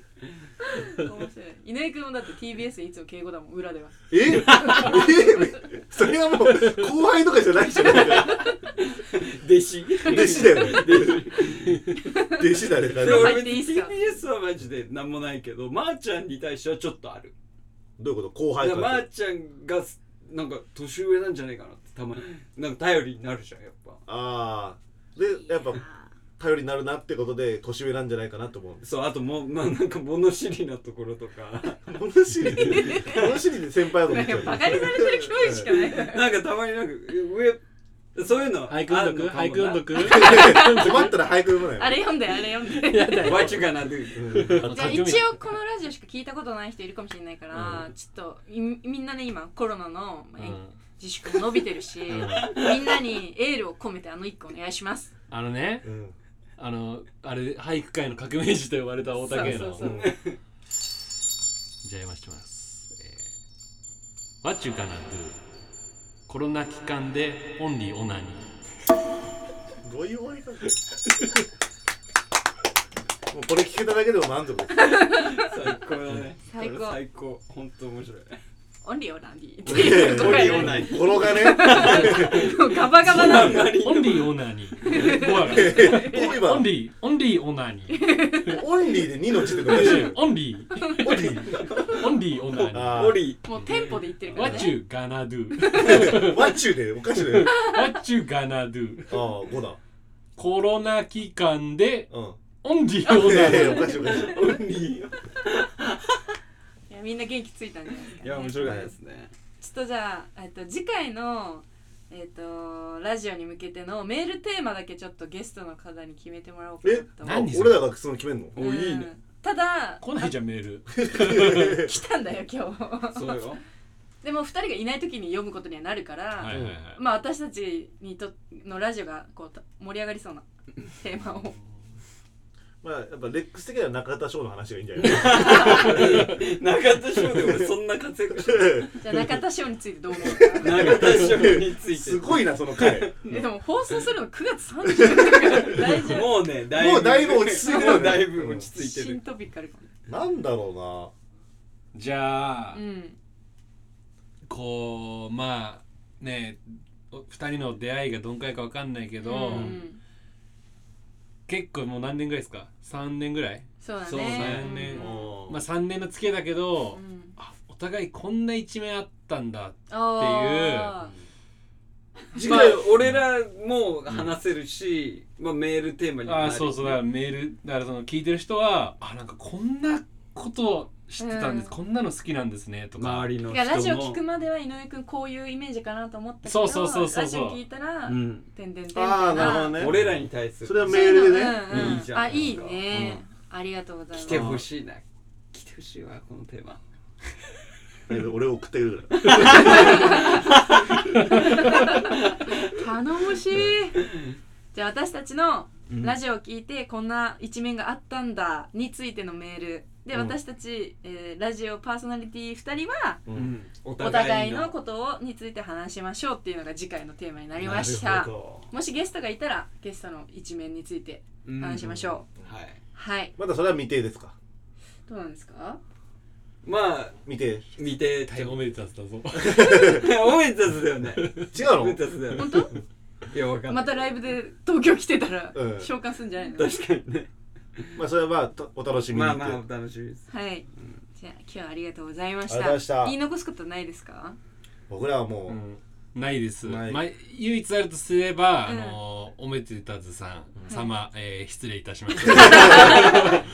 [SPEAKER 1] 面白い井上君もだって TBS でいつも敬語だもん裏では
[SPEAKER 4] ええそれはもう後輩とかじゃないじゃないか。
[SPEAKER 2] 弟子
[SPEAKER 4] 弟子だよね。弟子だね。
[SPEAKER 2] で
[SPEAKER 1] も
[SPEAKER 2] 俺
[SPEAKER 1] 入っていいっすか
[SPEAKER 2] TBS はマジで何もないけどまーちゃんに対してはちょっとある
[SPEAKER 4] どういうこと後
[SPEAKER 2] だ
[SPEAKER 4] 輩
[SPEAKER 2] か
[SPEAKER 4] からら。
[SPEAKER 2] まーちゃんがすなんか年上なんじゃないかなってたまになんか頼りになるじゃんやっぱ
[SPEAKER 4] ああ。で、やっぱ頼りになるなってことで年上なんじゃないかなと思う。
[SPEAKER 2] そうあともうまあなんか物知りなところとか
[SPEAKER 4] 物知りで、物知りで先輩だと
[SPEAKER 1] な
[SPEAKER 4] 思っ
[SPEAKER 1] ん
[SPEAKER 4] ち
[SPEAKER 1] か
[SPEAKER 4] ゃう。
[SPEAKER 1] バ カにされてる教育しかないから
[SPEAKER 2] なんかたまになんか上そういうの
[SPEAKER 3] 俳句読んどく
[SPEAKER 2] あ
[SPEAKER 3] 俳
[SPEAKER 2] の
[SPEAKER 3] 句読んどく
[SPEAKER 4] 困ったら俳句読まない。
[SPEAKER 1] あれ読んであれ読んで
[SPEAKER 2] わちゅがなで
[SPEAKER 4] うん
[SPEAKER 1] じゃあ一応このラジオしか聞いたことない人いるかもしれないから、ちょっといみんなね今コロナの、まあ
[SPEAKER 3] うん
[SPEAKER 1] 自粛も伸びてるし、みんなにエールを込めてあの一個お願いします
[SPEAKER 3] あのね
[SPEAKER 4] うん。
[SPEAKER 3] あのあれ俳句界の革命児と呼ばれた大竹
[SPEAKER 1] そう
[SPEAKER 3] の
[SPEAKER 1] そうそう
[SPEAKER 3] じゃあ読ましてます。えー、What you gonna do? コロナ期間でオンリーオナニ
[SPEAKER 4] どういう終わり 方もうこれ聞けただけでも満足です。
[SPEAKER 2] 最高だね
[SPEAKER 1] 最高
[SPEAKER 2] これ最高本当面白い
[SPEAKER 1] オンリーオランディーって
[SPEAKER 4] いやい
[SPEAKER 1] い
[SPEAKER 4] や
[SPEAKER 1] う ことが
[SPEAKER 2] い
[SPEAKER 1] いる
[SPEAKER 2] やいや ない
[SPEAKER 4] このがね、
[SPEAKER 1] もうガバガバなの
[SPEAKER 3] ー。オンリーオナニー。語話
[SPEAKER 4] オイ
[SPEAKER 3] が
[SPEAKER 4] バ
[SPEAKER 3] オンリー、オンリーオナニ ー。
[SPEAKER 4] オンリーで2の字ってことでしょ。
[SPEAKER 3] オンリー、
[SPEAKER 4] オンリー。
[SPEAKER 3] オンリーオナニー。
[SPEAKER 4] あ
[SPEAKER 2] オリ
[SPEAKER 1] もうテンポで言ってるから
[SPEAKER 3] What
[SPEAKER 1] ね
[SPEAKER 3] you gonna
[SPEAKER 4] ー。ワッチュでおかしいね。
[SPEAKER 3] do?What you gonna do?
[SPEAKER 4] ああ、5だ。
[SPEAKER 3] コロナ期間で
[SPEAKER 4] うん
[SPEAKER 3] オンリーを
[SPEAKER 4] いやい やいや
[SPEAKER 3] な
[SPEAKER 4] おかしいおかし
[SPEAKER 2] オ
[SPEAKER 4] い
[SPEAKER 2] ンリー
[SPEAKER 1] いやみんな元気ついたんじゃないですか、ね、
[SPEAKER 2] いや面白かったですね
[SPEAKER 1] ちょっとじゃあ、えっと、次回の、えっと、ラジオに向けてのメールテーマだけちょっとゲストの方に決めてもらおうかなと思う
[SPEAKER 3] 何
[SPEAKER 4] あ
[SPEAKER 3] それ
[SPEAKER 4] 俺らがその決めんの
[SPEAKER 2] おいいね
[SPEAKER 1] うんただ
[SPEAKER 3] 来ないじゃんメール
[SPEAKER 1] 来たんだよ今日
[SPEAKER 2] そうよ
[SPEAKER 1] でも2人がいない時に読むことにはなるから、
[SPEAKER 3] はいはいはい
[SPEAKER 1] まあ私たちにとのラジオがこうた盛り上がりそうなテーマを
[SPEAKER 4] まあやっぱレックス的には中田翔の話がいいんじゃない
[SPEAKER 2] 中田翔で俺そんな活躍して
[SPEAKER 1] じゃあ中田翔についてどう思う か
[SPEAKER 2] た中田翔について
[SPEAKER 4] すごいなその回
[SPEAKER 1] えでも放送するの9月30日だから大丈夫
[SPEAKER 2] もうねだ
[SPEAKER 4] もうだいぶ落ち着いてるね
[SPEAKER 2] もうだいぶ落ち着いて
[SPEAKER 1] 新
[SPEAKER 2] る
[SPEAKER 1] トピックあるかも
[SPEAKER 4] なんだろ
[SPEAKER 3] じゃあ
[SPEAKER 1] うん
[SPEAKER 3] こうまあねお二人の出会いがどんくらいかわかんないけど、
[SPEAKER 1] うん
[SPEAKER 3] 結構もう何年ぐらいですか3年ぐらい
[SPEAKER 1] そうだね
[SPEAKER 3] そう三年
[SPEAKER 1] うん
[SPEAKER 3] まあ3年の付き合いだけど、
[SPEAKER 1] うん
[SPEAKER 3] あお互いこんな一面あったんだ
[SPEAKER 1] あー
[SPEAKER 2] 次回俺らも話せるし、まあ、メールテーマにもな
[SPEAKER 3] あ
[SPEAKER 2] り
[SPEAKER 3] ーそうそうだからメールだからその聞いてる人はあなんかこんなこと知ってたんです、
[SPEAKER 1] うん
[SPEAKER 3] こんなの好きなんですねとか
[SPEAKER 2] 周りの
[SPEAKER 1] いや
[SPEAKER 2] 人も
[SPEAKER 1] ラジオ聞くまでは井上くんこういうイメージかなと思ったけど
[SPEAKER 3] そうそうそうそう
[SPEAKER 1] ラジオ聞いたら「
[SPEAKER 2] うん、
[SPEAKER 1] てんてんてん」み
[SPEAKER 4] う
[SPEAKER 1] たい
[SPEAKER 4] なあ
[SPEAKER 1] な
[SPEAKER 4] あなるほどね
[SPEAKER 2] 俺らに対する
[SPEAKER 4] それは
[SPEAKER 1] そうい
[SPEAKER 4] メー
[SPEAKER 1] うの
[SPEAKER 4] ルでね
[SPEAKER 1] うんうん
[SPEAKER 2] いいじゃん
[SPEAKER 1] あいいね、ありがとうございま
[SPEAKER 2] 来
[SPEAKER 1] す
[SPEAKER 2] てほしいな来てほしいわこのテーマ
[SPEAKER 4] 俺を送ってくるから
[SPEAKER 1] 頼もしいじゃあ私たちのラジオを聞いてこんな一面があったんだについてのメールで
[SPEAKER 4] うん
[SPEAKER 1] 私たち、えーラジオパーソナリティ2人は
[SPEAKER 4] う
[SPEAKER 2] うんんお
[SPEAKER 1] お互いのことをについて話しましょうっていうのが次回のテーマになりましたもしゲストがいたらゲストの一面について
[SPEAKER 2] うん
[SPEAKER 1] 話しましょう、
[SPEAKER 2] はい
[SPEAKER 1] はい
[SPEAKER 4] まだそれは未定ですか
[SPEAKER 1] どうなんです か
[SPEAKER 2] まあ
[SPEAKER 4] 未定
[SPEAKER 2] 見てち
[SPEAKER 3] 大変
[SPEAKER 2] ょ
[SPEAKER 3] おめでたつだぞ
[SPEAKER 2] おめでたつだよね
[SPEAKER 4] 違
[SPEAKER 2] お
[SPEAKER 4] う
[SPEAKER 2] め
[SPEAKER 4] の
[SPEAKER 2] でたつだよね
[SPEAKER 1] 本当
[SPEAKER 2] いやわかんな
[SPEAKER 1] ま
[SPEAKER 2] い
[SPEAKER 1] たライブで東京来てたら
[SPEAKER 4] うん
[SPEAKER 1] 召喚するんじゃないの、
[SPEAKER 2] 確かにね
[SPEAKER 4] まあそれはまあとお楽しみに
[SPEAKER 2] まあ
[SPEAKER 4] って
[SPEAKER 2] まあお楽しみです
[SPEAKER 1] はいじゃあ今日はありがとうございまし
[SPEAKER 4] あ
[SPEAKER 1] た
[SPEAKER 4] りがとうございました
[SPEAKER 1] 言い残すことないですか
[SPEAKER 4] 僕らはもう
[SPEAKER 3] ないです
[SPEAKER 4] ない
[SPEAKER 3] まあ、唯一あるとすれば、
[SPEAKER 1] うん
[SPEAKER 3] あのおめでたつさん
[SPEAKER 1] ん
[SPEAKER 3] 様、えー失礼いた しました
[SPEAKER 2] もっ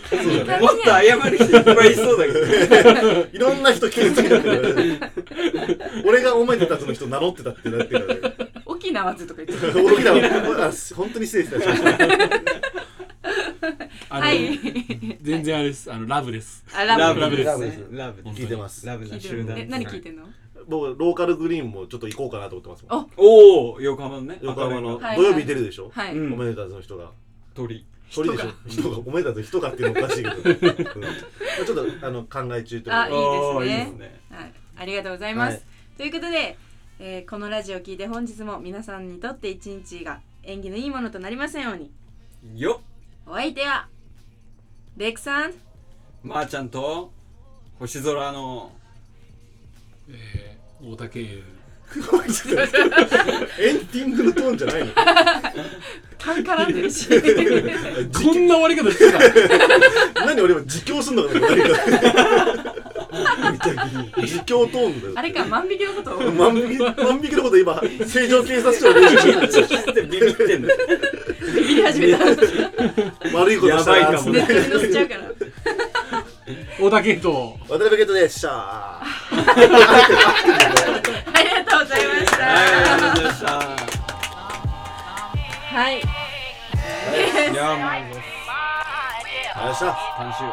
[SPEAKER 2] と謝る人いっぱいいそうだけど
[SPEAKER 4] いろんな人傷つけてる 俺がお前たちの人名乗ってたってなってるからね
[SPEAKER 1] 沖縄図とか言って た
[SPEAKER 4] 大きなあ本当に失礼したしました
[SPEAKER 3] あの、
[SPEAKER 1] はい
[SPEAKER 3] 全然あれですあのラブです
[SPEAKER 1] あラブ
[SPEAKER 2] ラブ
[SPEAKER 3] ブ
[SPEAKER 2] で
[SPEAKER 3] です
[SPEAKER 4] す
[SPEAKER 2] ねラブ
[SPEAKER 4] 聞いてます
[SPEAKER 2] ラブ
[SPEAKER 1] 聞
[SPEAKER 2] ない
[SPEAKER 1] て
[SPEAKER 2] 集
[SPEAKER 1] る
[SPEAKER 2] 団
[SPEAKER 1] え何聞いてんの
[SPEAKER 4] 僕ローカルグリーンもちょっと行こうかなと思ってますもん
[SPEAKER 1] あ
[SPEAKER 2] おお横浜のね
[SPEAKER 4] 横浜の
[SPEAKER 1] はいはい
[SPEAKER 4] 土曜日に出るでしょ、
[SPEAKER 1] はい、
[SPEAKER 2] うん
[SPEAKER 4] おめでたちの人が
[SPEAKER 2] 鳥
[SPEAKER 4] 鳥でしょ人がおめでたちの人がっていうのおかしいけ ど、うんまあちょっとあの考え中という
[SPEAKER 1] あいい
[SPEAKER 4] か
[SPEAKER 2] おー
[SPEAKER 1] ですね
[SPEAKER 2] ね
[SPEAKER 1] はい、ありがとうございます、
[SPEAKER 4] はい
[SPEAKER 1] ということで、えーこのラジオを聞いて本日も皆さんにとって一日が縁起のいいものとなりませんように
[SPEAKER 2] よっ
[SPEAKER 1] お相手はレクさん
[SPEAKER 2] まー、ちゃんと星空の
[SPEAKER 3] えー、大竹優
[SPEAKER 4] エンディングのトーンじゃないの
[SPEAKER 1] 勘絡んでるし
[SPEAKER 3] こんな終わり方してた
[SPEAKER 4] 何俺も自供すんのかな何か自供トーンだ
[SPEAKER 1] あ
[SPEAKER 4] よ
[SPEAKER 1] れか万引きのことを
[SPEAKER 4] 万引き万引きのこと今成城警察署で練習 してる
[SPEAKER 2] ちょっとビビってんだ
[SPEAKER 1] ビビり始めた
[SPEAKER 4] 悪いことしたな
[SPEAKER 2] やばいかもね
[SPEAKER 4] っ
[SPEAKER 1] ネッ
[SPEAKER 4] て
[SPEAKER 1] トに載せちゃうから
[SPEAKER 3] 大竹優と
[SPEAKER 4] 渡辺ゲットでした
[SPEAKER 1] ありがとうございました
[SPEAKER 2] はいありがとうございま
[SPEAKER 1] は
[SPEAKER 2] した
[SPEAKER 1] い
[SPEAKER 2] いやーもう
[SPEAKER 4] あれした
[SPEAKER 2] 楽しいわ